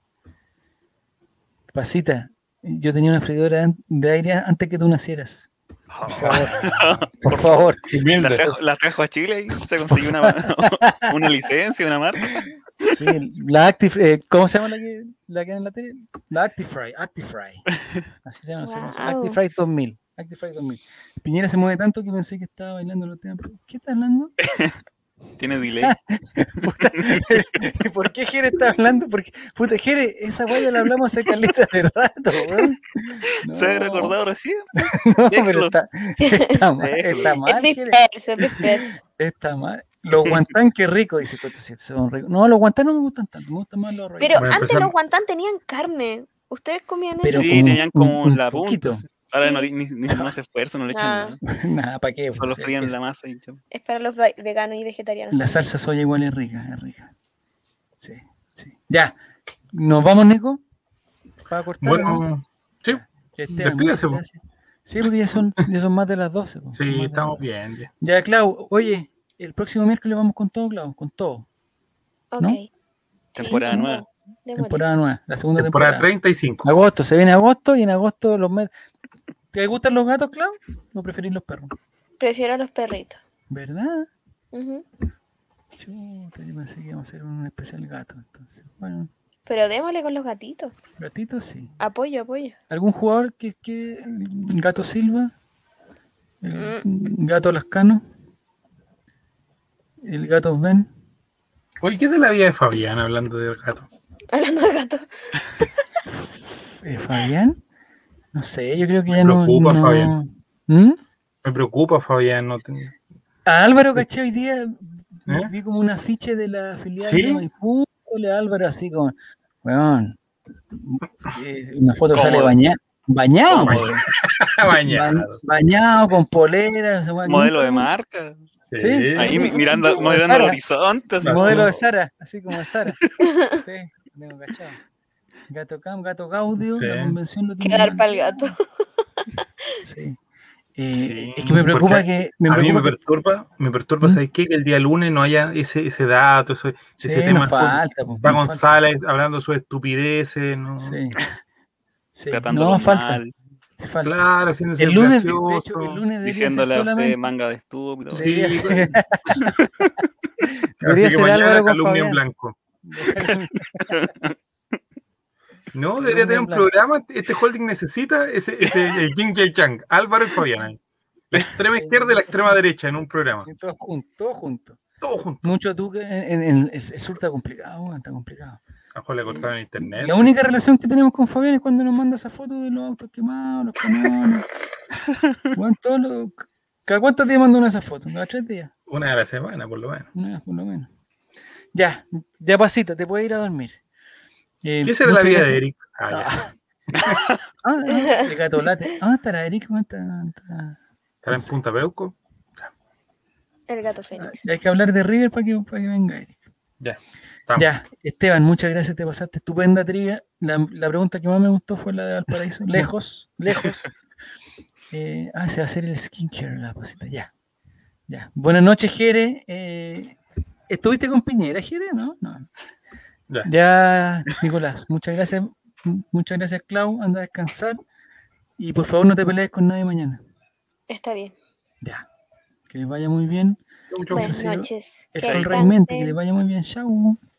Speaker 1: Pasita, yo tenía una freidora an- de aire antes que tú nacieras.
Speaker 3: Ah,
Speaker 1: Por favor. Por favor.
Speaker 3: la,
Speaker 2: Humilde.
Speaker 3: trajo, la trajo a Chile y se consiguió una, una licencia, una marca.
Speaker 1: Sí, la Active, eh, ¿cómo se llama la que, la que en la tele? La Actifry, Actifry. Así se llama, no sé cómo se llama.
Speaker 4: Guau.
Speaker 1: Actifry 2000. Actifry 2000. Piñera se mueve tanto que pensé que estaba bailando los temas. pero, ¿Qué está hablando?
Speaker 3: Tiene delay.
Speaker 1: Puta, ¿Y por qué Jere está hablando? Porque, puta, Jere, esa guaya la hablamos hace caleta de rato, weón.
Speaker 3: ¿Se ha
Speaker 1: No,
Speaker 3: recordado recién?
Speaker 1: No, pero
Speaker 3: Déjalo.
Speaker 1: está, está mal,
Speaker 3: Déjalo.
Speaker 1: está mal,
Speaker 4: Es
Speaker 1: Jere,
Speaker 4: disperso, es disperso.
Speaker 1: está mal. Los guantán, qué rico, dice Coto Siete, son ricos. No, los guantán no me gustan tanto, me gustan más los arrollados.
Speaker 4: Pero
Speaker 2: Voy a
Speaker 4: antes
Speaker 2: empezar.
Speaker 4: los guantán tenían carne. ¿Ustedes comían
Speaker 1: Pero
Speaker 4: eso?
Speaker 3: sí, tenían como
Speaker 1: un
Speaker 3: la
Speaker 1: poquito.
Speaker 3: punta. así, Ahora
Speaker 4: Sí.
Speaker 3: no, di- ni, ni- no se esfuerzo, no le echan
Speaker 4: Ah.
Speaker 3: nada.
Speaker 1: Nada, ¿para qué?
Speaker 3: Solo
Speaker 1: pues?
Speaker 3: frían
Speaker 1: Es-
Speaker 3: la masa y chao.
Speaker 4: Es para los va- veganos y vegetarianos.
Speaker 1: La salsa soya igual es rica, es rica. Sí, sí. Ya, ¿nos vamos, Nico? ¿Para cortar? o no?
Speaker 2: Bueno, sí,
Speaker 1: Esteban,
Speaker 2: despídase,
Speaker 1: muchas
Speaker 2: po.
Speaker 1: gracias. Sí, porque ya son, ya son más de las 12. po, son más de
Speaker 2: sí,
Speaker 1: las
Speaker 2: estamos
Speaker 1: 12.
Speaker 2: bien. ya.
Speaker 1: Ya, Clau, oye, el próximo miércoles vamos con todo, Clau, con todo.
Speaker 4: Ok.
Speaker 1: ¿no?
Speaker 4: Sí,
Speaker 3: Temporada
Speaker 4: démosle,
Speaker 3: nueva.
Speaker 4: démosle.
Speaker 1: Temporada nueva, la segunda temporada.
Speaker 2: Temporada 35.
Speaker 1: Agosto, se viene agosto y en agosto los meses. ¿Te gustan los gatos, Clau? ¿O preferís los perros?
Speaker 4: Prefiero a los perritos.
Speaker 1: ¿Verdad?
Speaker 4: Ujú.
Speaker 1: Chuta, yo pensé que íbamos a hacer un especial gato. Entonces, bueno,
Speaker 4: Pero démosle con los gatitos.
Speaker 1: gatitos sí.
Speaker 4: Apoyo, apoyo.
Speaker 1: ¿Algún jugador que, que Gato Silva? El gato Lascano. El gato Ben.
Speaker 2: Oye, ¿qué es de la vida de Fabián hablando del gato?
Speaker 4: Hablando de gatos.
Speaker 1: eh, Fabián. No sé, yo creo que
Speaker 2: Me
Speaker 1: ya no.
Speaker 2: preocupa,
Speaker 1: no-
Speaker 2: Fabián.
Speaker 1: ¿Mm?
Speaker 2: Me preocupa, Fabián. No te-
Speaker 1: A Álvaro caché hoy día.
Speaker 2: ¿Eh?
Speaker 1: Vi como un afiche de la filial
Speaker 2: ¿Sí?
Speaker 1: de Maipú. Sale Álvaro así como. Weón. eh, una foto que sale
Speaker 3: Cómodo.
Speaker 1: bañado. Bañado,
Speaker 2: Cómodo.
Speaker 1: weón. Ba-
Speaker 2: Bañado.
Speaker 1: bañado con polera. esa weá que
Speaker 3: Modelo
Speaker 1: nunca-
Speaker 3: de marca.
Speaker 2: Sí.
Speaker 1: Sí.
Speaker 3: Ahí mi-
Speaker 1: sí,
Speaker 3: mirando,
Speaker 1: sí,
Speaker 3: mirando el
Speaker 1: Sara.
Speaker 3: horizonte. así
Speaker 1: El
Speaker 2: Así
Speaker 1: modelo
Speaker 2: como-
Speaker 1: de Sara, así como de Sara. Sí, lo tengo cachado. Gato Cam, Gato Gaudio,
Speaker 2: Sí.
Speaker 1: la convención lo tiene.
Speaker 4: Quedar
Speaker 1: mal.
Speaker 4: para el gato.
Speaker 1: Sí. Eh,
Speaker 2: Sí,
Speaker 1: es que me preocupa
Speaker 2: porque
Speaker 1: que. Me
Speaker 2: a mí me
Speaker 1: preocupa que-
Speaker 2: perturba, me perturba,
Speaker 1: ¿Mm?
Speaker 2: ¿sabes qué? Que el día lunes no haya ese, ese dato, ese,
Speaker 1: sí,
Speaker 2: ese
Speaker 1: nos
Speaker 2: tema. sobre-
Speaker 1: falta. pues,
Speaker 2: Va
Speaker 1: nos falta.
Speaker 2: González hablando sus estupideces, ¿no?
Speaker 1: Sí. Sí,
Speaker 3: tratándolo
Speaker 1: No, falta.
Speaker 3: mal,
Speaker 1: falta.
Speaker 2: Claro, haciéndose
Speaker 1: el lunes, de- de
Speaker 2: gracioso.
Speaker 1: hecho, el lunes debería
Speaker 3: Diciéndole
Speaker 1: ser
Speaker 3: a usted
Speaker 1: solamente.
Speaker 3: manga de estúpido.
Speaker 1: Sí.
Speaker 2: Sí,
Speaker 1: debería
Speaker 2: pues.
Speaker 1: ser-
Speaker 2: Así
Speaker 1: Debería
Speaker 2: que
Speaker 1: ser
Speaker 2: mañana
Speaker 1: Álvaro con
Speaker 2: calumnia en
Speaker 1: Fabián.
Speaker 2: blanco. No,
Speaker 1: Calumnia
Speaker 2: debería
Speaker 1: en
Speaker 2: tener un
Speaker 1: blanco.
Speaker 2: programa. Este holding necesita ese, ese el Jing y el Yang, Álvaro y Fabián. ahí. La extrema izquierda y la extrema derecha en un programa.
Speaker 1: Sí, todos juntos, todos juntos.
Speaker 2: Todo junto.
Speaker 1: Mucho tú que en, en- en- el sur está complicado, weón, está complicado.
Speaker 2: Ajo le cortaron internet.
Speaker 1: La única relación que tenemos con Fabián es cuando nos manda esa foto de los autos quemados, los camiones. Bueno, todos los- ¿Cada cuántos días manda una esa foto? ¿Cada tres días?
Speaker 2: Una de la semana, por lo menos.
Speaker 1: Una vez por lo menos. Ya, ya pasita, te puedes ir a dormir. Eh,
Speaker 2: ¿Qué será la
Speaker 1: muchas
Speaker 2: vida de
Speaker 1: gracias.
Speaker 2: Eric? Ah, ya.
Speaker 1: Ah, ah, el gato late. Ah, estará Eric. ¿Cómo está? Está-
Speaker 2: ¿Estará en Punta Peuco?
Speaker 4: El gato feliz.
Speaker 1: Hay que hablar de River para que, para que venga Eric.
Speaker 2: Ya, estamos.
Speaker 1: Ya, Esteban, muchas gracias, te pasaste estupenda trivia. La, la pregunta que más me gustó fue la de Valparaíso. Lejos, lejos. Eh, ah, se va a hacer el skincare, la cosita. Ya, ya. Buenas noches, Jere. Eh, ¿Estuviste con Piñera, Jere? No, no.
Speaker 2: Ya.
Speaker 1: Ya, Nicolás, muchas gracias. M- Muchas gracias, Clau. Anda a descansar. Y por favor, no te pelees con nadie mañana.
Speaker 4: Está bien.
Speaker 1: Ya. Que les vaya muy bien.
Speaker 2: Mucho
Speaker 1: Bueno.
Speaker 4: Buenas
Speaker 1: sí, yo-
Speaker 4: noches.
Speaker 1: Es
Speaker 4: Que
Speaker 1: realmente, que
Speaker 4: descansen.
Speaker 1: les vaya muy bien. Chau.